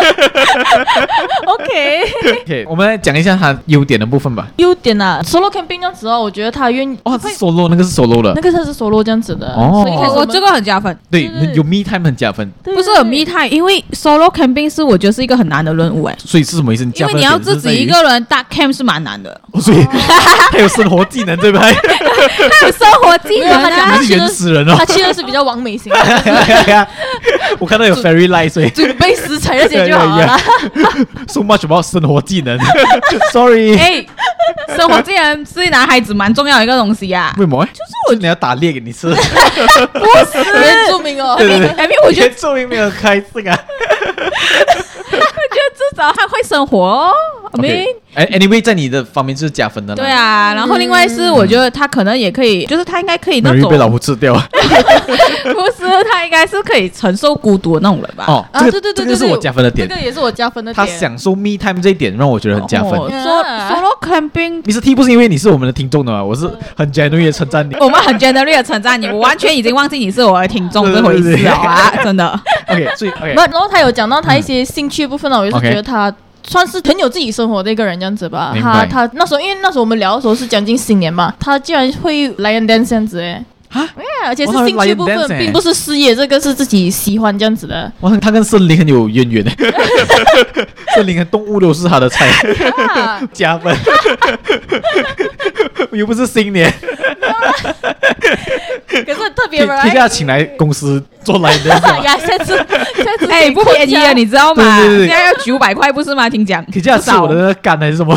[SPEAKER 2] OK。
[SPEAKER 3] ？OK，我们来讲一下他优点的部分吧。
[SPEAKER 2] 优点啊，solo camping 这样子哦，我觉得他愿意
[SPEAKER 3] 哦，他是 solo，那个是 solo 的
[SPEAKER 2] 那，个他是 solo 这样子的，
[SPEAKER 3] 哦
[SPEAKER 2] 所以一开始
[SPEAKER 1] 我
[SPEAKER 2] 我
[SPEAKER 1] 我
[SPEAKER 2] 们
[SPEAKER 1] 这个很加分，
[SPEAKER 3] 对
[SPEAKER 2] 对对，
[SPEAKER 3] 有 me time 很加分，
[SPEAKER 2] 对
[SPEAKER 1] 不是很密探，因为 solo camping 是我觉得是一个很难的任务哎，
[SPEAKER 3] 所以是什么意思？
[SPEAKER 1] 因
[SPEAKER 3] 加
[SPEAKER 1] 为
[SPEAKER 3] 分
[SPEAKER 1] 你
[SPEAKER 3] 的
[SPEAKER 1] 要
[SPEAKER 3] 点是
[SPEAKER 1] 自己一
[SPEAKER 3] 在
[SPEAKER 1] 个人搭 camp 是蛮难 的，
[SPEAKER 3] 于，所以 他有生活技能对吧？
[SPEAKER 1] 他有生活技
[SPEAKER 2] 因为
[SPEAKER 1] 能
[SPEAKER 2] 他讲
[SPEAKER 1] 啊
[SPEAKER 2] 他
[SPEAKER 3] 你是
[SPEAKER 2] 去
[SPEAKER 3] 原
[SPEAKER 2] 的
[SPEAKER 3] 始人哦
[SPEAKER 2] 他去的是比较完美型的，
[SPEAKER 3] 我看到有 fairy light，所以
[SPEAKER 2] 准备食材那 些就好了啦。
[SPEAKER 3] so much about 生活技能。Sorry，为
[SPEAKER 1] 哎，生活技能是男孩子蛮重要的一个东西啊呀。
[SPEAKER 3] 什么？就是我你要打猎给你 吃，
[SPEAKER 2] 原住民哦，
[SPEAKER 3] 对对对。
[SPEAKER 1] 哎，因为 我觉得
[SPEAKER 3] 原住民没有开心啊。
[SPEAKER 1] 我觉得至少他会生活哦。I mean，
[SPEAKER 3] 哎，anyway，在你的方面就是加分的啦。
[SPEAKER 1] 对啊，然后另外是我觉得他可能也可以，就是他应该可以那
[SPEAKER 3] ，Mary
[SPEAKER 1] 种
[SPEAKER 3] 被老虎 吃掉。
[SPEAKER 2] 啊
[SPEAKER 1] 不是，他应该是可以承受孤独的那种人吧？
[SPEAKER 3] 哦，
[SPEAKER 2] 啊，
[SPEAKER 3] 这
[SPEAKER 2] 对
[SPEAKER 3] 个
[SPEAKER 2] 对对
[SPEAKER 3] 这
[SPEAKER 2] 对，
[SPEAKER 3] 个是
[SPEAKER 2] 对
[SPEAKER 3] 我加分的点
[SPEAKER 2] 这，个也是我加分的
[SPEAKER 3] 他
[SPEAKER 2] 点。
[SPEAKER 3] 享受 me time 这一点让我觉得很加分。
[SPEAKER 1] 哦说
[SPEAKER 2] Yeah
[SPEAKER 1] solo camping，
[SPEAKER 3] Mr. T 不是因为你是我们的听众的嘛，我是很 genuine 地称赞你。
[SPEAKER 1] 我
[SPEAKER 2] 哦
[SPEAKER 1] 们很 generous 地称赞你，我完全已经忘记你是我的听众这回事了啊！真的，
[SPEAKER 3] OK，所以 OK，
[SPEAKER 2] 不，然后他有讲到他一些兴趣的部分呢，我就是
[SPEAKER 3] OK
[SPEAKER 2] 觉得他。算是很有自己生活的一个人这样子吧。
[SPEAKER 3] 明
[SPEAKER 2] 他
[SPEAKER 3] 白
[SPEAKER 2] 他那时候因为那时候我们聊的时候是将近新年嘛，他竟然会 lion dance 这样子哎。
[SPEAKER 3] 啊
[SPEAKER 2] 对而且是
[SPEAKER 3] 哇他会
[SPEAKER 2] 兴趣
[SPEAKER 3] lion
[SPEAKER 2] 部分
[SPEAKER 3] dance，欸
[SPEAKER 2] 并不是事业，这个是自己喜欢这样子 的。
[SPEAKER 3] 哇，他跟森林很有渊源的， 森林和动物都是他的菜，
[SPEAKER 2] 啊
[SPEAKER 3] 加分。 又不是新年，
[SPEAKER 2] 可是很特 别
[SPEAKER 3] 天
[SPEAKER 2] 吧？。
[SPEAKER 3] 天下请来公司做来的
[SPEAKER 2] 呀，下次下 次
[SPEAKER 1] 哎，不便宜啊，你知道吗？
[SPEAKER 3] 对对对
[SPEAKER 1] 现在要九百块，不是吗？听讲，
[SPEAKER 3] 天下吃我的那个肝还是什么？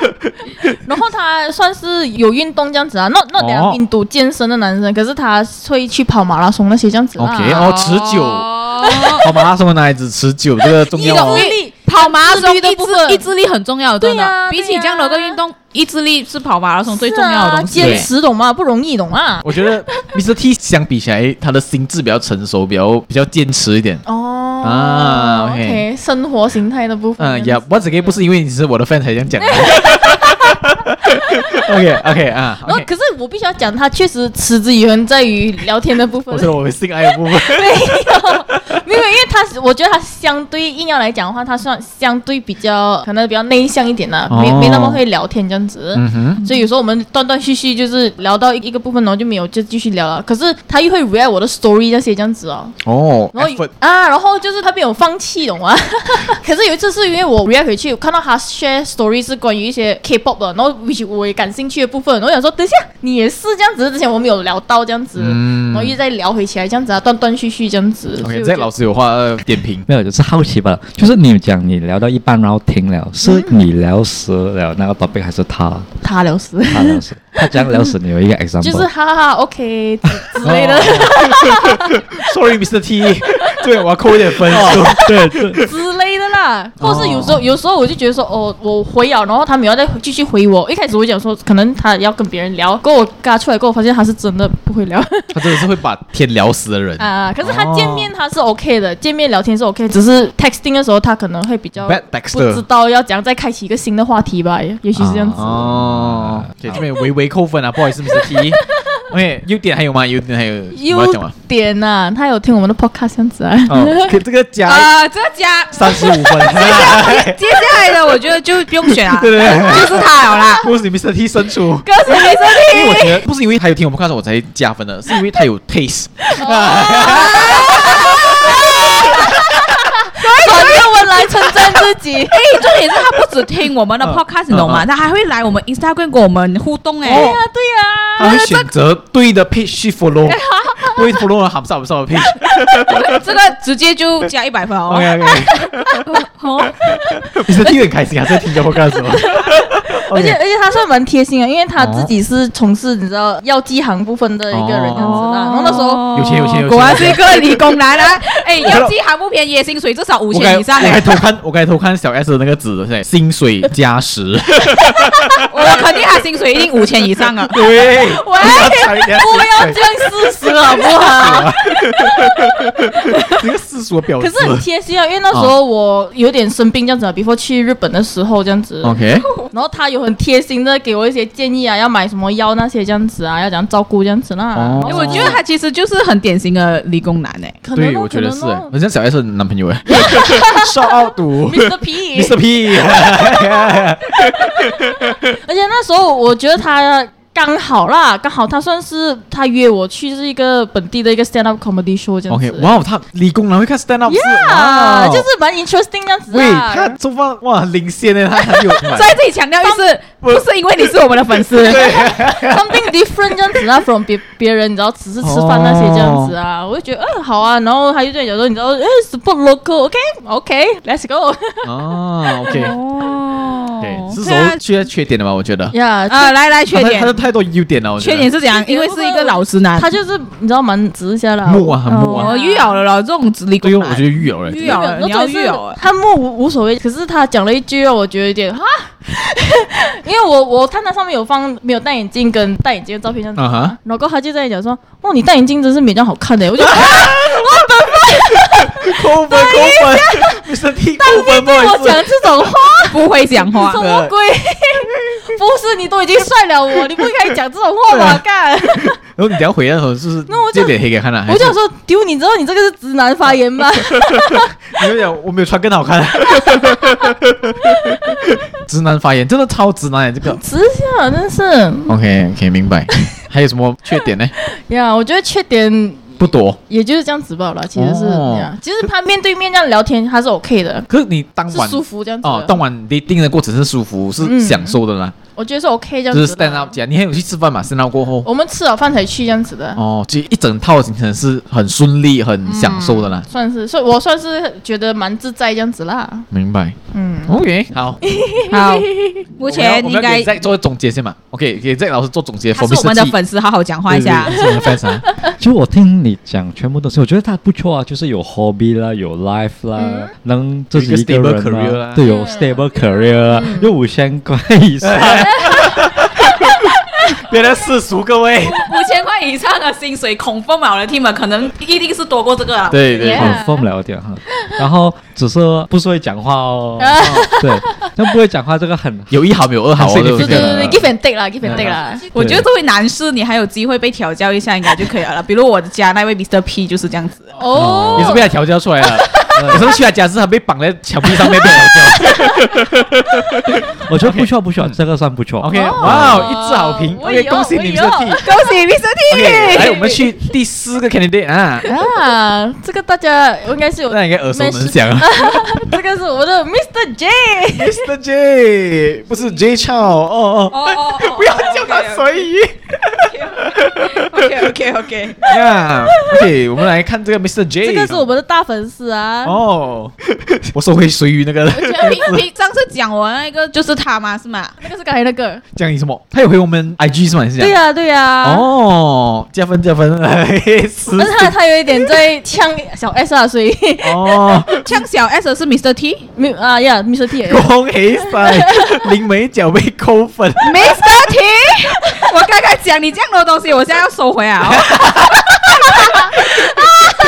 [SPEAKER 2] 然后他算是有运动这样子啊，那那
[SPEAKER 3] 哦
[SPEAKER 2] 俩印度健身的男生，可是他会去跑马拉松那些这样子啊。
[SPEAKER 3] OK，哦，持久，
[SPEAKER 1] 哦
[SPEAKER 3] 跑马拉松的男孩子持久，这个重
[SPEAKER 2] 意
[SPEAKER 3] 要哦
[SPEAKER 2] 志。力，
[SPEAKER 1] 跑马拉松
[SPEAKER 2] 自律的
[SPEAKER 1] 意
[SPEAKER 2] 部
[SPEAKER 1] 志
[SPEAKER 2] 分
[SPEAKER 1] 意志力很重要，真
[SPEAKER 2] 对
[SPEAKER 1] 的。
[SPEAKER 2] 呀
[SPEAKER 1] 比
[SPEAKER 2] 对
[SPEAKER 1] 起
[SPEAKER 2] 呀
[SPEAKER 1] 这样的个运动，意志力是跑马拉松最重要的东西。
[SPEAKER 2] 是啊坚持懂吗？不容易懂啊吗？
[SPEAKER 3] 我觉得 Mr. T 相比起来，他的心智比较成熟，比较比较坚持一点。
[SPEAKER 2] 哦
[SPEAKER 3] 啊，OK
[SPEAKER 2] ，OK，生活形态的部分，
[SPEAKER 3] 嗯，也我只可以不是因为你是我的 fan 才这 样讲的。OK OK 啊
[SPEAKER 2] 然后
[SPEAKER 3] ，OK，
[SPEAKER 2] 可是我必须要讲，他确实持之以恒在于聊天的部分
[SPEAKER 3] 我，说我们性爱的 部分。
[SPEAKER 2] 没有，因为他我觉得他相对硬要来讲的话，他算相对比较可能比较内向一点啦，没
[SPEAKER 3] 哦
[SPEAKER 2] 没那么会聊天这样子。
[SPEAKER 3] 嗯哼，
[SPEAKER 2] 所以有时候我们断断续续就是聊到一一个部分，然后就没有就继续聊了。可是他又会 react 我的 story 那些这样子哦，
[SPEAKER 3] 哦
[SPEAKER 2] 然后有
[SPEAKER 3] ，effort
[SPEAKER 2] 啊，然后就是他没有放弃，懂吗？ 可是有一次是因为我 react 回去，我看到他 share story 是关于一些 K-pop 的，然后 which 我也感兴趣的部分，然后我想说，等一下你也是这样子，之前我们有聊到这样子，
[SPEAKER 3] 嗯
[SPEAKER 2] 然后又再聊回起来这样子啊，断断续续这样子。所以
[SPEAKER 3] OK，
[SPEAKER 2] 我
[SPEAKER 3] 这
[SPEAKER 2] 觉得
[SPEAKER 3] 老师有话呃点评。
[SPEAKER 5] 没有，就是好奇吧。就是你有讲你聊到一半然后停了，是你聊死了那个 topic 还是他
[SPEAKER 2] 他聊 死，
[SPEAKER 5] 他聊死？他讲聊死你有一个 example，
[SPEAKER 3] 哦
[SPEAKER 2] 就是哈哈哈 OK 之之类的、
[SPEAKER 3] Sorry，Mr. 哦 T，对我要扣一点分数。
[SPEAKER 2] 哦
[SPEAKER 3] 对 对，
[SPEAKER 2] 之类的啦，或是有时候、有时候我就觉得说，哦，我回了，然后他没有再继续回我。一开始我讲说，可能他要跟别人聊，跟我跟他出来过后，发现他是真的不会聊
[SPEAKER 3] 他真的是会把天聊死的哦人。
[SPEAKER 2] 啊。可是他见面他是 OK 的，见面聊天是 OK，只是 texting 的时候他可能会比较
[SPEAKER 3] Bad
[SPEAKER 2] 不知
[SPEAKER 3] Baxter。
[SPEAKER 2] 道要怎样再开启一个新的话题吧，也也许是这样
[SPEAKER 3] 啊
[SPEAKER 2] 子。
[SPEAKER 3] 哦，对，这边微微扣分啊，不好意思，Mr. T。OK，优点还有吗？优点还有
[SPEAKER 2] 优
[SPEAKER 3] 我要讲吗？
[SPEAKER 2] 点呐、啊，他有听我们的 podcast 这样子啊，
[SPEAKER 3] 哦，可这个加
[SPEAKER 1] 啊，这家
[SPEAKER 3] 三十 五分。
[SPEAKER 1] 接下来的我觉得就不用选啊，
[SPEAKER 3] 对对对
[SPEAKER 1] 就是他了啦。
[SPEAKER 3] 恭喜 Mr. T 胜出。
[SPEAKER 1] 歌词没声
[SPEAKER 3] 因为我觉得不是因为他有听我们看的我才加分的，是因为他有 taste。
[SPEAKER 2] 转用文来称赞自 己。
[SPEAKER 3] 哦
[SPEAKER 1] 哎，重点是他不只听我们的
[SPEAKER 3] 嗯
[SPEAKER 1] podcast，你懂吗？
[SPEAKER 3] 嗯嗯
[SPEAKER 1] 他还会来我们 Instagram 跟我们互动哎。
[SPEAKER 3] 哦
[SPEAKER 2] 对呀、对呀、
[SPEAKER 3] 他会选择对的 page 去 follow，不会 follow 了喊不上不上的 page。
[SPEAKER 1] 这个直接就加一百分哦。
[SPEAKER 3] OK OK，
[SPEAKER 1] 哦
[SPEAKER 3] 你是听得很开心啊，在听着我 干什么？
[SPEAKER 2] 而且
[SPEAKER 3] OK
[SPEAKER 2] 而且他算蛮贴心啊的，因为他自己是从事你知道药剂行部分的一个人这样子的。
[SPEAKER 3] 哦
[SPEAKER 2] 然后那时 候
[SPEAKER 3] 有钱有钱有钱
[SPEAKER 1] 果然是一个理工男啊！ 哎，
[SPEAKER 3] 看到
[SPEAKER 1] 药剂还不便宜，薪水至少五
[SPEAKER 3] 我该
[SPEAKER 1] 千以
[SPEAKER 3] 我
[SPEAKER 1] 上哎
[SPEAKER 3] 该。偷看，我该偷看小 S 的那个纸，现在薪水加十，。
[SPEAKER 1] 啊 我肯定他薪水一定五千以上啊
[SPEAKER 3] 对，不
[SPEAKER 2] 不要
[SPEAKER 3] 要
[SPEAKER 2] 这样事实 好不好？
[SPEAKER 3] 这个世俗的表
[SPEAKER 2] 可
[SPEAKER 3] 示。
[SPEAKER 2] 是很贴心啊，因为那时
[SPEAKER 3] 哦
[SPEAKER 2] 候我有点生病这样子啊，before 去日本的时候这样子。
[SPEAKER 3] OK，
[SPEAKER 2] 然后他有很贴心的给我一些建议啊，要买什么药那些这样子啊，要怎样照顾这样子啦。
[SPEAKER 3] 哦
[SPEAKER 2] 然后
[SPEAKER 1] 我觉得他其实就是很典型的理工男哎。
[SPEAKER 2] 可能
[SPEAKER 3] 对，
[SPEAKER 2] 哦
[SPEAKER 3] 我觉得
[SPEAKER 2] 可
[SPEAKER 3] 是，
[SPEAKER 2] 能哦
[SPEAKER 3] 很像小 S 的男朋友 哎， 少傲毒
[SPEAKER 2] Mr. P，
[SPEAKER 3] ，Mr. P，
[SPEAKER 2] 而且那时候我觉得他刚好啦，刚好他算是他约我去是一个本地的一个 stand up comedy show 这样子。
[SPEAKER 3] OK，哇，他理工男会看 stand up 是哇
[SPEAKER 2] 啊，就是蛮 interesting 这样子
[SPEAKER 3] 喂，
[SPEAKER 2] 啊。
[SPEAKER 3] 他做饭哇领先呢，他很有
[SPEAKER 1] 在这里强调一次，不是因为你是我们的粉 丝，
[SPEAKER 2] something different 这样子啊，from 别别人，你知道，只是吃饭那些这样子啊，我就觉得，嗯，好啊。然后他就对你讲说，你知道，哎，support local，OK，OK，let's go。
[SPEAKER 3] 哦，OK，
[SPEAKER 1] 哦
[SPEAKER 2] 啊
[SPEAKER 3] 对，是时候缺缺点了吧？我觉 得，
[SPEAKER 2] 呀，
[SPEAKER 1] 啊，来来，缺
[SPEAKER 3] 他的他的
[SPEAKER 1] 点，
[SPEAKER 3] 太多优点了，我觉
[SPEAKER 1] 缺
[SPEAKER 3] 得
[SPEAKER 1] 点是怎样？因为是一个老实男，
[SPEAKER 2] 他就是你知道蛮直一下哦啦。
[SPEAKER 3] 木啊，很木啊，
[SPEAKER 1] 我遇咬了咯，这种理工
[SPEAKER 3] 对哦，
[SPEAKER 1] 男，
[SPEAKER 3] 我觉得育儿
[SPEAKER 1] 育
[SPEAKER 3] 嘞，
[SPEAKER 1] 咬了，你
[SPEAKER 2] 然后
[SPEAKER 1] 要
[SPEAKER 2] 重点
[SPEAKER 1] 遇
[SPEAKER 2] 是
[SPEAKER 1] 咬啊。
[SPEAKER 2] 他木无无所谓，可是他讲了一句让我觉得有点哈， 因为我我看他上面有放没有戴眼镜跟戴眼镜的照片这样子
[SPEAKER 3] 啊哈，
[SPEAKER 2] 然后他就在讲说，哦，你戴眼镜真是没这样好看的、我就
[SPEAKER 3] 啊
[SPEAKER 2] 觉得
[SPEAKER 3] 扣分扣分，你身体扣分不
[SPEAKER 2] 哎我
[SPEAKER 3] 好意
[SPEAKER 2] 讲
[SPEAKER 3] 思，
[SPEAKER 2] 这种话
[SPEAKER 1] 不会讲 话
[SPEAKER 2] 什，么鬼？ 不是你都已经帅了我，你不应该讲这种话吧？干！
[SPEAKER 3] 然后你等下回来的时候，就是
[SPEAKER 2] 那我就
[SPEAKER 3] 这脸黑给看了，还
[SPEAKER 2] 我
[SPEAKER 3] 是
[SPEAKER 2] 就想说，丢，你知道你这个是直男发言吗？
[SPEAKER 3] 你们讲我没有穿更好看。直男发言真的超直男哎，这个。
[SPEAKER 2] 直下真是
[SPEAKER 3] OK OK，明白。还有什么缺点 呢？
[SPEAKER 2] 呀，我觉得缺点
[SPEAKER 3] 不多。
[SPEAKER 2] 也就是这样子罢了。其实是
[SPEAKER 3] 哦
[SPEAKER 2] 呀，其实他面对面这样聊天还是 OK 的，
[SPEAKER 3] 可是你当
[SPEAKER 2] 是
[SPEAKER 3] 晚
[SPEAKER 2] 舒服这样子的。
[SPEAKER 3] 哦，当晚你定的过程是舒服，是
[SPEAKER 2] 嗯
[SPEAKER 3] 享受的啦，
[SPEAKER 2] 我觉得是 OK 这样
[SPEAKER 3] 就
[SPEAKER 2] 子哦
[SPEAKER 3] 是
[SPEAKER 2] 的
[SPEAKER 3] stand up 讲，你还有去吃饭嘛？stand up 过后，
[SPEAKER 2] 我们吃了饭才去这样子的，
[SPEAKER 3] 哦，其实一整套行程是很顺利、很享受的啦。
[SPEAKER 2] 算是，所以我算是觉得蛮自在这样子啦。
[SPEAKER 3] 明白
[SPEAKER 2] 嗯，
[SPEAKER 3] ，OK，好，
[SPEAKER 1] 好，目前
[SPEAKER 3] 我们要
[SPEAKER 1] 应
[SPEAKER 3] 我们要
[SPEAKER 1] 该
[SPEAKER 3] 给 Zack 做总结先嘛，OK，给 Zack 老师做总结，
[SPEAKER 1] 他是我们的
[SPEAKER 3] Formation
[SPEAKER 1] 粉丝，好好讲话
[SPEAKER 3] 对
[SPEAKER 1] 一下
[SPEAKER 3] 对。对是我们的粉丝 啊，
[SPEAKER 5] 就我听你讲，全部都是，我觉得他不错啊，就是有 hobby 啦，有 life 啦，
[SPEAKER 2] 嗯
[SPEAKER 5] 能自己
[SPEAKER 3] 有一
[SPEAKER 5] 一
[SPEAKER 3] 个
[SPEAKER 5] 个
[SPEAKER 3] stable
[SPEAKER 5] 人啊
[SPEAKER 3] career 啦
[SPEAKER 5] 对，有
[SPEAKER 2] 嗯啊
[SPEAKER 5] stable career 啦，有五千块以上，
[SPEAKER 3] 别来世俗各位，
[SPEAKER 1] 五千块以上的薪水，恐风毛的 team 啊可能一定是多过这个啊。
[SPEAKER 3] 对对
[SPEAKER 2] Yeah
[SPEAKER 5] 很哦疯了点哈。然后只是不是会讲话哦，
[SPEAKER 2] 啊
[SPEAKER 5] 对，但不会讲话这个很
[SPEAKER 3] 有一好没有二好哦，
[SPEAKER 5] 很
[SPEAKER 3] 对不
[SPEAKER 2] 对对
[SPEAKER 3] 对？
[SPEAKER 2] 对对，give and take 啦，give and take
[SPEAKER 5] 对
[SPEAKER 2] 啦。
[SPEAKER 1] 我觉得这位男士，你还有机会被调教一下，应该就可以了啦。比如我的家那位 Mr. P 就是这样 子。
[SPEAKER 2] 哦，
[SPEAKER 3] 也是被他调教出来 了。有时候去他家是他被绑在墙壁上面 被调教。
[SPEAKER 5] 我觉得不错不错，这个算不错。
[SPEAKER 3] OK，
[SPEAKER 2] 哦
[SPEAKER 3] 哇，哦，一致好评
[SPEAKER 2] 我也
[SPEAKER 3] ，OK，
[SPEAKER 2] 有
[SPEAKER 3] 恭喜你
[SPEAKER 2] 我也
[SPEAKER 3] 们
[SPEAKER 2] 有
[SPEAKER 3] 的 T。
[SPEAKER 1] 恭喜
[SPEAKER 3] OK， 哎
[SPEAKER 1] Mr.
[SPEAKER 3] 来，我们去第四个 candidate 啊，
[SPEAKER 2] 啊，这个大家应该是有
[SPEAKER 3] 那应该耳熟能详 啊。
[SPEAKER 2] 这个是我的 Mr. J，
[SPEAKER 3] Mr. J，不是 J Chow，哦哦，
[SPEAKER 1] 哦哦 哦，
[SPEAKER 3] 不要叫他随意
[SPEAKER 1] OK OK OK，
[SPEAKER 3] 呀。OK，我们来看这个 Mr. J，
[SPEAKER 2] 这个是我们的大粉丝啊。
[SPEAKER 3] 哦，我收回随鱼那个了。
[SPEAKER 1] 平平上次讲我那个就是他嘛，是吗？
[SPEAKER 2] 那个是刚才那个，
[SPEAKER 3] 讲你什么？他有回我们 IG 是吗？还是这
[SPEAKER 2] 对
[SPEAKER 3] 样？
[SPEAKER 2] 呀对
[SPEAKER 1] 啊
[SPEAKER 2] 呀。
[SPEAKER 3] 哦，加分加分，嘿死
[SPEAKER 2] 但是他他有一点在呛小 S 啊，所以
[SPEAKER 3] 哦，
[SPEAKER 1] 像小 S 是 Mr. T，Mr.
[SPEAKER 2] 没有啊呀，Mr. T 也有
[SPEAKER 3] 恭喜晒，零美角被扣分。
[SPEAKER 1] T，我 刚刚讲你这样的东西，我现在要收回啊。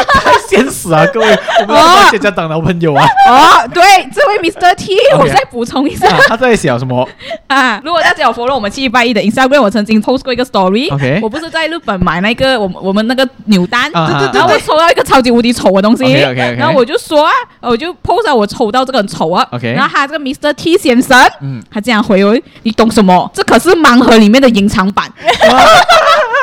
[SPEAKER 3] 太现实啊，各位，我们要把家家当老 朋友啊。
[SPEAKER 1] 哦，对，这位 Mr. T，
[SPEAKER 3] OK
[SPEAKER 1] 我再补充一下
[SPEAKER 3] 啊他在想什么？
[SPEAKER 1] 啊，如果大家有 follow 我们七一八一的 Instagram，我曾经 post 过一个 story。
[SPEAKER 3] OK
[SPEAKER 1] 我不是在日本买那个我们我们那个扭蛋，
[SPEAKER 3] 啊对对对
[SPEAKER 1] 然后我抽到一个超级无敌丑的东西
[SPEAKER 3] OK，OK，OK
[SPEAKER 1] 然后我就说啊，我就 post 到我抽到这个很丑啊
[SPEAKER 3] OK
[SPEAKER 1] 然后他这个 Mr. T 先生，
[SPEAKER 3] 嗯
[SPEAKER 1] 他这样回我，你懂什么？这可是盲盒里面的隐藏版。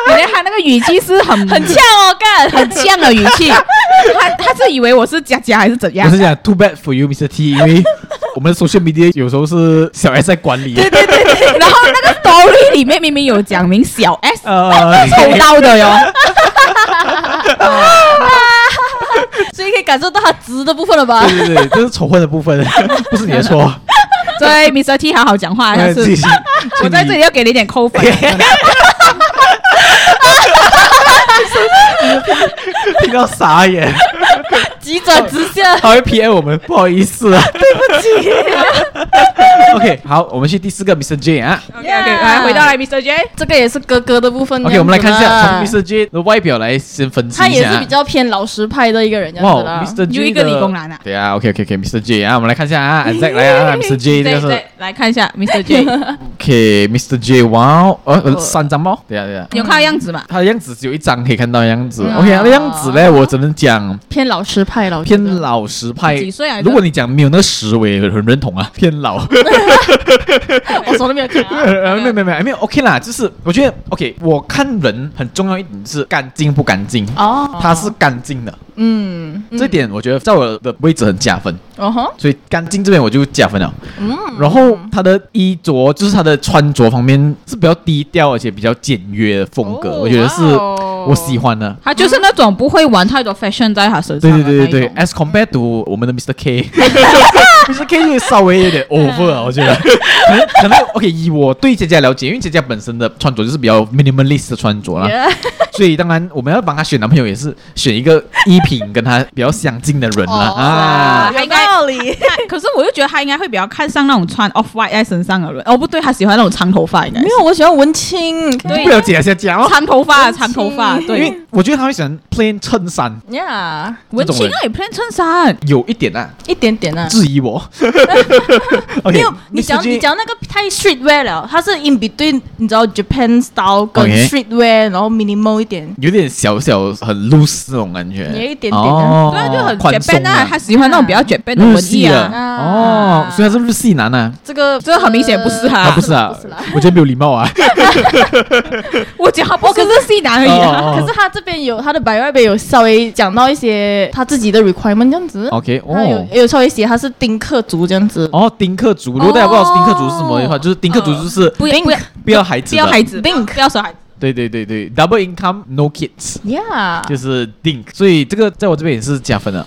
[SPEAKER 1] 感觉他那个语气是很
[SPEAKER 2] 很呛哦，干
[SPEAKER 1] 很呛的语气， 他他是以为我是佳佳还是怎样
[SPEAKER 3] 我？是讲 too bad for you, Mr. T，因为我们的 social media 有时候是小 S 在管理。啊
[SPEAKER 1] 然后那 个 story 里面明明有讲明小 S
[SPEAKER 3] 呃，
[SPEAKER 1] 抽到的哟。
[SPEAKER 2] 所以可以感受到他直的部分了吧？
[SPEAKER 3] 对对对，这是仇恨的部分， 不是你的错。
[SPEAKER 1] 所以 Mr. T 好好讲话，下
[SPEAKER 3] 呃
[SPEAKER 1] 次
[SPEAKER 3] 自己
[SPEAKER 1] 我在这里要给你一点扣 分。
[SPEAKER 3] 听到傻眼，
[SPEAKER 2] 急转直下，
[SPEAKER 3] 他会 PM 我们，不好意 思啊，对不起。OK，好，我们去第四个 Mr. J 啊。
[SPEAKER 1] OK OK，来回到来 Mr. J，
[SPEAKER 2] 这个也是哥哥的部
[SPEAKER 1] 嗯
[SPEAKER 2] 分。
[SPEAKER 3] OK，我们来看一
[SPEAKER 2] 这样子
[SPEAKER 3] 下
[SPEAKER 2] 啦
[SPEAKER 3] 从 Mr. J 的外表来先分析
[SPEAKER 2] 他
[SPEAKER 3] 一
[SPEAKER 2] 也
[SPEAKER 3] 下
[SPEAKER 2] 是
[SPEAKER 3] 啊。
[SPEAKER 2] 比较偏老实派的一个人，这样子
[SPEAKER 3] 哇
[SPEAKER 2] 啦。
[SPEAKER 3] ，Mr. J
[SPEAKER 1] 又一个
[SPEAKER 3] 的
[SPEAKER 1] 理工男啊
[SPEAKER 3] 对啊，OK OK OK，Mr. J 啊，我们来看一下啊， 再来啊，Mr. J 这个是
[SPEAKER 1] 对来看一下 Mr. J，
[SPEAKER 3] OK，Mr. J，哇哦，呃，呃三张猫，对啊对啊。
[SPEAKER 1] 有看到样子吗？
[SPEAKER 3] 他的样子只有一张可以看到的样子。
[SPEAKER 2] 嗯
[SPEAKER 3] OK，他的样子
[SPEAKER 1] 哦
[SPEAKER 3] 呢，我只能讲
[SPEAKER 2] 偏老实派了，我觉得
[SPEAKER 3] 偏。老实派。
[SPEAKER 1] 几岁来着啊
[SPEAKER 3] 如果你讲没有那个实，我也很认同啊，偏老。
[SPEAKER 2] 我从来没有讲啊。
[SPEAKER 3] 呃，没有没有没有没有，OK 啦，就是我觉得 OK，我看人很重要一点是干净不干净，
[SPEAKER 2] 哦，
[SPEAKER 3] 他是干净的，
[SPEAKER 2] 嗯，嗯
[SPEAKER 3] 这点我觉得在我的位置很加分，
[SPEAKER 2] 哦吼，
[SPEAKER 3] 所以干净这边我就加分了。
[SPEAKER 2] 嗯
[SPEAKER 3] 然后他的衣着就是他的穿着方面是比较低调而且比较简约的风格，
[SPEAKER 2] 哦
[SPEAKER 3] 我觉得是
[SPEAKER 2] 哇哦
[SPEAKER 3] 我喜欢的。
[SPEAKER 1] 他就是那种不会玩太多 fashion 在他身上的
[SPEAKER 3] 对对对
[SPEAKER 1] 那
[SPEAKER 3] 对对
[SPEAKER 1] 种。
[SPEAKER 3] ，as compared to 我们的 Mr. K，Mr. K 就稍微有点
[SPEAKER 2] 嗯
[SPEAKER 3] over 啊，我觉得。可能可能 OK，以我对佳佳了解，因为佳佳本身的穿着就是比较 minimalist 的穿着啦
[SPEAKER 2] Yeah
[SPEAKER 3] 所以当然我们要帮她选男朋友也是选一个衣品跟她比较相近的人啦、
[SPEAKER 2] 哦
[SPEAKER 3] 啊。
[SPEAKER 1] 他应该
[SPEAKER 2] 那里。
[SPEAKER 1] 可是我又觉得他应该会比较看上那种穿 off white 在身上的人。哦，不对，他喜欢那种长头发，应该是
[SPEAKER 2] 没有，我喜欢文青。
[SPEAKER 1] 对
[SPEAKER 3] 不了解一下讲哦，
[SPEAKER 1] 长头发，
[SPEAKER 2] 文青
[SPEAKER 1] 长头发，
[SPEAKER 3] 因
[SPEAKER 1] 对
[SPEAKER 3] 为，我觉得他会喜欢 plain 衬衫，
[SPEAKER 2] 呀，
[SPEAKER 1] 文青啊，也 plain 衬衫，
[SPEAKER 3] 有一点啊，
[SPEAKER 2] 一点点啊。
[SPEAKER 3] 质疑 我。OK，
[SPEAKER 2] 没有，你讲
[SPEAKER 3] Mr. G，
[SPEAKER 2] 你讲那个太 street wear 了，它是 in between，你知道 Japan style 跟
[SPEAKER 3] OK
[SPEAKER 2] street wear，然后 minimal 一点。
[SPEAKER 3] 有点小小很 loose 那种感觉，
[SPEAKER 2] 有一点点啊
[SPEAKER 3] 哦，
[SPEAKER 1] 对啊，就很
[SPEAKER 3] 宽
[SPEAKER 1] Japan
[SPEAKER 3] 松
[SPEAKER 1] 啊，他喜欢那种比较 Japan 的
[SPEAKER 3] 日
[SPEAKER 1] 文艺
[SPEAKER 3] 系的
[SPEAKER 1] 啊。
[SPEAKER 3] 哦，所以他是日系男啊，
[SPEAKER 2] 这个
[SPEAKER 1] 这个很明显不是他
[SPEAKER 3] 啊不是啊
[SPEAKER 2] 不是啦，
[SPEAKER 3] 我觉得没有礼 貌啊，
[SPEAKER 1] 我讲他不哦是日系男而已啊。
[SPEAKER 3] 哦
[SPEAKER 2] 可是他这边有他的百外边有稍微讲到一些他自己的 requirement 这样子。
[SPEAKER 3] OK
[SPEAKER 2] 他有
[SPEAKER 3] 哦。
[SPEAKER 2] 有稍微写他是丁克族这样子。
[SPEAKER 3] 哦，丁克族，如果大家不知道是丁克族是什么的话，
[SPEAKER 2] 哦
[SPEAKER 3] 就是丁克族就是
[SPEAKER 1] 啊不要不要
[SPEAKER 3] 不要孩子，
[SPEAKER 1] 不要孩，子，不
[SPEAKER 2] Pink
[SPEAKER 1] 要小孩子。
[SPEAKER 3] 对对对对，double income no kids，
[SPEAKER 2] Yeah，
[SPEAKER 3] 就是 dink，所以这个在我这边也是加 分的，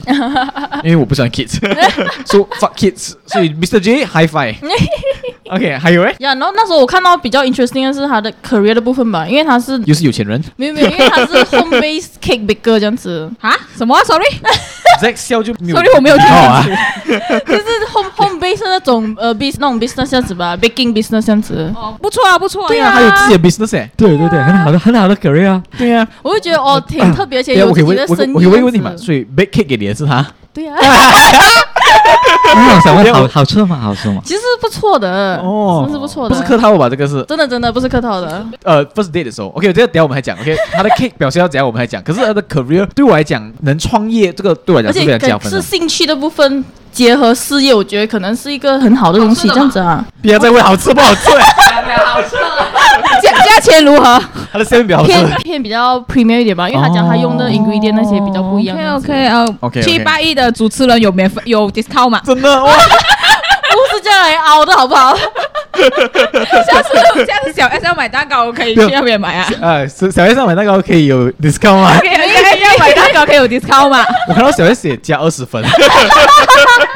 [SPEAKER 3] 因为我不喜欢 kids，so fuck kids，所以 Mr J high
[SPEAKER 2] 嗯
[SPEAKER 3] five，OK，还有哎，
[SPEAKER 2] 呀然后那时候我看到比较 interesting 的是他的 career 的部分吧，因为他是
[SPEAKER 3] 又是有钱人
[SPEAKER 2] 没有没有，因为他是 home base cake baker 这样子，
[SPEAKER 1] 啊？什么啊？Sorry，
[SPEAKER 3] ，Zack 笑就 没有礼貌啊，
[SPEAKER 1] Sorry，我没有听清楚
[SPEAKER 2] 就是 home home base 那种呃 bus 那种 business 这样子吧，baking business 这样子，
[SPEAKER 1] 哦，不错啊，不错啊。
[SPEAKER 2] 对啊
[SPEAKER 3] 他有自己的 business 哎、
[SPEAKER 5] 对对对，很好的很好的 career 啊，
[SPEAKER 3] 对呀、啊，
[SPEAKER 2] 我就觉得哦挺特别，而且
[SPEAKER 3] 对啊，
[SPEAKER 2] 有
[SPEAKER 3] 我
[SPEAKER 2] 自
[SPEAKER 3] 可以
[SPEAKER 2] 己
[SPEAKER 3] 问
[SPEAKER 2] 的
[SPEAKER 3] 我可
[SPEAKER 2] 生意。
[SPEAKER 3] 我可以问问你嘛，所以 bake cake 给你的是他，
[SPEAKER 2] 对啊呀，
[SPEAKER 5] 那我想
[SPEAKER 3] 没
[SPEAKER 5] 问
[SPEAKER 3] 有
[SPEAKER 5] 好好吃吗？好吃吗？
[SPEAKER 2] 其实不错的，
[SPEAKER 3] 哦
[SPEAKER 2] 真的是不错
[SPEAKER 3] 不
[SPEAKER 2] 的，
[SPEAKER 3] 是客套吧？这个是
[SPEAKER 2] 真的真的不是客套的。
[SPEAKER 3] 呃 first date 的时候，OK，这个等一下我们还讲，OK，他的 cake 表现要怎样我们还讲，可是他的 career 对我来讲能创业这个对我来
[SPEAKER 2] 而
[SPEAKER 3] 讲哎是
[SPEAKER 2] 且
[SPEAKER 3] 非常加
[SPEAKER 2] 跟
[SPEAKER 3] 分啊
[SPEAKER 2] 是
[SPEAKER 3] 的，
[SPEAKER 2] 兴趣的部分结合事业，我觉得可能是一个很好的东西，
[SPEAKER 1] 好吃的
[SPEAKER 2] 这样
[SPEAKER 1] 吗
[SPEAKER 2] 子啊。
[SPEAKER 3] 不要再问好吃不 好吃、
[SPEAKER 1] 价 价钱如何
[SPEAKER 3] 他的 s a 比较好吃。
[SPEAKER 2] 偏偏比较 premium 一点吧，因为他讲他用的
[SPEAKER 3] 哦
[SPEAKER 2] ingredient 那些比较不一样。
[SPEAKER 1] ？OK OK 啊
[SPEAKER 3] OK，OK
[SPEAKER 1] 七八一的主持人有免费有 discount 嘛？
[SPEAKER 3] 真的哇，
[SPEAKER 2] 不是这样来熬的好不好？
[SPEAKER 1] 下次下次小 S 要买蛋糕，我可以去那边买啊。
[SPEAKER 3] 呃，小小 S 上买蛋糕可以有 discount 吗？
[SPEAKER 1] 可以可以要买蛋糕可以有 discount 嘛？
[SPEAKER 3] 我看到小 S 也加二十分，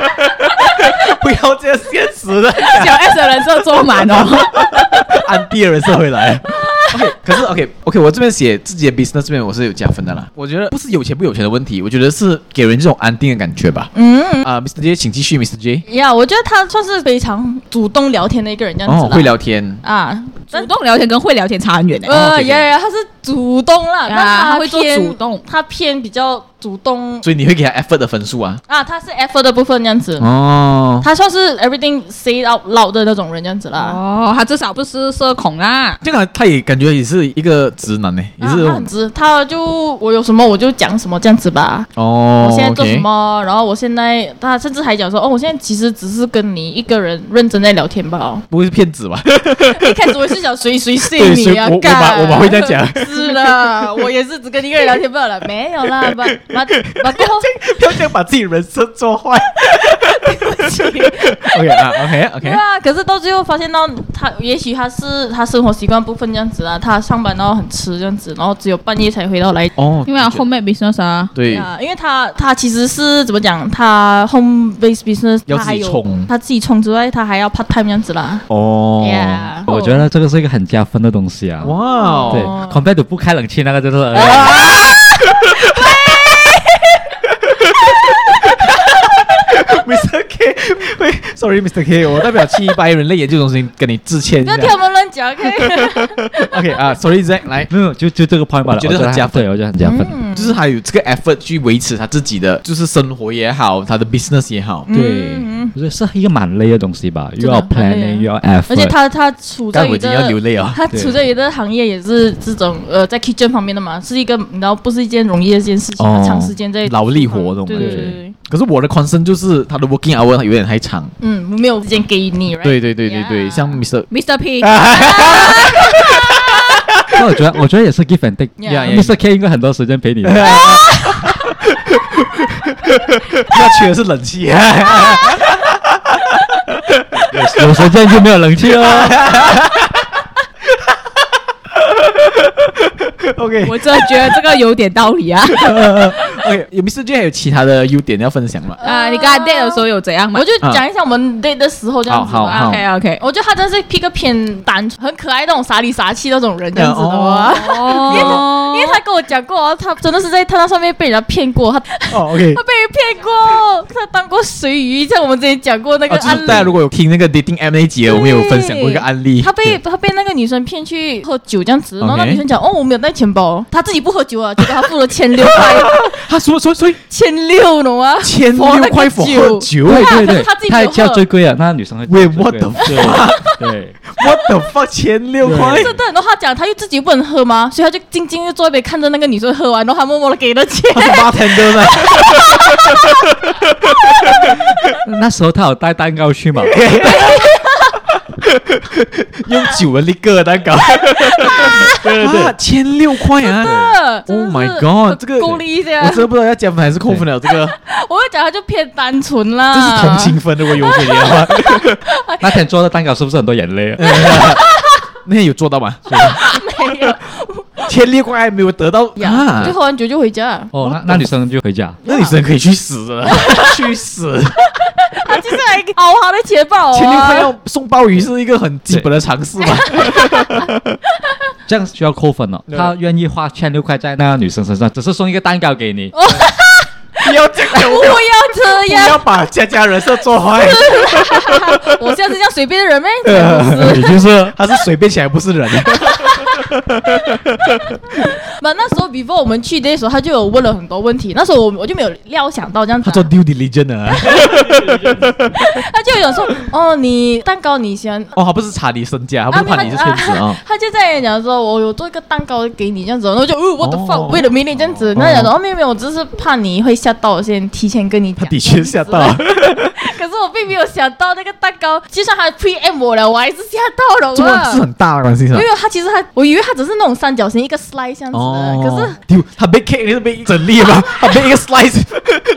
[SPEAKER 3] 不要这样现实的。
[SPEAKER 1] 小 S 的人设做满 哦。
[SPEAKER 3] 按第二次回来。OK，可是 OK OK，我这边写自己的 business 这边我是有加分的啦。我觉得不是有钱不有钱的问题，我觉得是给人这种安定的感觉吧。
[SPEAKER 2] 嗯，
[SPEAKER 3] 啊、m r J，请继续，Mr. J。
[SPEAKER 2] 呀，我觉得他算是非常主动聊天的一个人，这样子
[SPEAKER 3] 哦，
[SPEAKER 2] 啦。
[SPEAKER 3] 会聊天。
[SPEAKER 2] 啊，
[SPEAKER 1] 主动聊天跟会聊天差很远欸的。
[SPEAKER 3] 哦
[SPEAKER 2] 呃，
[SPEAKER 3] ，OK，OK
[SPEAKER 2] 呀呀，他是主动啦，但
[SPEAKER 1] 啊
[SPEAKER 2] 他
[SPEAKER 1] 他会做
[SPEAKER 2] 偏
[SPEAKER 1] 主动
[SPEAKER 2] 他偏比较主动
[SPEAKER 3] 所以你会给他 effort 的分数啊？
[SPEAKER 2] 啊，他是 effort 的部分这样子，
[SPEAKER 3] 哦，
[SPEAKER 2] 他算是 everything say out loud 的那种人这样子啦。
[SPEAKER 1] 哦，他至少不是社恐啊啦。
[SPEAKER 3] 这个他也感觉也是一个直男呢、欸也
[SPEAKER 2] 啊
[SPEAKER 3] 是、
[SPEAKER 2] 他很直，他就我有什么我就讲什么这样子吧。
[SPEAKER 3] 哦。，
[SPEAKER 2] 我现在做什么然后我现在他甚至还讲说，哦，我现在其实只是跟你一个人认真在聊天吧。哦
[SPEAKER 3] 不会是骗 子吧？
[SPEAKER 2] 一开始我是想谁谁
[SPEAKER 3] 对
[SPEAKER 2] 信
[SPEAKER 3] 所
[SPEAKER 2] 你
[SPEAKER 3] 以
[SPEAKER 2] 啊
[SPEAKER 3] 我，我
[SPEAKER 2] 干
[SPEAKER 3] 把我把会这样讲
[SPEAKER 2] 是啦，我也是只跟一个人聊天罢了，没有 啦，把把把过后
[SPEAKER 3] 不要这样把自己人生做坏。OK 啊，OK
[SPEAKER 2] 对
[SPEAKER 3] OK，
[SPEAKER 2] 啊，可是到最后发现到他，也许他是他生活习惯部分这样子啊，他上班然后很迟这样子，然后只有半夜才回到来。
[SPEAKER 3] 哦，
[SPEAKER 1] 因为 home made business 啊，
[SPEAKER 3] 对，
[SPEAKER 2] 啊，因为他他其实是怎么讲，他 home base business
[SPEAKER 3] 要
[SPEAKER 2] 他
[SPEAKER 3] 自己
[SPEAKER 2] 还有
[SPEAKER 3] 冲
[SPEAKER 2] 他自己冲之外，他还要 part time 这样子啦。
[SPEAKER 3] 哦，
[SPEAKER 2] Yeah
[SPEAKER 5] 我觉得这个是一个很加分的东西啊。
[SPEAKER 3] 哇
[SPEAKER 5] 对
[SPEAKER 3] 哦，
[SPEAKER 5] ，compared to 不开冷气那个就是，呃
[SPEAKER 2] 啊
[SPEAKER 3] Mr. K，喂，Sorry Mr. K，我代表七一八人类研究中心跟你致歉一
[SPEAKER 2] 不
[SPEAKER 3] 下
[SPEAKER 2] 要。听我们乱讲，OK？
[SPEAKER 3] OK 啊，Sorry Zack，来，
[SPEAKER 5] 没有就就这个 point 吧，
[SPEAKER 3] 我觉得很
[SPEAKER 5] 他
[SPEAKER 3] 加分
[SPEAKER 5] 对我觉得很加分。
[SPEAKER 2] 嗯
[SPEAKER 3] 就是还有这个 effort 去维持他自己的，就是生活也好，他的 business 也好。
[SPEAKER 5] 对，
[SPEAKER 3] 嗯
[SPEAKER 5] 我觉得是一个蛮累的东西吧，又要
[SPEAKER 2] 嗯真的蛮累
[SPEAKER 5] planning，
[SPEAKER 2] 啊
[SPEAKER 5] 又要 effort，
[SPEAKER 2] 而且他他处在
[SPEAKER 3] 但我
[SPEAKER 2] 于
[SPEAKER 3] 已经要
[SPEAKER 2] 的
[SPEAKER 3] 流泪 啊！
[SPEAKER 2] 他处在于的行业也是这种呃，在 kitchen 旁边的嘛，是一个你知道不是一件容易的一件事情，
[SPEAKER 3] 哦
[SPEAKER 2] 长时间在
[SPEAKER 3] 劳力活这种
[SPEAKER 2] 对
[SPEAKER 3] 感
[SPEAKER 2] 对
[SPEAKER 3] 觉
[SPEAKER 2] 对对，
[SPEAKER 3] 可是我的 concern 就是他的 working hour 有点太长。
[SPEAKER 2] 嗯，没有时间给你，right？
[SPEAKER 3] 对对对对对，
[SPEAKER 2] Yeah
[SPEAKER 3] 像 Mr.
[SPEAKER 1] Mr. P，
[SPEAKER 5] 但我觉得我 觉得也是 give and take。
[SPEAKER 3] Yeah, yeah.
[SPEAKER 5] Mr. K 应该很多时间 陪你的。
[SPEAKER 3] 他缺的是冷 气。
[SPEAKER 5] 有时间就没有冷气哦。
[SPEAKER 3] OK
[SPEAKER 1] 我真的觉得这个有点道理 啊。
[SPEAKER 3] OK，有 Mr. J 还有其他的优点要分享吗？
[SPEAKER 1] 啊，你跟他 date 的时候有怎样啊吗
[SPEAKER 2] 我？就讲一下我们 date 的时候这样子
[SPEAKER 3] 啊好
[SPEAKER 2] 吧。
[SPEAKER 3] 好
[SPEAKER 1] OK OK，
[SPEAKER 2] 我觉得他
[SPEAKER 3] 哦
[SPEAKER 2] 真是一个偏单纯、很可爱那种傻里傻气那种人这样子的哇。因为他
[SPEAKER 1] 哦
[SPEAKER 2] 因为他跟我讲过啊，他真的是在他那上面被人家骗过， 他他
[SPEAKER 3] 哦，OK，
[SPEAKER 2] 被人骗过，他当过水鱼，像我们之前讲过那个
[SPEAKER 3] 啊，就
[SPEAKER 2] 案例。
[SPEAKER 3] 是大家如果有听那个 dating app 那一集，我们有分享过一个案例，
[SPEAKER 2] 他被
[SPEAKER 3] 对
[SPEAKER 2] 他被那个女生骗去喝酒这样子，然后那
[SPEAKER 3] OK
[SPEAKER 2] 女生讲哦我没有带钱包，他自己不喝酒啊，结果他付了千六块，
[SPEAKER 3] 他说所以所以
[SPEAKER 2] 千六懂吗？
[SPEAKER 3] 千
[SPEAKER 2] 佛
[SPEAKER 3] 六
[SPEAKER 2] 那个
[SPEAKER 3] 块佛喝 酒
[SPEAKER 5] 对对
[SPEAKER 2] 可
[SPEAKER 5] 对
[SPEAKER 2] 是他自己，没
[SPEAKER 5] 他
[SPEAKER 2] 有
[SPEAKER 5] 叫
[SPEAKER 2] 喝
[SPEAKER 5] 最贵啊，那女生会叫
[SPEAKER 3] Wait,
[SPEAKER 5] 最贵
[SPEAKER 3] what the
[SPEAKER 5] 对对，
[SPEAKER 3] ，what the fuck，千六块
[SPEAKER 5] 对
[SPEAKER 2] 真的，然后他讲他又自己不能喝吗？所以他就静静就坐在那边看着那个女生喝完，然后他默默的给了钱。
[SPEAKER 3] 他是 bartender 吗？
[SPEAKER 5] 那时候他有带蛋糕去嘛？
[SPEAKER 3] 用酒的那个蛋 糕，对对对，千六块啊！
[SPEAKER 2] 真的
[SPEAKER 3] Oh my
[SPEAKER 2] 是
[SPEAKER 3] God，这个
[SPEAKER 2] 够力一下
[SPEAKER 3] 我，真的不知道要加分还是扣分了，这个
[SPEAKER 2] 我会讲他就偏单纯
[SPEAKER 3] 这
[SPEAKER 2] 啦。
[SPEAKER 3] 是同情分，如果有啊给你的话，
[SPEAKER 5] 那天做的蛋糕是不是很多眼泪啊？
[SPEAKER 3] 那天有做到吗？
[SPEAKER 2] 没有
[SPEAKER 3] 千六块还没有得到
[SPEAKER 2] 呀，就
[SPEAKER 3] 啊！
[SPEAKER 2] 喝完酒就回家。
[SPEAKER 5] 哦，那那女生就回家，
[SPEAKER 3] 那女生可以去死了，去死！
[SPEAKER 2] 他就是来熬他的钱包啊。
[SPEAKER 3] 千六块要送鲍鱼是一个很基本的常识嘛？
[SPEAKER 5] 这样需要扣分哦。他愿意花千六块在那个女生身上，只是送一个蛋糕给
[SPEAKER 2] 哦
[SPEAKER 5] 你，
[SPEAKER 3] 不要这样，
[SPEAKER 2] 不要这
[SPEAKER 3] 不
[SPEAKER 2] 样，
[SPEAKER 3] 要把家家人设做坏。
[SPEAKER 2] 我现在是这样随便的人 呗。
[SPEAKER 3] 啊
[SPEAKER 5] 也就是
[SPEAKER 3] 他是随便起来不是人，
[SPEAKER 2] 那那时候 before 我们去的时候，他就有问了很多问题。那时候我我就没有料想到这样子
[SPEAKER 3] 他
[SPEAKER 2] 啊、
[SPEAKER 3] 做 due diligence 的啊。
[SPEAKER 2] 他就有说哦，你蛋糕你喜欢。
[SPEAKER 3] 哦，他不是查你身价，他不是怕你是骗子啊。
[SPEAKER 2] 他就在讲说，我有做一个蛋糕给你这样子，然后我就，哦，我的
[SPEAKER 3] 哦
[SPEAKER 2] fuck，为了明天这样子，那讲说，哦，没有没有，我只是怕你会吓到，我先提前跟你
[SPEAKER 3] 他
[SPEAKER 2] 讲。
[SPEAKER 3] 的确吓到，
[SPEAKER 2] 可是我并没有想到那个蛋糕，就算他 pre m 我了，我还是吓到了。
[SPEAKER 3] 这么是很大的关系是吧
[SPEAKER 2] 没？有，他其实他，我以为他只是那种三角形一个 slide 这样子的，可是
[SPEAKER 3] 丢他被 K 是被哦整列吗？ 他被一个 slice，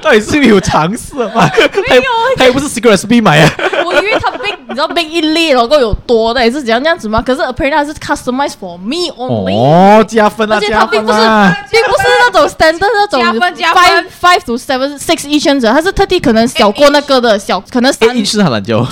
[SPEAKER 3] 到 底是有尝 试吗？没
[SPEAKER 2] 有
[SPEAKER 3] 他又不是 Secret S B 买啊。
[SPEAKER 2] 我以为他 big，你知道 big 一列然后有多的也是怎样这样子吗？可是 apparently 它是 customized for me only，、
[SPEAKER 3] 哦，加分啊，
[SPEAKER 2] 而且它
[SPEAKER 3] 加
[SPEAKER 2] 并
[SPEAKER 3] 分
[SPEAKER 2] 不是、
[SPEAKER 3] 啊！
[SPEAKER 2] 并不是那种 standard 那种
[SPEAKER 1] 加分加
[SPEAKER 2] five
[SPEAKER 1] 分
[SPEAKER 2] five to seven six 一圈子，它是特地可能小过那个的小，可能三 three
[SPEAKER 3] 是他篮球，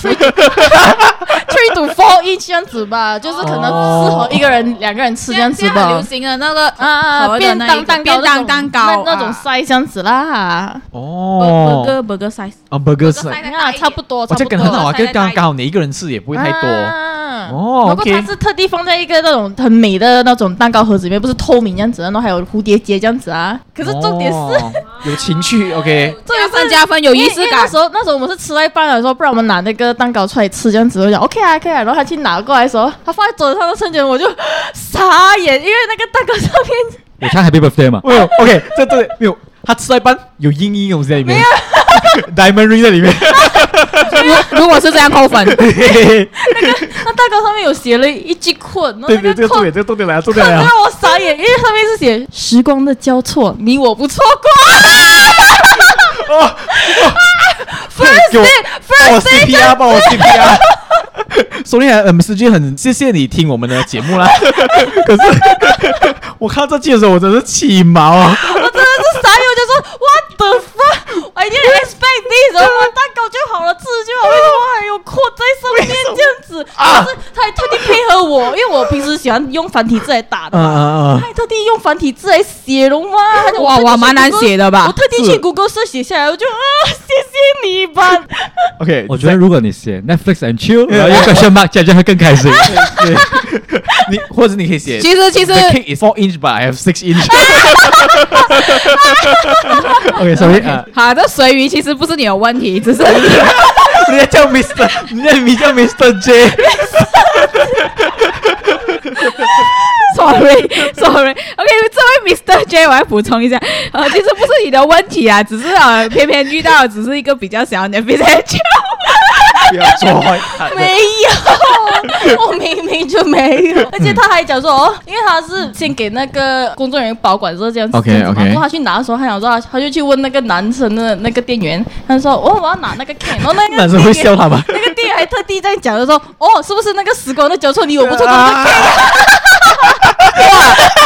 [SPEAKER 2] to four 一这样子
[SPEAKER 3] 哦
[SPEAKER 2] 吧，就是可能适合一个人、两个人吃这样子
[SPEAKER 1] 现在很
[SPEAKER 2] 吧
[SPEAKER 1] 流。行的那个
[SPEAKER 2] 啊啊！啊
[SPEAKER 1] 盒的
[SPEAKER 2] 便
[SPEAKER 1] 那
[SPEAKER 2] 当
[SPEAKER 1] 一个
[SPEAKER 2] 蛋糕那
[SPEAKER 1] 便
[SPEAKER 2] 种，
[SPEAKER 1] 当蛋糕啊
[SPEAKER 2] 那那种 size 这样子啦，
[SPEAKER 3] 哦，
[SPEAKER 1] burger burger size，
[SPEAKER 3] 啊，burger 是，
[SPEAKER 1] size
[SPEAKER 2] 你看差不多，差
[SPEAKER 3] 哇，
[SPEAKER 2] 不
[SPEAKER 3] 这
[SPEAKER 2] 多
[SPEAKER 3] 个很好啊，
[SPEAKER 1] 差不
[SPEAKER 3] 就
[SPEAKER 1] 多
[SPEAKER 3] 刚刚好你一个人吃也不会太多。
[SPEAKER 2] 啊
[SPEAKER 3] 哦
[SPEAKER 2] 然后
[SPEAKER 3] OK
[SPEAKER 2] 它是特地放在一个那种很美的那种蛋糕盒子里面，不是透明这样子，然后还有蝴蝶结这样子啊。可是重点是，
[SPEAKER 3] 哦 有情趣，OK，
[SPEAKER 2] 重点
[SPEAKER 1] 加分
[SPEAKER 2] 是。
[SPEAKER 1] 加分有
[SPEAKER 2] 因
[SPEAKER 1] 仪
[SPEAKER 2] 为
[SPEAKER 1] 式
[SPEAKER 2] 因为那
[SPEAKER 1] 感
[SPEAKER 2] 时。候，那时候我们是吃到一半的时候，不然我们拿那个蛋糕出来吃，这样子我就讲 OK 啊，OK 啊。然后他去拿过来的时候，他放在桌子上的瞬间，我就傻眼，因为那个蛋糕上面
[SPEAKER 5] 我唱 Happy Birthday 嘛，
[SPEAKER 3] 没有，OK，这这没有，他吃到一半有硬硬的东西在里面 ，diamond ring 在 里面，
[SPEAKER 1] 如如果是这样扣分，
[SPEAKER 3] 嘿嘿嘿
[SPEAKER 2] 那蛋糕上面有写了一句 quote，然后
[SPEAKER 3] 对
[SPEAKER 2] 那
[SPEAKER 3] 对，这
[SPEAKER 2] 个
[SPEAKER 3] 个重
[SPEAKER 2] quote
[SPEAKER 3] 点，这个重点来了，重点
[SPEAKER 2] quote
[SPEAKER 3] 来了。
[SPEAKER 2] 让我傻眼，因为上面是写时光的交错，你我不错过。
[SPEAKER 3] 对 给我
[SPEAKER 2] first
[SPEAKER 3] 我 CPR，帮我 CPR。昨天还 M 司机很谢谢你听我们的节目啦， 可是我看到这句的时候，我真是起毛啊！
[SPEAKER 2] 我真的是傻眼，我就说 What the fuck？我一定 expect this，然后买蛋糕就好了，吃就好了，为什么还有扩在上面这样子？
[SPEAKER 3] 啊
[SPEAKER 2] 可是他还特地配合我，因为我平时喜欢用繁体字来打的
[SPEAKER 3] 嗯
[SPEAKER 2] 嘛。
[SPEAKER 3] 嗯
[SPEAKER 2] 他还特地用繁体字来写龙吗？他就
[SPEAKER 1] 哇
[SPEAKER 2] 我特地去
[SPEAKER 1] 哇蛮难
[SPEAKER 2] Google-
[SPEAKER 1] 写的吧
[SPEAKER 2] 我特地
[SPEAKER 3] 是
[SPEAKER 2] 去 Google 上写下来，我就啊，谢谢你吧。
[SPEAKER 3] 嗯，OK，
[SPEAKER 5] 我觉得如果你写 Netflix and chill，然后一个 s h mark，这样就会更开心。
[SPEAKER 3] 对你或者你可以写，
[SPEAKER 1] 其实其实
[SPEAKER 3] The cake is four inch but I have six inch 。OK，sorry 啊，
[SPEAKER 1] 好这水鱼其实不是你的问题，只是
[SPEAKER 3] 人家叫 Mr，人家名叫 Mr J。
[SPEAKER 1] sorry sorry。OK，这位 Mr. J，我要补充一下， 呃，其实不是你的问题啊，只是呃，偏偏遇到的只是一个比较小的 Mr. J。
[SPEAKER 3] 不要做坏他 的。
[SPEAKER 2] 没有，我明明就没 有。而且他还讲说，哦，因为他是先给那个工作人员保管，是这样子。
[SPEAKER 3] OK，
[SPEAKER 2] 这样子嘛
[SPEAKER 3] OK
[SPEAKER 2] 然后他去拿的时候，他想说他，他就去问那个男生的那个店员，他说，哦，我要拿那个 can。然后那个
[SPEAKER 3] 男生会
[SPEAKER 2] 店员
[SPEAKER 3] 笑他吗？
[SPEAKER 2] 那个店员还特地在讲的说，哦，是不是那个时光的交错，你有不 错过
[SPEAKER 3] 啊
[SPEAKER 2] 那个 can？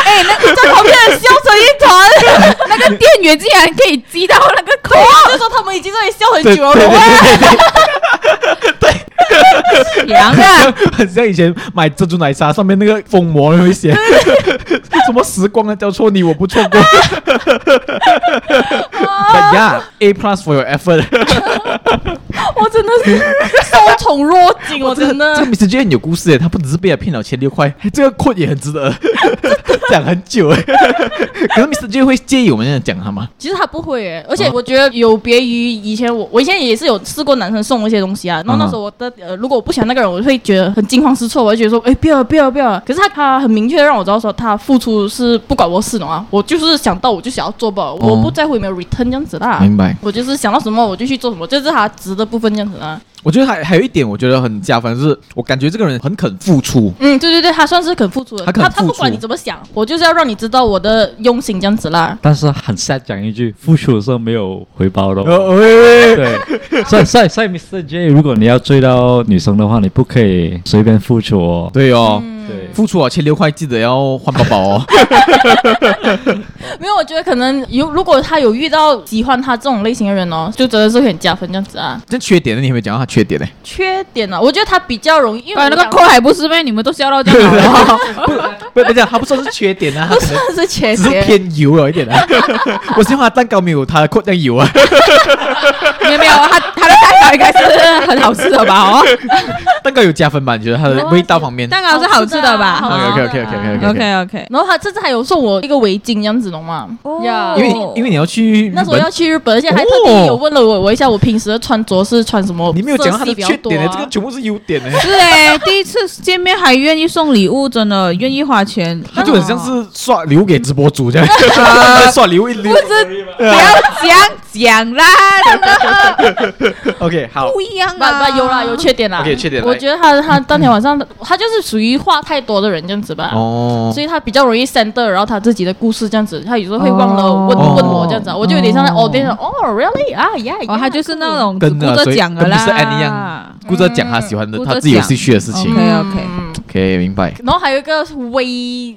[SPEAKER 2] 哎，那个在旁边人笑成一团， 哦
[SPEAKER 1] 那个店员竟然可以激到那个 扣，
[SPEAKER 2] 就说他们已经在那里笑很
[SPEAKER 3] 对
[SPEAKER 2] 久了。
[SPEAKER 3] 对
[SPEAKER 2] 我
[SPEAKER 3] 对对对
[SPEAKER 1] 强啊！
[SPEAKER 3] 很像以前买珍珠奶茶上面那个封膜会写 什么时光的交错你，我不错过。But yeah, A plus for your effort
[SPEAKER 2] 我真的 是受宠若惊，我哦真
[SPEAKER 3] 这
[SPEAKER 2] 的
[SPEAKER 3] 个 Mr. J 很有故事诶，他不只是被他骗了千六块， 这个 quote 也很值得 讲很久诶。 可是 Mr. J 会介意我们这样讲他吗？
[SPEAKER 2] 其实他不会诶，而
[SPEAKER 3] 啊
[SPEAKER 2] 且我觉得有别于以前我，我以前也是有试过男生送我一些东西啊，然后那时候我的呃，如果我不喜欢那个人，我会觉得很惊慌失措，我就觉得说，哎，不要了不要了不要了，可是他他很明确地让我知道说他付出是不管我事的啊，我就是想到我就想要做吧，我不在乎有没有 return 这样子啦。
[SPEAKER 3] 哦明白。
[SPEAKER 2] 我就是想到什么我就去做什么，这是他值的部分这样子啊。
[SPEAKER 3] 我觉得还还有一点，我觉得很加分，就是我感觉这个人很肯付出。
[SPEAKER 2] 嗯，对对对，他算是肯付出的，
[SPEAKER 3] 他肯
[SPEAKER 2] 他他
[SPEAKER 3] 付
[SPEAKER 2] 不管
[SPEAKER 3] 出
[SPEAKER 2] 你怎么想，我就是要让你知道我的用心这样子啦。
[SPEAKER 5] 但是很 sad 讲一句，付出的时候没有回报的哦。
[SPEAKER 3] 呃喂喂
[SPEAKER 5] 对，所以所以所以，Mr. J，如果你要追到女生的话，你不可以随便付出哦。
[SPEAKER 3] 对哦，
[SPEAKER 5] 对
[SPEAKER 3] 付出啊千六块，记得要换包包哦。
[SPEAKER 2] 没有，我觉得可能有，如果他有遇到喜欢他这种类型的人哦，就真的是会很加分这样子啊。
[SPEAKER 3] 这缺点呢，你有没有讲到他缺点呢？
[SPEAKER 2] 缺点啊呢、我觉得他比较容易，因为
[SPEAKER 1] 哎，
[SPEAKER 2] 我
[SPEAKER 1] 那个
[SPEAKER 2] 讲
[SPEAKER 1] call 还不是呗？你们都笑到这样哦 好了。
[SPEAKER 3] 不，不是，他不算是缺点啊，他
[SPEAKER 2] 不
[SPEAKER 3] 可能
[SPEAKER 2] 算是缺
[SPEAKER 3] 只是
[SPEAKER 2] 点，
[SPEAKER 3] 偏油了一点啊。我希望他蛋糕没有他的 quote 那样油啊，
[SPEAKER 1] 没有没有，他他的蛋糕应该是很好吃的 吧？哦，
[SPEAKER 3] 蛋糕有加分吧？你觉得它的味道方面
[SPEAKER 1] 蛋糕是好吃的吧
[SPEAKER 2] 好
[SPEAKER 1] 好
[SPEAKER 2] 吃的啊
[SPEAKER 3] ？OK OK OK OK OK。
[SPEAKER 1] ？OK OK，
[SPEAKER 2] 然后他这次还有送我一个围巾这样子，懂吗？
[SPEAKER 1] 哦
[SPEAKER 2] 呀
[SPEAKER 3] 因为因为你要去日
[SPEAKER 2] 那时候要
[SPEAKER 3] 本，
[SPEAKER 2] 去日本，而且还特地有问了我我一下，我平时的穿着是穿什么色系
[SPEAKER 3] 哦你没有讲到他的
[SPEAKER 2] 比较
[SPEAKER 3] 缺
[SPEAKER 2] 多
[SPEAKER 3] 点呢，
[SPEAKER 2] 啊
[SPEAKER 3] 这个全部是优点呢。
[SPEAKER 1] 是哎，第一次见面还愿意送礼物，真的愿意花钱，哦
[SPEAKER 3] 他就很像是刷礼物给直播主这样，刷礼物一溜。
[SPEAKER 1] 不要讲讲啦，真的
[SPEAKER 3] OK，好，
[SPEAKER 1] 不一样
[SPEAKER 2] 不
[SPEAKER 1] 啊！
[SPEAKER 2] 不有啦，有缺点啦。
[SPEAKER 3] OK，缺点来
[SPEAKER 2] 我觉得他他当天晚上，他就是属于话太多的人这样子吧。
[SPEAKER 3] 哦
[SPEAKER 2] 所以他比较容易 center，然后他自己的故事这样子，他有时候会忘了问、
[SPEAKER 3] 哦
[SPEAKER 2] 问我这样子啊，我就有点像在
[SPEAKER 1] 哦
[SPEAKER 2] 哦，对了，哦，really 啊，yeah，
[SPEAKER 1] 哦，他就是那种只
[SPEAKER 3] 跟
[SPEAKER 1] 顾
[SPEAKER 3] 啊
[SPEAKER 1] 着
[SPEAKER 3] 所以
[SPEAKER 1] 讲的
[SPEAKER 3] 跟
[SPEAKER 1] 啦，
[SPEAKER 3] Mr. N 一样，顾着讲他喜欢的，他自己有兴趣的事情。
[SPEAKER 1] OK OK，
[SPEAKER 2] 嗯
[SPEAKER 3] OK，明白。
[SPEAKER 2] 然后还有一个是微，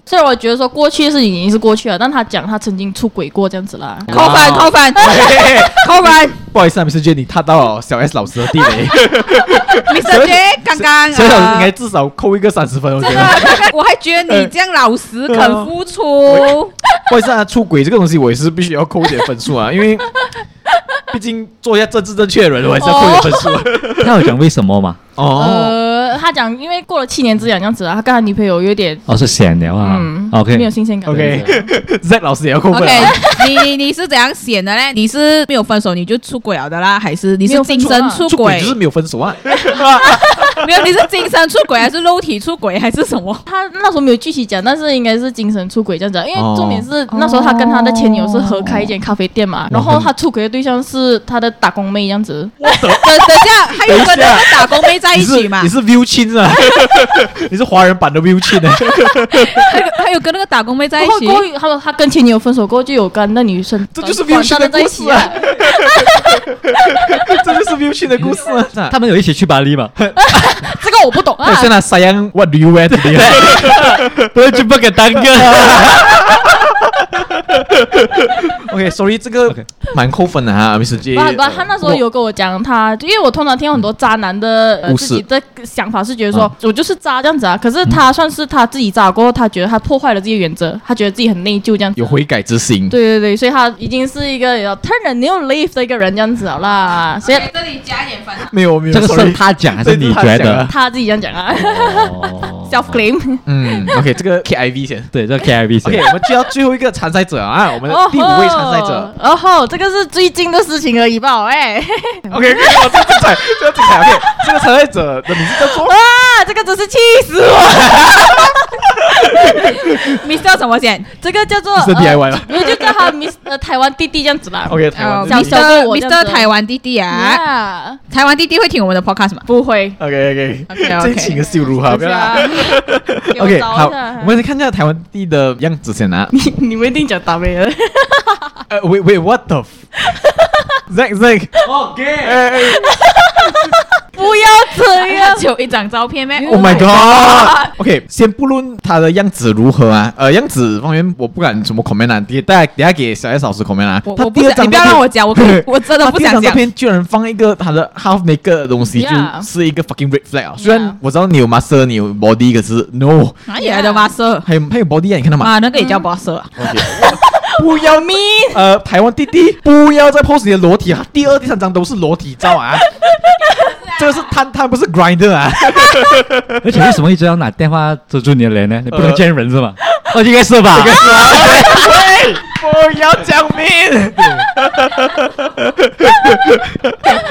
[SPEAKER 2] 虽然我觉得说过去的事情已经是过去了，但他讲他曾经出轨过这样子啦。
[SPEAKER 1] 扣分扣 分扣分
[SPEAKER 3] 不好意思啊，Mr. J，你踏到了小 S 老师的地雷，
[SPEAKER 1] ，Mr. J 刚刚
[SPEAKER 3] 小 S 老师应该
[SPEAKER 1] 啊。
[SPEAKER 3] 至少扣一个三十分，我觉
[SPEAKER 1] 真
[SPEAKER 3] 得。
[SPEAKER 1] 的，刚刚我还觉得你这样老实肯付 出，
[SPEAKER 3] 不好意思啊，出轨这个东西我也是必须要扣一点分数啊，因为毕竟做一下政治正确的人，我还是要扣一点分
[SPEAKER 1] 呃
[SPEAKER 3] 数。
[SPEAKER 5] 他有讲为什么嘛？
[SPEAKER 3] 哦，
[SPEAKER 2] 呃，他讲因为过了七年之痒这样子啊，他跟他女朋友有点
[SPEAKER 5] 哦，是闲聊啊。
[SPEAKER 2] 嗯
[SPEAKER 5] OK，
[SPEAKER 2] 没有新鲜感。
[SPEAKER 3] OK，Z 老师也要扣分
[SPEAKER 1] OK，
[SPEAKER 3] 啊。
[SPEAKER 1] 你你你是怎样选的嘞？你是没有分手你就出轨了的啦，还是你是精神出
[SPEAKER 3] 出
[SPEAKER 1] 轨
[SPEAKER 3] 轨就？是没有分 手啊，
[SPEAKER 1] 没有，你是精神出轨还是肉体出轨 还是什么？
[SPEAKER 2] 他那时候没有具体讲，但是应该是精神出轨这样子啊，因为重点
[SPEAKER 3] 哦
[SPEAKER 2] 是那时候他跟他的前女友是合开一间咖啡店嘛，然后他出轨的对象是他的打工妹这样子，
[SPEAKER 1] 等等一下，还有跟
[SPEAKER 3] 等
[SPEAKER 1] 那
[SPEAKER 3] 一
[SPEAKER 1] 个打工妹在
[SPEAKER 3] 你
[SPEAKER 1] 一
[SPEAKER 3] 是
[SPEAKER 1] 起嘛
[SPEAKER 3] 你？是 View 亲啊， 你是华人版的 View 亲啊。
[SPEAKER 1] 还有还有跟那个打工妹在
[SPEAKER 2] 然
[SPEAKER 1] 一
[SPEAKER 2] 后
[SPEAKER 1] 起
[SPEAKER 2] 过？后他说他跟前女友分手过后就有跟那女生
[SPEAKER 3] 这就是
[SPEAKER 2] 短
[SPEAKER 3] View 亲
[SPEAKER 2] 暂
[SPEAKER 3] 的
[SPEAKER 2] 的在
[SPEAKER 3] 故
[SPEAKER 2] 一
[SPEAKER 3] 事
[SPEAKER 2] 起
[SPEAKER 3] 啊
[SPEAKER 2] 啊，，
[SPEAKER 3] 这就是 View 亲的故事啊。
[SPEAKER 5] 他们有一起去巴 黎嘛？
[SPEAKER 2] 这个我不懂啊
[SPEAKER 3] 对，，现在 sayang what do you wear today？
[SPEAKER 5] 不要去不给单个。
[SPEAKER 3] OK，sorry，这个
[SPEAKER 5] OK
[SPEAKER 3] 蛮扣分的哈，Mr. J。
[SPEAKER 2] 不不，他那时候有跟我讲他，因为我通常听到很多渣男的、呃
[SPEAKER 3] 故事
[SPEAKER 2] 自己的想法是觉得说、
[SPEAKER 3] 啊
[SPEAKER 2] 我就是渣这样子啊，可是他算是他自己渣过后，他觉得他破坏了自己的原则，他觉得自己很内疚这样子啊
[SPEAKER 3] 有。悔改之心。
[SPEAKER 2] 对对对，所以他已经是一个有 turn a new leaf 的一个人这样子了啦，所以
[SPEAKER 1] 这里哎加一点啊反
[SPEAKER 3] 没有没有，
[SPEAKER 5] 这个是
[SPEAKER 3] sorry
[SPEAKER 5] 他讲还是你觉得？
[SPEAKER 2] 他自己这样讲啊
[SPEAKER 5] 哦
[SPEAKER 2] ，self claim。
[SPEAKER 3] 嗯，OK，这个 KIV 先。
[SPEAKER 5] 对，这 KIV 先
[SPEAKER 3] OK，我们就要最后一个参赛者 啊，我们的第五位参赛者。
[SPEAKER 2] 哦吼，这个是最近的事情而已吧？哎、
[SPEAKER 3] OK，哇，这个精彩，这个精彩。OK，这个参赛者的名字叫做
[SPEAKER 2] 哇，这个真是气死我！
[SPEAKER 1] ，Mr 怎么选
[SPEAKER 2] 这个叫做
[SPEAKER 3] 是 DIY
[SPEAKER 2] 呃
[SPEAKER 3] 吗
[SPEAKER 2] 没有就叫他 Miss 呃台湾弟弟这样子啦。
[SPEAKER 3] OK 台
[SPEAKER 1] 哦
[SPEAKER 3] 湾
[SPEAKER 2] 小
[SPEAKER 3] 的
[SPEAKER 2] 小哥哎我这样
[SPEAKER 1] Mr
[SPEAKER 2] 子
[SPEAKER 1] 台湾弟弟啊，
[SPEAKER 2] 啊，
[SPEAKER 1] 台湾弟弟会听我们的 podcast 吗？
[SPEAKER 2] 不会。
[SPEAKER 3] OK OK，
[SPEAKER 1] OK，OK，
[SPEAKER 3] 这一期的羞辱哈，不要啦。
[SPEAKER 2] 给我
[SPEAKER 3] OK，
[SPEAKER 2] 找一
[SPEAKER 3] 好，
[SPEAKER 2] 下
[SPEAKER 3] 我们先看一下台湾地的样子先啊。
[SPEAKER 2] 你们一定讲达美了。
[SPEAKER 3] Uh, 呃，wait wait，what the？ Zack Zack，
[SPEAKER 5] OK，
[SPEAKER 3] 哎哎
[SPEAKER 2] 不要这 样
[SPEAKER 1] 只有一张照片咩
[SPEAKER 3] Oh my god！OK，、先不论它的样子如何啊，呃，样子方面我不敢怎么 comment 啊，给大家等下给小 S 老师 comment 啊。
[SPEAKER 1] 我
[SPEAKER 3] 他
[SPEAKER 1] 我不
[SPEAKER 3] 第二
[SPEAKER 1] 想，
[SPEAKER 3] 张
[SPEAKER 1] 你不要
[SPEAKER 3] 照片
[SPEAKER 1] 让我讲，我可 以我真的
[SPEAKER 3] 他
[SPEAKER 1] 不
[SPEAKER 3] 第二
[SPEAKER 1] 想
[SPEAKER 3] 张照
[SPEAKER 1] 讲。
[SPEAKER 3] 片居然放一个他的 half naked 的东西
[SPEAKER 2] Yeah
[SPEAKER 3] 就是一个 fucking red flag 啊！虽
[SPEAKER 2] Yeah
[SPEAKER 3] 然我知道你有 muscle，你有 body，可是 no，
[SPEAKER 1] 哪里来的 m u s
[SPEAKER 3] 还有还有 body 啊，你看到吗？
[SPEAKER 1] 啊，那个也叫 m u s 啊？
[SPEAKER 3] 不要命！呃，台湾弟弟不要再 post 你的裸体啊！第二、第三张都是裸体 照啊！这个是探探，不是 grinder 啊！
[SPEAKER 5] 而且为什么一直要拿电话遮住你的脸
[SPEAKER 2] 呃
[SPEAKER 5] 呢？你不能见人是吧？ 哦，应该是吧
[SPEAKER 3] 这个？是啊，喂，不要讲命。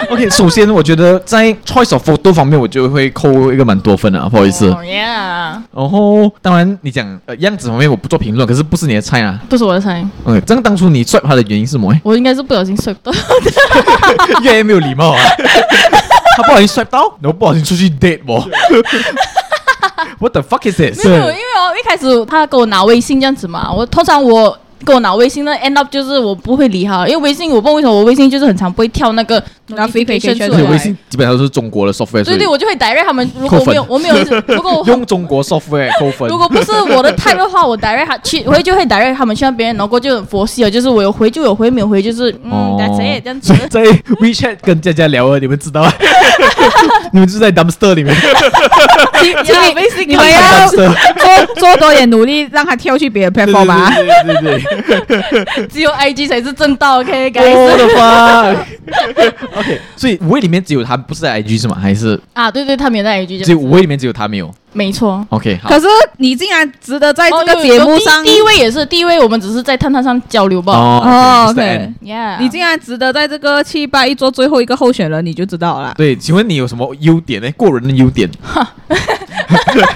[SPEAKER 3] OK，首先 我觉得在 choice of photo 方面，我就会扣一个蛮多分的、啊，不好意思。
[SPEAKER 2] 哦，yeah，
[SPEAKER 3] 然后，当然你讲呃样子方面我不做评论，可是不是你的菜啊。
[SPEAKER 2] 不是我的菜，
[SPEAKER 3] OK，这样当初你 swipe 他的原因是什么？
[SPEAKER 2] 我应该是不小心睡不到。
[SPEAKER 3] 越来越没有礼貌 啊！他不小心 swipe 到，然后不小心出去 date 我。What the fuck is this？
[SPEAKER 2] 没有，因为哦，一开始他给我拿微信这样子嘛，我通常我给我拿微信，那 end up 就是我不会理他，因为微信我不知道为什么我微信就是很常不会跳那个
[SPEAKER 1] 那 notification
[SPEAKER 2] 出
[SPEAKER 1] 出
[SPEAKER 3] 而且
[SPEAKER 1] 来
[SPEAKER 2] 来
[SPEAKER 3] 微。信基本上都是中国的 software，所
[SPEAKER 2] 对
[SPEAKER 3] 以
[SPEAKER 2] 对，我就会 direct 他们。如果我没有，我没有，如果我
[SPEAKER 3] 用中国 software 扣分
[SPEAKER 2] 如。果不是我的 type 的话，我 direct 他去，我就会 direct 他们去那边，然后过就很佛系了，就是我有回就有回，没有回就是嗯
[SPEAKER 3] 哦
[SPEAKER 2] ，that's it 这样子
[SPEAKER 3] 所。以在 WeChat 跟佳佳聊了，你们知 道吗？你们就是在 dumpster 里面
[SPEAKER 2] 哦
[SPEAKER 1] 请
[SPEAKER 2] 微信
[SPEAKER 1] 你你
[SPEAKER 2] 看
[SPEAKER 1] 们
[SPEAKER 2] 不
[SPEAKER 1] 要
[SPEAKER 3] ，dumpster，
[SPEAKER 1] 多做多点努力，让他跳去别的
[SPEAKER 3] 对
[SPEAKER 1] platform 啊吧。
[SPEAKER 3] 对对对 Oh, 对对
[SPEAKER 2] 只有 IG 才是正道，OK
[SPEAKER 3] 对
[SPEAKER 2] guys。
[SPEAKER 3] 我的妈！OK，所以五位里面只有他不是在 IG 是吗？还是
[SPEAKER 2] 啊，对对，他没有在 IG，
[SPEAKER 3] 只
[SPEAKER 2] 就
[SPEAKER 3] 有五位里面只有他没有
[SPEAKER 2] 没错。
[SPEAKER 3] ？OK，好。
[SPEAKER 1] 可是你竟然值得在这个节目上
[SPEAKER 2] 哦有有，第第一位也是第一位，我们只是在探探上交流吧。
[SPEAKER 1] 哦
[SPEAKER 2] Oh,
[SPEAKER 3] ，OK，Mr.
[SPEAKER 1] ，OK
[SPEAKER 3] N
[SPEAKER 2] Yeah，
[SPEAKER 1] 你竟然值得在这个七八一做最后一个候选人，你就知道了。
[SPEAKER 3] 对，请问你有什么优点呢？过人的优 点，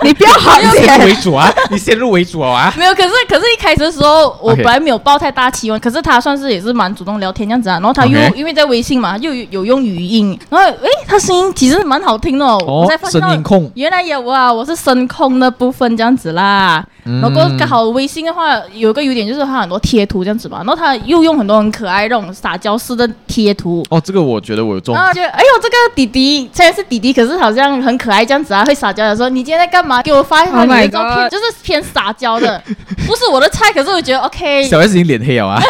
[SPEAKER 1] 你不要好
[SPEAKER 3] 先入
[SPEAKER 1] 点
[SPEAKER 3] 为主啊，你先入为主啊。
[SPEAKER 2] 没有，可是可是一开始的时候，我
[SPEAKER 3] OK
[SPEAKER 2] 本来没有抱太大期望，可是他算是也是蛮主动聊天这样子啊。然后他又
[SPEAKER 3] OK
[SPEAKER 2] 因为在微信嘛，又有有用语音，然后诶，他声音其实蛮好听的哦。
[SPEAKER 3] 哦
[SPEAKER 2] 我才发现到
[SPEAKER 3] 声音控
[SPEAKER 2] 原来有啊，我是声控的部分这样子啦。然后刚好微信的话，有一个优点就是它很多贴图这样子嘛，然后他又用很多很可爱那种撒娇式的贴图。
[SPEAKER 3] 哦，这个我觉得我有中
[SPEAKER 2] 然。后就哎呦，这个弟弟虽然是弟弟，可是好像很可爱这样子啊，会撒娇的说你今天在干嘛？给我发一下
[SPEAKER 1] Oh
[SPEAKER 2] 你
[SPEAKER 1] my
[SPEAKER 2] 的照片
[SPEAKER 1] God
[SPEAKER 2] 就是偏撒娇的，不是我的菜，可是我觉得 OK。
[SPEAKER 3] 小 S 已经脸黑了啊！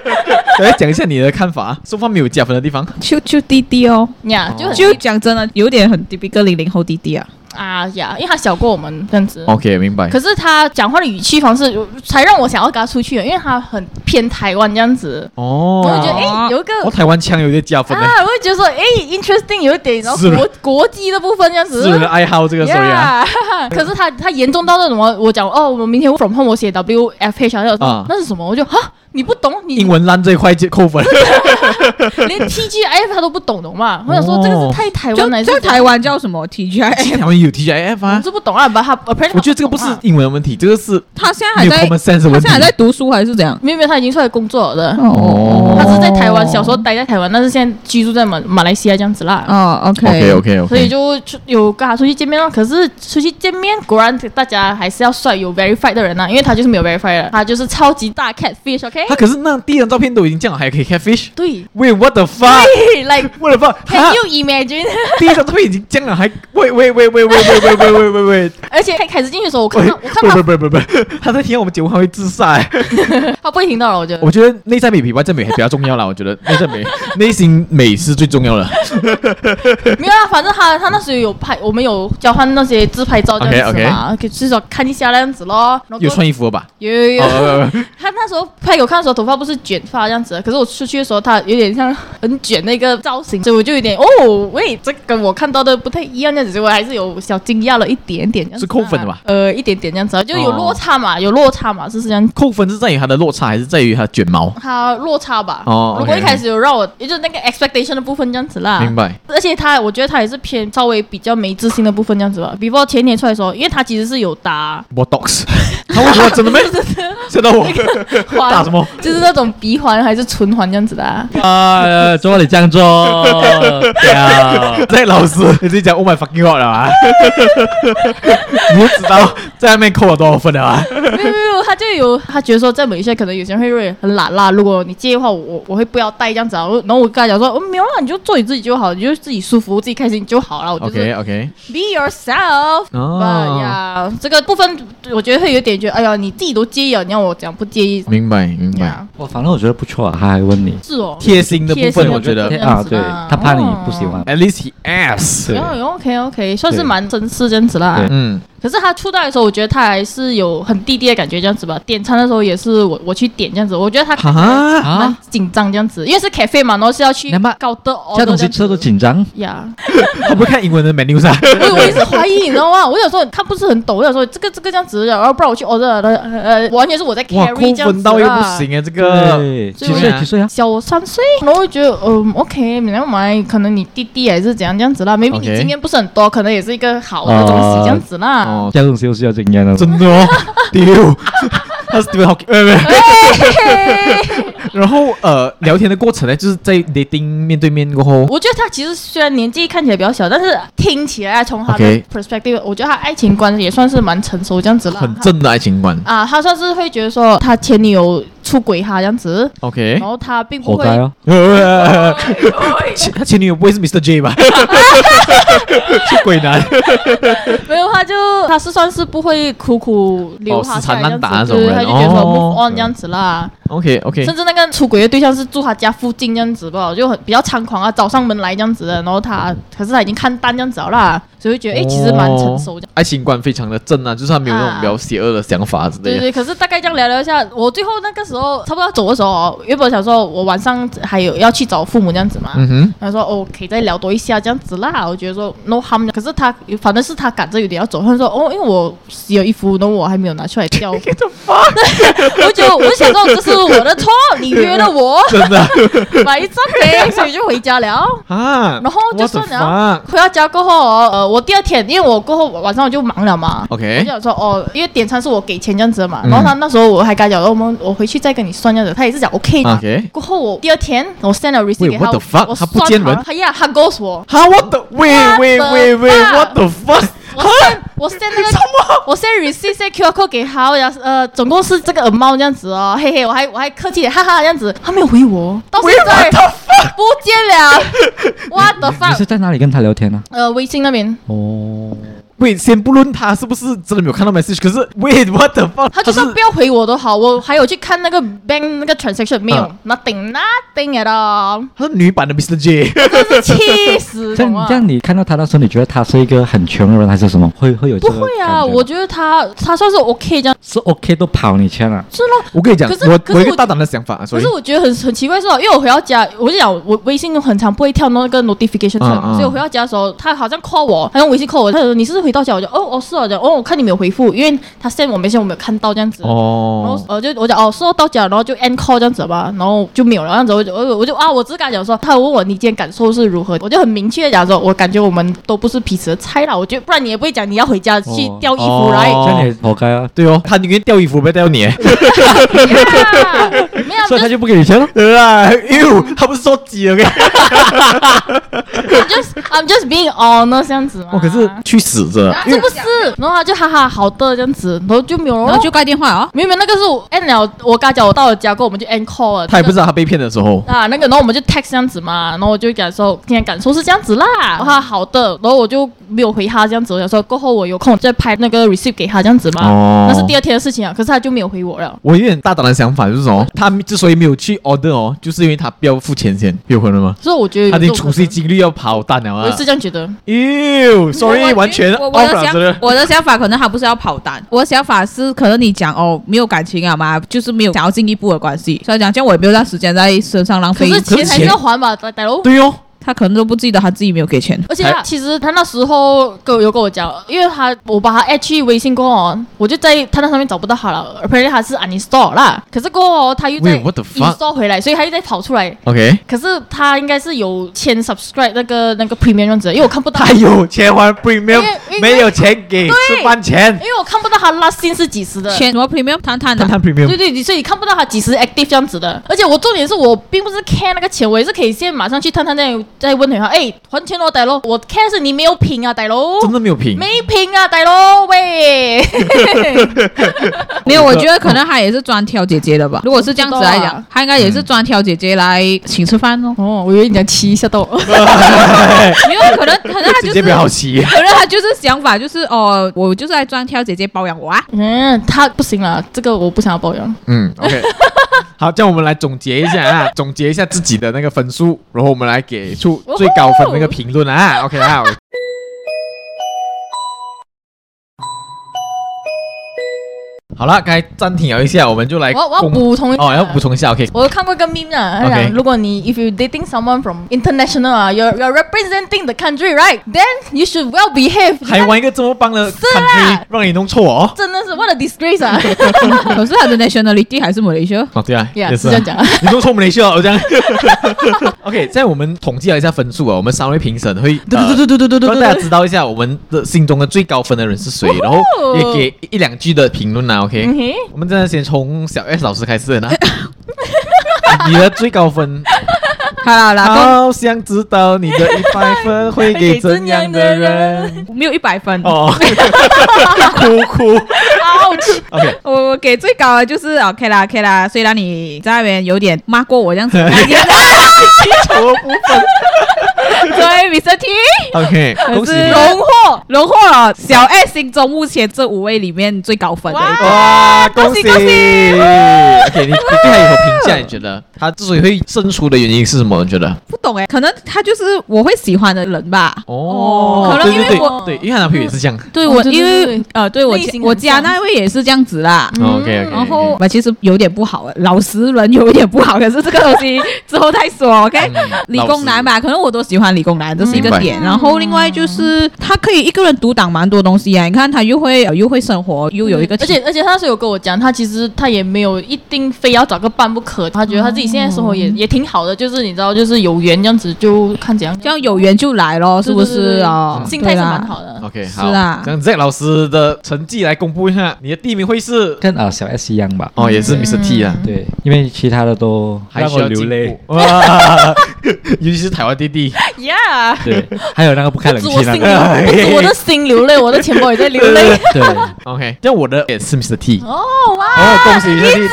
[SPEAKER 3] 小 S 讲一下你的看法，双方没有加分的 地方。
[SPEAKER 1] 就就滴滴哦，
[SPEAKER 2] 呀，就很
[SPEAKER 1] 就讲真的，有点很 typical 零零后滴滴啊。
[SPEAKER 2] 啊呀，因为他小过我们这样子。
[SPEAKER 3] OK，明白。
[SPEAKER 2] 可是他讲话的语气方式，才让我想要跟他出去，因为他很偏台湾这样子，
[SPEAKER 3] 哦
[SPEAKER 2] 我就觉得哎，有一个
[SPEAKER 3] 哦，台湾腔有点加分呢，
[SPEAKER 2] 啊，我就觉得说哎，interesting 有一点，然后
[SPEAKER 3] 是
[SPEAKER 2] 国国际的部分这样子，
[SPEAKER 3] 是人的爱好这个
[SPEAKER 2] y
[SPEAKER 3] 所以啊。
[SPEAKER 2] e 可是他他严重到那什么，我讲哦，我明天 from home 我写 W F H 啊，
[SPEAKER 3] 啊
[SPEAKER 2] 那是什么？我就哈，你不懂，你
[SPEAKER 3] 英文烂这一块就扣分，
[SPEAKER 2] 连 T G F 他都不懂，懂吗？我想说
[SPEAKER 3] 哦
[SPEAKER 2] 这个是太台湾
[SPEAKER 1] 就
[SPEAKER 2] 来，
[SPEAKER 1] 在台湾叫什么 TGI？
[SPEAKER 3] 台湾有 TGIF
[SPEAKER 2] 我
[SPEAKER 3] 啊。
[SPEAKER 2] 就不懂啊，把他 apparently
[SPEAKER 3] 我觉得这个不是
[SPEAKER 2] 他懂啊
[SPEAKER 3] 英文的问题，这个是
[SPEAKER 1] 他现在
[SPEAKER 3] 没
[SPEAKER 1] 还
[SPEAKER 3] 有
[SPEAKER 1] 在，
[SPEAKER 3] common sense
[SPEAKER 1] 他
[SPEAKER 3] 的问
[SPEAKER 1] 现
[SPEAKER 3] 题
[SPEAKER 1] 在。还在读书还是怎样？
[SPEAKER 2] 没有没有，他已经出来工作了的。
[SPEAKER 3] 哦
[SPEAKER 2] 他是在台湾，小时候待在台湾，但是现在居住在马马来西亚这样子啦，
[SPEAKER 1] 哦，OK
[SPEAKER 3] OK
[SPEAKER 2] 所以就出有跟他出去见面了。可是出去见面，果然大家还是要帅有 verified 的人啊呐、因为他就是没有 verified 的，他就是超级大 catfish，OK？、
[SPEAKER 3] 他可是那第一张照片都已经这样，还可以 catfish。
[SPEAKER 2] 对
[SPEAKER 3] Wait, what the fuck？
[SPEAKER 2] ，like
[SPEAKER 3] What the fuck？
[SPEAKER 2] can you imagine？
[SPEAKER 3] 第一张照片已经这样了，还喂喂喂喂喂喂喂喂喂喂喂
[SPEAKER 2] 而且开始进去的时候，我看
[SPEAKER 3] 喂
[SPEAKER 2] 到我看嗯到
[SPEAKER 3] 不不不不不，他在听我们节目他会自杀欸。
[SPEAKER 2] 他不会听到了，我觉得
[SPEAKER 3] 我。觉得内在美比外在美还比较重要啦，我觉得内 在美、内心美是最重要的。
[SPEAKER 2] 没有啦，啊反正他他那时候有拍，我们有交换那些自拍照这样子
[SPEAKER 3] OK，OK
[SPEAKER 2] 嘛，可以至少看一下那样子咯。然后
[SPEAKER 3] 有穿衣服了吧？
[SPEAKER 2] 有有有，
[SPEAKER 3] 哦哦哦
[SPEAKER 2] 他那时候拍给我看的时候，头发不是卷发这样子的，可是我出去的时候，他有点像很卷的一个造型，所以我就有点哦，喂，这跟我看到的不太一样这样子，所以我还是有小惊讶了一点点这样子啊
[SPEAKER 3] 是扣分的吧？
[SPEAKER 2] 呃，一点点这样子啊，就有
[SPEAKER 3] 哦
[SPEAKER 2] 落差嘛，有落差嘛，就是这样
[SPEAKER 3] 扣分是在于他的落差，还是在于他卷毛？
[SPEAKER 2] 它落差吧。
[SPEAKER 3] 哦
[SPEAKER 2] 如果一
[SPEAKER 3] OK，OK
[SPEAKER 2] 开始有让我，也就是那个 expectation 的部分这样子啦。
[SPEAKER 3] 明白。
[SPEAKER 2] 而且他，我觉得他也是偏稍微比较没自信的部分这样子吧。before 前年出来的时候，因为他其实是有打
[SPEAKER 3] Botox，他为什么 真的没？吓到我！
[SPEAKER 2] 环，
[SPEAKER 3] 打什么？
[SPEAKER 2] 就是那种鼻环还是唇环这样子的、啊。
[SPEAKER 5] 啊，做你这样 做，对啊，
[SPEAKER 3] 在老师，你自己讲 Oh my fucking god 了 啊！你就知道在外面扣了多少分了啊！
[SPEAKER 2] 没有没有，没有他就有他觉得说在某一些可能有些人会认为很懒啦，如果你介意的话，我我会不要带这样子啊。然后我跟他讲说，哦，没有啦，你就做你自己就好，你就自己舒服自己开心就好了。我就是
[SPEAKER 3] OK OK，
[SPEAKER 2] be yourself。
[SPEAKER 3] 哦
[SPEAKER 5] 啊
[SPEAKER 2] 哎呀，这个部分我觉得会有点觉得，哎呀，你自己都介意了，你让我讲不介意？
[SPEAKER 3] 明白明白。
[SPEAKER 2] 呀，
[SPEAKER 5] 我反正我觉得不错啊，他还问你
[SPEAKER 2] 是哦，
[SPEAKER 3] 贴心的部
[SPEAKER 2] 贴心
[SPEAKER 3] 分，
[SPEAKER 2] 的
[SPEAKER 3] 我觉得
[SPEAKER 2] 部分这
[SPEAKER 5] 啊，
[SPEAKER 2] 样子
[SPEAKER 5] 对
[SPEAKER 2] 啊
[SPEAKER 5] 他怕你不喜欢，
[SPEAKER 3] at least he asks。
[SPEAKER 2] 然后 OK OK，算是
[SPEAKER 5] 对
[SPEAKER 2] 蛮绅士这样子啦
[SPEAKER 5] 对。
[SPEAKER 3] 嗯，
[SPEAKER 2] 可是他初代的时候，我觉得他还是有很弟弟的感觉这样子吧。点餐的时候也是我我去点这样子，我觉得他
[SPEAKER 3] 哈，
[SPEAKER 5] 啊
[SPEAKER 2] 蛮紧张这样子，因为是 cafe 嘛，然后是要去
[SPEAKER 5] 那么
[SPEAKER 2] 高的
[SPEAKER 5] 这东西吃都紧张，
[SPEAKER 2] 呀。
[SPEAKER 3] 他不看英文的 menu 噻。
[SPEAKER 2] 我我也是怀 疑，你知道吗？我有时候他不是很懂，我有时候这个这个这样子，然后不然我去 order 呃呃，完全是我在
[SPEAKER 3] 哇，
[SPEAKER 2] carry
[SPEAKER 3] 扣
[SPEAKER 2] 这样
[SPEAKER 3] 分
[SPEAKER 2] 子
[SPEAKER 3] 到又不
[SPEAKER 2] 啦。
[SPEAKER 3] 行啊，这个
[SPEAKER 5] 对，几
[SPEAKER 2] 所以我
[SPEAKER 5] 岁几岁啊？
[SPEAKER 2] 小我三岁，然后我就觉得，嗯，OK，你要买，可能你弟弟还是怎样这样子啦，maybe 你
[SPEAKER 3] OK
[SPEAKER 2] 经验不是很多，可能也是一个好的东西
[SPEAKER 5] 哦
[SPEAKER 2] 这样子啦。
[SPEAKER 3] 哦，
[SPEAKER 5] 这种东西都是要经验的，啊
[SPEAKER 3] 真的哦，丢， 他是丢好，呃，不是
[SPEAKER 2] 哎
[SPEAKER 3] 然后呃，聊天的过程呢，就是在 dating 面对面过后，
[SPEAKER 2] 我觉得他其实虽然年纪看起来比较小，但是听起来啊从他的
[SPEAKER 3] OK
[SPEAKER 2] perspective，我觉得他爱情观也算是蛮成熟这样子啦。
[SPEAKER 3] 很正的爱情观。
[SPEAKER 2] 啊，他算是会觉得说他前女友出轨他这样子，
[SPEAKER 3] OK，
[SPEAKER 2] 然后他并不
[SPEAKER 5] 活
[SPEAKER 2] 会
[SPEAKER 5] 该哦。
[SPEAKER 3] 前他前女友不会是 Mr. J 吧？ 是鬼男，
[SPEAKER 2] 没有，他就他是算是不会苦苦留
[SPEAKER 3] 哦
[SPEAKER 2] 他
[SPEAKER 3] 死缠
[SPEAKER 2] 下来
[SPEAKER 3] 烂打
[SPEAKER 2] 这样子，
[SPEAKER 3] 那种
[SPEAKER 2] 对，
[SPEAKER 3] 人
[SPEAKER 2] 他就觉得说
[SPEAKER 3] 哦
[SPEAKER 2] move on 这样子啦。
[SPEAKER 3] OK OK，
[SPEAKER 2] 甚至那个出轨的对象是住他家附近这样子吧，就很比较猖狂啊，找上门来这样子的。然后他可是他已经看淡这样子了啦，所以会觉得哎、诶其实蛮成熟的。
[SPEAKER 3] 哦爱情观非常的正啊，就是他没有那种
[SPEAKER 2] 啊
[SPEAKER 3] 比较邪恶的想法之类
[SPEAKER 2] 对
[SPEAKER 3] 的。
[SPEAKER 2] 对，可是大概这样聊聊一下，我最后那个时候差不多要走的时候哦，原本想说我晚上还有要去找父母这样子嘛，
[SPEAKER 3] 嗯哼，
[SPEAKER 2] 他说哦可以再聊多一下这样子啦，我觉得说 no harm，可是他反正是他赶着有点要走，他说哦因为我洗了衣服，然后我还没有拿出来掉， 我就我就想说这是我的错，你约了我
[SPEAKER 3] 真的
[SPEAKER 2] 买一张给，所以就回家了。
[SPEAKER 3] 啊，
[SPEAKER 2] 然后就算了
[SPEAKER 3] What the fuck？
[SPEAKER 2] 回到家过后哦，呃，我第二天因为我过后晚上我就忙了嘛。我就
[SPEAKER 3] OK，
[SPEAKER 2] 想说哦，因为点餐是我给钱这样子的嘛，
[SPEAKER 3] 嗯
[SPEAKER 2] 然后他那时候我还跟他讲，哦我们我回去再跟你算这样子，他也是讲 OK 的。
[SPEAKER 3] 啊 OK
[SPEAKER 2] 过后我第二天我 send 了 receipt
[SPEAKER 3] Wait,
[SPEAKER 2] 给他
[SPEAKER 3] what the fuck？
[SPEAKER 2] 我
[SPEAKER 3] 他不见人
[SPEAKER 2] 算好了他呀，他 ghost 我，
[SPEAKER 3] 哈，what the wait wait wait wait，what the fuck？
[SPEAKER 2] 我 send 我 send 那个我 send receipt send QR code 给他，我讲呃，总共是这个 amount 这样子哦，嘿嘿，我还我还客气点，哈哈这样子，他没有回我，到现在不见了 ，what the
[SPEAKER 5] 你是
[SPEAKER 2] fuck？
[SPEAKER 5] 在哪里跟他聊天啊呢？
[SPEAKER 2] 呃，微信那边。
[SPEAKER 5] 哦，
[SPEAKER 3] wait，先不论他是不是真的没有看到 message，可是 wait what the fuck？
[SPEAKER 2] 他就算
[SPEAKER 3] 是
[SPEAKER 2] 不要回我都好，我还有去看那个 bank 那个 transaction 没有、
[SPEAKER 3] 啊
[SPEAKER 2] nothing nothing at all，
[SPEAKER 3] 他是女版的 Mr. J，
[SPEAKER 2] 真是气死！啊
[SPEAKER 5] 这
[SPEAKER 2] 懂吗
[SPEAKER 5] 样这样，你看到他的时候，你觉得他是一个很穷的人还是什么？会会有这
[SPEAKER 2] 不
[SPEAKER 5] 个
[SPEAKER 2] 会
[SPEAKER 5] 感
[SPEAKER 2] 啊，
[SPEAKER 5] 觉吗
[SPEAKER 2] 我觉得他他算是 OK 这样，
[SPEAKER 5] 是 OK 都跑你啊去了，
[SPEAKER 2] 是咯。
[SPEAKER 3] 我跟你讲，
[SPEAKER 2] 可是
[SPEAKER 3] 我
[SPEAKER 2] 可是
[SPEAKER 3] 我有一个
[SPEAKER 2] 我
[SPEAKER 3] 大胆的想法啊，所
[SPEAKER 2] 可
[SPEAKER 3] 以
[SPEAKER 2] 是我觉得很很奇怪，是吧？因为我回到家，我就讲我微信很常不会跳那个 notification 出来嘛
[SPEAKER 3] 嗯嗯
[SPEAKER 2] 所以我回到家的时候，他好像 call 我，他用微信 call 我，他说你是不是回到家？我就哦哦是哦，我讲哦我看你没有回复，因为他 send 我没 s 我没有看到这样子。然后
[SPEAKER 3] 哦
[SPEAKER 2] 呃就我讲哦，说到家，然后就 end call 这样子吧，然后就没有了，这样子我就我就我就啊，我只是跟他讲说，他问我你今天感受是如何，我就很明确的讲说，我感觉我们都不是彼此的菜啦，我觉得不然你也不会讲你要回家去
[SPEAKER 5] 哦
[SPEAKER 2] 掉衣服
[SPEAKER 3] 哦
[SPEAKER 2] 来。
[SPEAKER 5] 这样也活该啊，
[SPEAKER 3] 对哦，他宁愿掉衣服不要掉你，
[SPEAKER 2] 啊没有，就
[SPEAKER 5] 所
[SPEAKER 2] 是
[SPEAKER 5] 以他就不给你钱了。
[SPEAKER 3] 对啦，哟，他不是说鸡 OK？
[SPEAKER 2] I'm just I'm just being honest 这样子嘛。
[SPEAKER 3] 哦，可是去死真的
[SPEAKER 2] 啊，，这不是，然后他就哈哈好的这样子，然后就没有了，
[SPEAKER 1] 然后就挂电话哦。
[SPEAKER 2] 明明那个是我 end 了，我跟他讲我到了家过后我们就 end call 了，
[SPEAKER 3] 他也不
[SPEAKER 2] 这个
[SPEAKER 3] 知道他被骗的时候。
[SPEAKER 2] 啊，那个，然后我们就 text 这样子嘛，然后我就讲说今天感受是这样子啦，然后他好的，然后我就没有回他这样子，我想说过后我有空再拍那个 receipt 给他这样子嘛，
[SPEAKER 3] 哦
[SPEAKER 2] 那是第二天的事情啊，可是他就没有回我了。
[SPEAKER 3] 我有点大胆的想法就是什么？他之所以没有去 order 哦，就是因为他不要付钱先，有可能吗？
[SPEAKER 2] 所以我觉得
[SPEAKER 3] 他
[SPEAKER 2] 有这
[SPEAKER 3] 的
[SPEAKER 2] 种
[SPEAKER 3] 储蓄几率要跑蛋了
[SPEAKER 2] 我
[SPEAKER 3] 啊
[SPEAKER 2] 也！是这样觉得，
[SPEAKER 3] 哟，sorry，完 全
[SPEAKER 1] 我我
[SPEAKER 3] off
[SPEAKER 1] 的
[SPEAKER 3] 了，
[SPEAKER 1] 想
[SPEAKER 3] 真的。
[SPEAKER 1] 我的想法可能他不是要跑单，我的想法是可能你讲哦没有感情啊嘛，就是没有想要进一步的关系，所以讲这样我也没有让时间在身上浪
[SPEAKER 2] 可
[SPEAKER 1] 费。
[SPEAKER 2] 是钱还是
[SPEAKER 3] 钱
[SPEAKER 2] 要还吧，大大佬。
[SPEAKER 3] 对哦，
[SPEAKER 1] 他可能都不记得他自己没有给钱。
[SPEAKER 2] 而且他
[SPEAKER 3] 还
[SPEAKER 2] 其实他那时候跟我有跟我讲，因为他我把他 add 去微信过后哦，我就在他那上面找不到他了，apparently 他是 uninstall 啦，可是过后哦他又在
[SPEAKER 3] Wait, what the fuck?
[SPEAKER 2] install 回来，所以他又再跑出来，
[SPEAKER 3] OK，
[SPEAKER 2] 可是他应该是有签 subscribe 那个那个 premium 样子的，因为我看不到，
[SPEAKER 3] 他有哎钱还 premium，
[SPEAKER 2] 因为
[SPEAKER 3] 没有钱给
[SPEAKER 2] 对
[SPEAKER 3] 吃饭钱
[SPEAKER 2] 因，为我看不到他 last seen 是几时的。
[SPEAKER 1] 钱什么 premium 谈谈啊
[SPEAKER 3] 他
[SPEAKER 1] 的，
[SPEAKER 3] 谈
[SPEAKER 2] 对
[SPEAKER 3] premium。
[SPEAKER 2] 对，你所以你看不到他几时 active 这样子的，而且我重点是我并不是 care 那个钱，我也是可以现在马上去探探那里再问他，哎，还钱咯，大佬，我 care 是你没有品啊，大佬，
[SPEAKER 3] 真的没有品，
[SPEAKER 2] 没品啊，大佬喂，
[SPEAKER 1] 没有，我觉得可能他也是专挑姐姐的吧。如果是这样子来
[SPEAKER 2] 哦不知道
[SPEAKER 1] 讲
[SPEAKER 2] 啊，。
[SPEAKER 1] 他应该也是专挑姐姐来请吃饭哦
[SPEAKER 2] 哦，我以为你讲七吓到我。嗯
[SPEAKER 1] 没有，可能可能他就
[SPEAKER 3] 姐
[SPEAKER 1] 是
[SPEAKER 3] 姐比较好奇。
[SPEAKER 1] 可能他就是想法就是哦，我就是来专挑姐姐包养我 啊。
[SPEAKER 2] 嗯，他不行了，这个我不想要包养。
[SPEAKER 3] 嗯，OK。好， 这样我们来总结一下啊，总结一下自己的那个分数，然后我们来给出最高分那个评论 啊。OK 啊，好了，该暂停了一下，我们就来
[SPEAKER 2] 我我要
[SPEAKER 3] 哎公
[SPEAKER 2] 补充一下
[SPEAKER 3] 哦，要补充一下 OK。
[SPEAKER 2] 我看过一个 meme 啊，他
[SPEAKER 3] OK
[SPEAKER 2] 讲如果你 if you dating someone from international 啊，you're you're representing the country right, then you should well behave。
[SPEAKER 3] 还玩一个这么棒的 c
[SPEAKER 2] 啦
[SPEAKER 3] o 让你弄错哦。
[SPEAKER 2] 真的是 what a disgrace 啊！
[SPEAKER 1] 可是他的 nationality 还是马来 西亚。
[SPEAKER 3] 哦，对啊，
[SPEAKER 2] Yeah，
[SPEAKER 3] 也
[SPEAKER 2] 是这
[SPEAKER 3] 是啊
[SPEAKER 2] 样讲啊
[SPEAKER 3] 你弄错我们雷秀，我这样。OK，在我们统计了一下分数啊，我们三位评审会对对对对对对对，让大家知道一下我们的心中的最高分的人是谁，然后也给一两句的评论啊。
[SPEAKER 2] 嗯
[SPEAKER 3] OK，
[SPEAKER 2] 哼
[SPEAKER 3] 我们现在先从小 S 老师开始 呢。你的最高分，
[SPEAKER 1] 好啦好啦，
[SPEAKER 3] 好想知道你的一百分会给怎样的 人？
[SPEAKER 1] 都没有一百分。
[SPEAKER 3] 哦， 哭哭。OK，
[SPEAKER 1] 我我给最高的就是 OK 啦 OK 啦，虽然你在那边有点骂过我这样子， 哎
[SPEAKER 3] 丑恶部分。
[SPEAKER 1] 对 Mr. T，
[SPEAKER 3] OK，恭喜你
[SPEAKER 1] 可。是荣获荣获了小 S 心中目前这五位里面最高分的一个。
[SPEAKER 3] 哇，恭
[SPEAKER 1] 恭喜恭喜
[SPEAKER 3] OK，你你对他有何评价？你觉得他之所以会胜出的原因是什么？你觉得？
[SPEAKER 1] 不懂哎、可能他就是我会喜欢的人吧。
[SPEAKER 3] 哦，
[SPEAKER 1] 可能
[SPEAKER 3] 对
[SPEAKER 1] 因为
[SPEAKER 3] 对
[SPEAKER 2] 我
[SPEAKER 3] 对，对因为她男朋友也是这样。
[SPEAKER 1] 对
[SPEAKER 2] 哦
[SPEAKER 1] 我，
[SPEAKER 2] 对对
[SPEAKER 1] 因
[SPEAKER 2] 对
[SPEAKER 1] 为
[SPEAKER 2] 对
[SPEAKER 1] 呃，对我
[SPEAKER 2] 类
[SPEAKER 1] 家
[SPEAKER 2] 型很嗯
[SPEAKER 1] 我家
[SPEAKER 2] 像
[SPEAKER 1] 那位也是这样子啦。
[SPEAKER 3] OK OK，
[SPEAKER 1] 嗯然后我其实有点不好，老实人有一点不好，可是这个东西之后再说，OK？理
[SPEAKER 3] 嗯
[SPEAKER 1] 哎工男吧，可能我都喜欢理工男，这是一个
[SPEAKER 3] 明白
[SPEAKER 1] 点。然后另外就是他可以一个人独挡蛮多东西啊，你看他又会呃又会生活，又有一个
[SPEAKER 2] 嗯而
[SPEAKER 1] 体
[SPEAKER 2] 且而且他是有跟我讲，他其实他也没有一定非要找个伴不可，他觉得他自己现在生活也、也挺好的，就是你知道，就是有缘这样子，就看怎样，
[SPEAKER 1] 这样有缘就来咯，是不
[SPEAKER 2] 对对对
[SPEAKER 1] 是哦？
[SPEAKER 2] 心态是
[SPEAKER 1] 对啦
[SPEAKER 2] 蛮好的。
[SPEAKER 3] OK
[SPEAKER 1] 是
[SPEAKER 3] 好
[SPEAKER 1] 啦，
[SPEAKER 3] 这样 Z 老师的成绩来公布一下，你的第一名会是
[SPEAKER 5] 跟啊小 S 一样吧。
[SPEAKER 3] 哦，也是 Mr T
[SPEAKER 1] 嗯
[SPEAKER 3] 啊，
[SPEAKER 5] 对，因为其他的都
[SPEAKER 3] 还
[SPEAKER 5] 让
[SPEAKER 3] 需
[SPEAKER 5] 我
[SPEAKER 3] 要
[SPEAKER 5] 流
[SPEAKER 3] 进
[SPEAKER 5] 泪
[SPEAKER 3] 步。哇 尤其是台湾弟弟，
[SPEAKER 2] Yeah，
[SPEAKER 5] 对，还有那个不开冷
[SPEAKER 2] 不止我
[SPEAKER 5] 气那
[SPEAKER 2] 心
[SPEAKER 5] 个。
[SPEAKER 2] 流，不
[SPEAKER 3] 哎
[SPEAKER 2] 止我的心流泪，我的钱包也在流泪。
[SPEAKER 5] 对，
[SPEAKER 3] OK，但我的也是 Mr T。
[SPEAKER 2] 哦哇，
[SPEAKER 3] 哦，恭喜 Mr T。
[SPEAKER 2] 认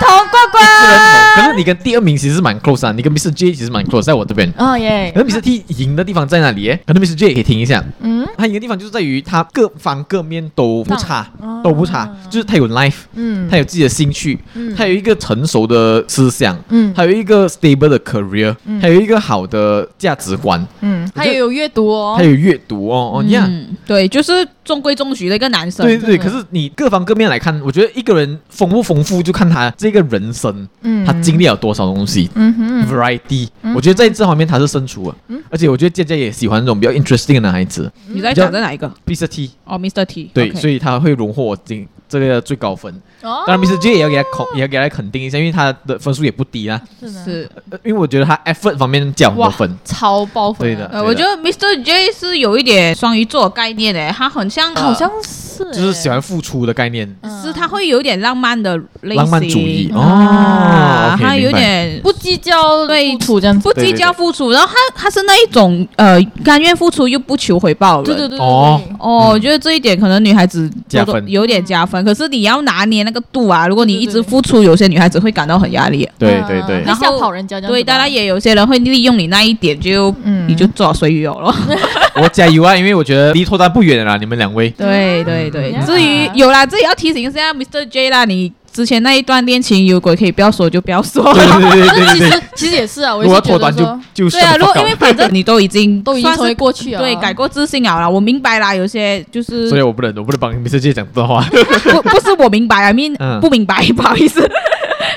[SPEAKER 2] 同呱呱。
[SPEAKER 3] 是认同可是你跟第二名其实是蛮 close 啊，你跟 Mr J 其实蛮 close，在我这边。
[SPEAKER 2] 哦耶
[SPEAKER 3] 可，是 Mr T 赢的地方在哪里耶？可能 Mr J 也可以听一下，
[SPEAKER 2] 嗯
[SPEAKER 3] 他赢的地方就是在于他各方各面都不差
[SPEAKER 2] 棒，啊
[SPEAKER 3] 都不差，就是他有 life，
[SPEAKER 2] 嗯
[SPEAKER 3] 他有自己的兴趣，
[SPEAKER 2] 嗯
[SPEAKER 3] 他有一个成熟的思想，
[SPEAKER 2] 嗯
[SPEAKER 3] 他有一个 stable 的 career，
[SPEAKER 2] 嗯
[SPEAKER 3] 还有一个好的价值观，
[SPEAKER 2] 嗯，他也有阅读哦
[SPEAKER 3] 他。有阅读哦哦呀。
[SPEAKER 1] 嗯，对，就是中规中矩的一个男生。
[SPEAKER 3] 对对，对
[SPEAKER 2] 真
[SPEAKER 3] 可
[SPEAKER 2] 的
[SPEAKER 3] 是你各方各面来看，我觉得一个人丰不丰富，就看他这个人生，
[SPEAKER 2] 嗯
[SPEAKER 3] 他经历了多少东西。
[SPEAKER 2] 嗯哼，
[SPEAKER 3] variety，、我觉得在这方面他是胜出的，而且我觉得佳佳也喜欢那种比较 interesting 的男孩子
[SPEAKER 1] 你在讲的哪一个？
[SPEAKER 3] ，Mr. T，
[SPEAKER 1] 哦，Mr. T，
[SPEAKER 3] 对
[SPEAKER 1] OK
[SPEAKER 3] 所以他会荣获我今这个最高分。
[SPEAKER 2] 哦
[SPEAKER 3] 当然，Mr. J 也要给他肯，也要给他肯定一下，因为他的分数也不低啊。
[SPEAKER 2] 是
[SPEAKER 1] 是
[SPEAKER 3] 呃因为我觉得他 effort 方面加很多
[SPEAKER 2] 哇
[SPEAKER 3] 分。
[SPEAKER 2] 超爆粉，啊
[SPEAKER 3] 对啊的
[SPEAKER 1] 呃，我觉得 Mr. J 是有一点双鱼座的概念诶，他很像
[SPEAKER 2] 好像是欸，
[SPEAKER 3] 就是喜欢付出的概念，
[SPEAKER 2] 嗯
[SPEAKER 1] 是他会有点浪漫的类型，
[SPEAKER 3] 浪漫主义哦
[SPEAKER 1] 啊
[SPEAKER 3] OK，
[SPEAKER 1] 他有
[SPEAKER 3] 明白
[SPEAKER 1] 点不
[SPEAKER 2] 不计较
[SPEAKER 1] 对
[SPEAKER 2] 付出这样子。
[SPEAKER 1] 不计较付出，然后他他是那一种呃甘愿付出又不求回报的
[SPEAKER 2] 对
[SPEAKER 1] 人，
[SPEAKER 2] 对对对嗯
[SPEAKER 3] 哦
[SPEAKER 2] 对
[SPEAKER 1] 哦，我觉得这一点可能女孩子
[SPEAKER 3] 加
[SPEAKER 1] 多多
[SPEAKER 3] 分
[SPEAKER 1] 有点加分。可是你要拿捏那个度啊，如果你
[SPEAKER 2] 对对
[SPEAKER 1] 一直
[SPEAKER 2] 对
[SPEAKER 1] 付出，有些女孩子会感到很压力。
[SPEAKER 3] 对
[SPEAKER 2] 啊
[SPEAKER 3] 对对
[SPEAKER 1] 然
[SPEAKER 2] 会
[SPEAKER 1] 后
[SPEAKER 2] 吓跑人家这样子吧。
[SPEAKER 1] 对，当然也有些人会利用你那一点，就
[SPEAKER 2] 嗯
[SPEAKER 1] 你就做随遇有了。
[SPEAKER 3] 我加油啊！因为我觉得离脱单不远啊了啦，你们两 位。
[SPEAKER 1] 对对对，
[SPEAKER 2] Yeah
[SPEAKER 1] 嗯至于有啦，这里要提醒一下 Mr. J 啦，你之前那一段恋情如果可以不要说就不要说。
[SPEAKER 3] 对对对
[SPEAKER 2] 就是
[SPEAKER 3] 对对
[SPEAKER 2] 其
[SPEAKER 3] 对
[SPEAKER 2] 实，其实也是啊，我
[SPEAKER 3] 如果
[SPEAKER 2] 也是
[SPEAKER 3] 要脱
[SPEAKER 2] 觉
[SPEAKER 3] 单
[SPEAKER 2] 得
[SPEAKER 3] 就
[SPEAKER 2] 说
[SPEAKER 3] 就
[SPEAKER 1] 对啊，
[SPEAKER 3] shut the
[SPEAKER 1] 如果
[SPEAKER 3] fuck
[SPEAKER 1] 因
[SPEAKER 3] up
[SPEAKER 1] 为反 正你都已经
[SPEAKER 2] 都已经
[SPEAKER 1] 算是
[SPEAKER 2] 成为过去了啊
[SPEAKER 1] 对，改过自新了啦。我明白啦，有些就是
[SPEAKER 3] 所以我不能，我不能帮 Mr. J 讲这段话。
[SPEAKER 1] 不不是我明白，I mean、
[SPEAKER 3] 嗯
[SPEAKER 1] 不明白，不好意思。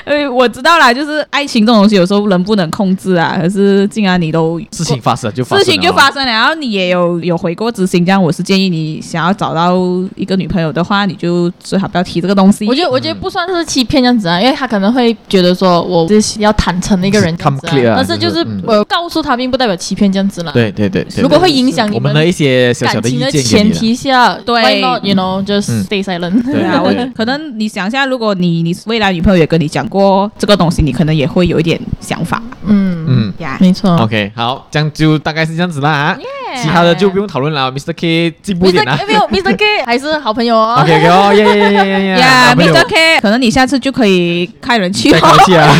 [SPEAKER 1] 呃，我知道啦，就是爱情这种东西，有时候人不能控制啊。可是既然你都
[SPEAKER 3] 事情发生就发生
[SPEAKER 1] 事
[SPEAKER 3] 了，
[SPEAKER 1] 情就发生了，然后你也有有回过执行，这样我是建议你想要找到一个女朋友的话，你就最好不要提这个东西。
[SPEAKER 2] 我觉得，我
[SPEAKER 3] 嗯
[SPEAKER 2] 觉得不算是欺骗这样子啊，因为他可能会觉得说，我就是要坦诚的一个人这样子、啊
[SPEAKER 3] Come clear 啊，
[SPEAKER 2] 但是
[SPEAKER 3] 就
[SPEAKER 2] 就是是
[SPEAKER 3] 嗯
[SPEAKER 2] 我告诉他，并不代表欺骗这样子啦。，
[SPEAKER 3] 对对对，对
[SPEAKER 2] 如果会影响
[SPEAKER 3] 我
[SPEAKER 2] 你
[SPEAKER 3] 们的一些小小
[SPEAKER 2] 感
[SPEAKER 3] 的意
[SPEAKER 2] 情
[SPEAKER 3] 见
[SPEAKER 2] 的
[SPEAKER 3] 给你
[SPEAKER 2] 前
[SPEAKER 3] 了
[SPEAKER 2] 提下，
[SPEAKER 1] 对
[SPEAKER 2] why not you know
[SPEAKER 3] 嗯
[SPEAKER 2] just stay silent？、
[SPEAKER 3] 对
[SPEAKER 1] 对啊，我可能你想一下，如果你你未来女朋友也跟你讲过这个东西，你可能也会有一点想法。
[SPEAKER 2] 嗯，
[SPEAKER 3] 嗯，
[SPEAKER 1] 呀，
[SPEAKER 2] 没错。
[SPEAKER 3] OK，好，这样就大概是这样子啦啊
[SPEAKER 2] Yeah
[SPEAKER 3] 其他的就不用讨论了，Mr. K 进步一点
[SPEAKER 2] Mr.
[SPEAKER 3] 啦
[SPEAKER 2] K- 没有 Mr. K 还是好朋友
[SPEAKER 3] o
[SPEAKER 2] 哦。
[SPEAKER 3] k OK 哦，耶耶耶耶耶，
[SPEAKER 1] 呀
[SPEAKER 3] 好朋友
[SPEAKER 1] ，Mr. K，可能你下次就可以开人去
[SPEAKER 3] 再
[SPEAKER 1] 哦
[SPEAKER 3] 搞。一啊。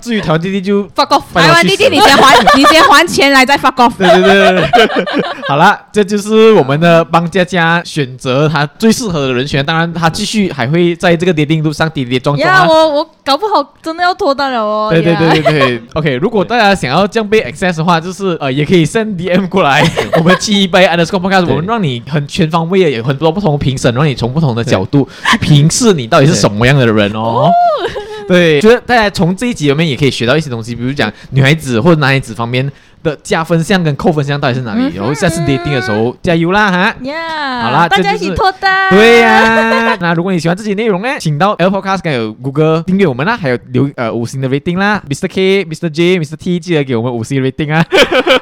[SPEAKER 3] 至于台湾弟弟就
[SPEAKER 2] Fuck off！
[SPEAKER 3] 拜
[SPEAKER 1] 台湾弟弟，你先还，你先还钱来再发工。
[SPEAKER 3] 对对对对对，好了，这就是我们的帮佳佳选择她最适合的人选。当然，她继续还会在这个跌定路上跌跌撞撞
[SPEAKER 2] 呀，
[SPEAKER 3] 啊。
[SPEAKER 2] 我我搞不好真的要脱单了哦。
[SPEAKER 3] 对对
[SPEAKER 2] yeah
[SPEAKER 3] 对对对，OK。如果大家想要这样被 access 的话，就是呃，也可以 send DM 过来，我们七一杯 underscore podcast，
[SPEAKER 5] 对
[SPEAKER 3] 我们让你很全方位的，有很多不同的评审，让你从不同的角度去评视你到底是什么样的人哦。对，觉得大家从这一集里面也可以学到一些东西，比如讲女孩子或者男孩子方面的加分项跟扣分项到底是哪里，然后下次 dating 的时候加油啦哈。
[SPEAKER 2] 呀，
[SPEAKER 3] 好啦
[SPEAKER 2] 大家
[SPEAKER 3] 这
[SPEAKER 2] 一
[SPEAKER 3] 就是
[SPEAKER 2] 起脱单。
[SPEAKER 3] 对呀、那如果你喜欢这集内容呢，请到 Apple Podcast 还有 Google 订阅我们啦，还有留呃五星的 rating 啦，Mr. K、Mr. J、Mr. T 记得给我们五星 rating 啊。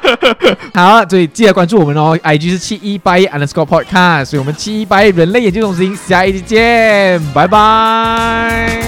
[SPEAKER 3] 好，所以记得关注我们哦，IG 是七一八一 underscore podcast，所以我们七一八人类研究中心下一集见，拜拜。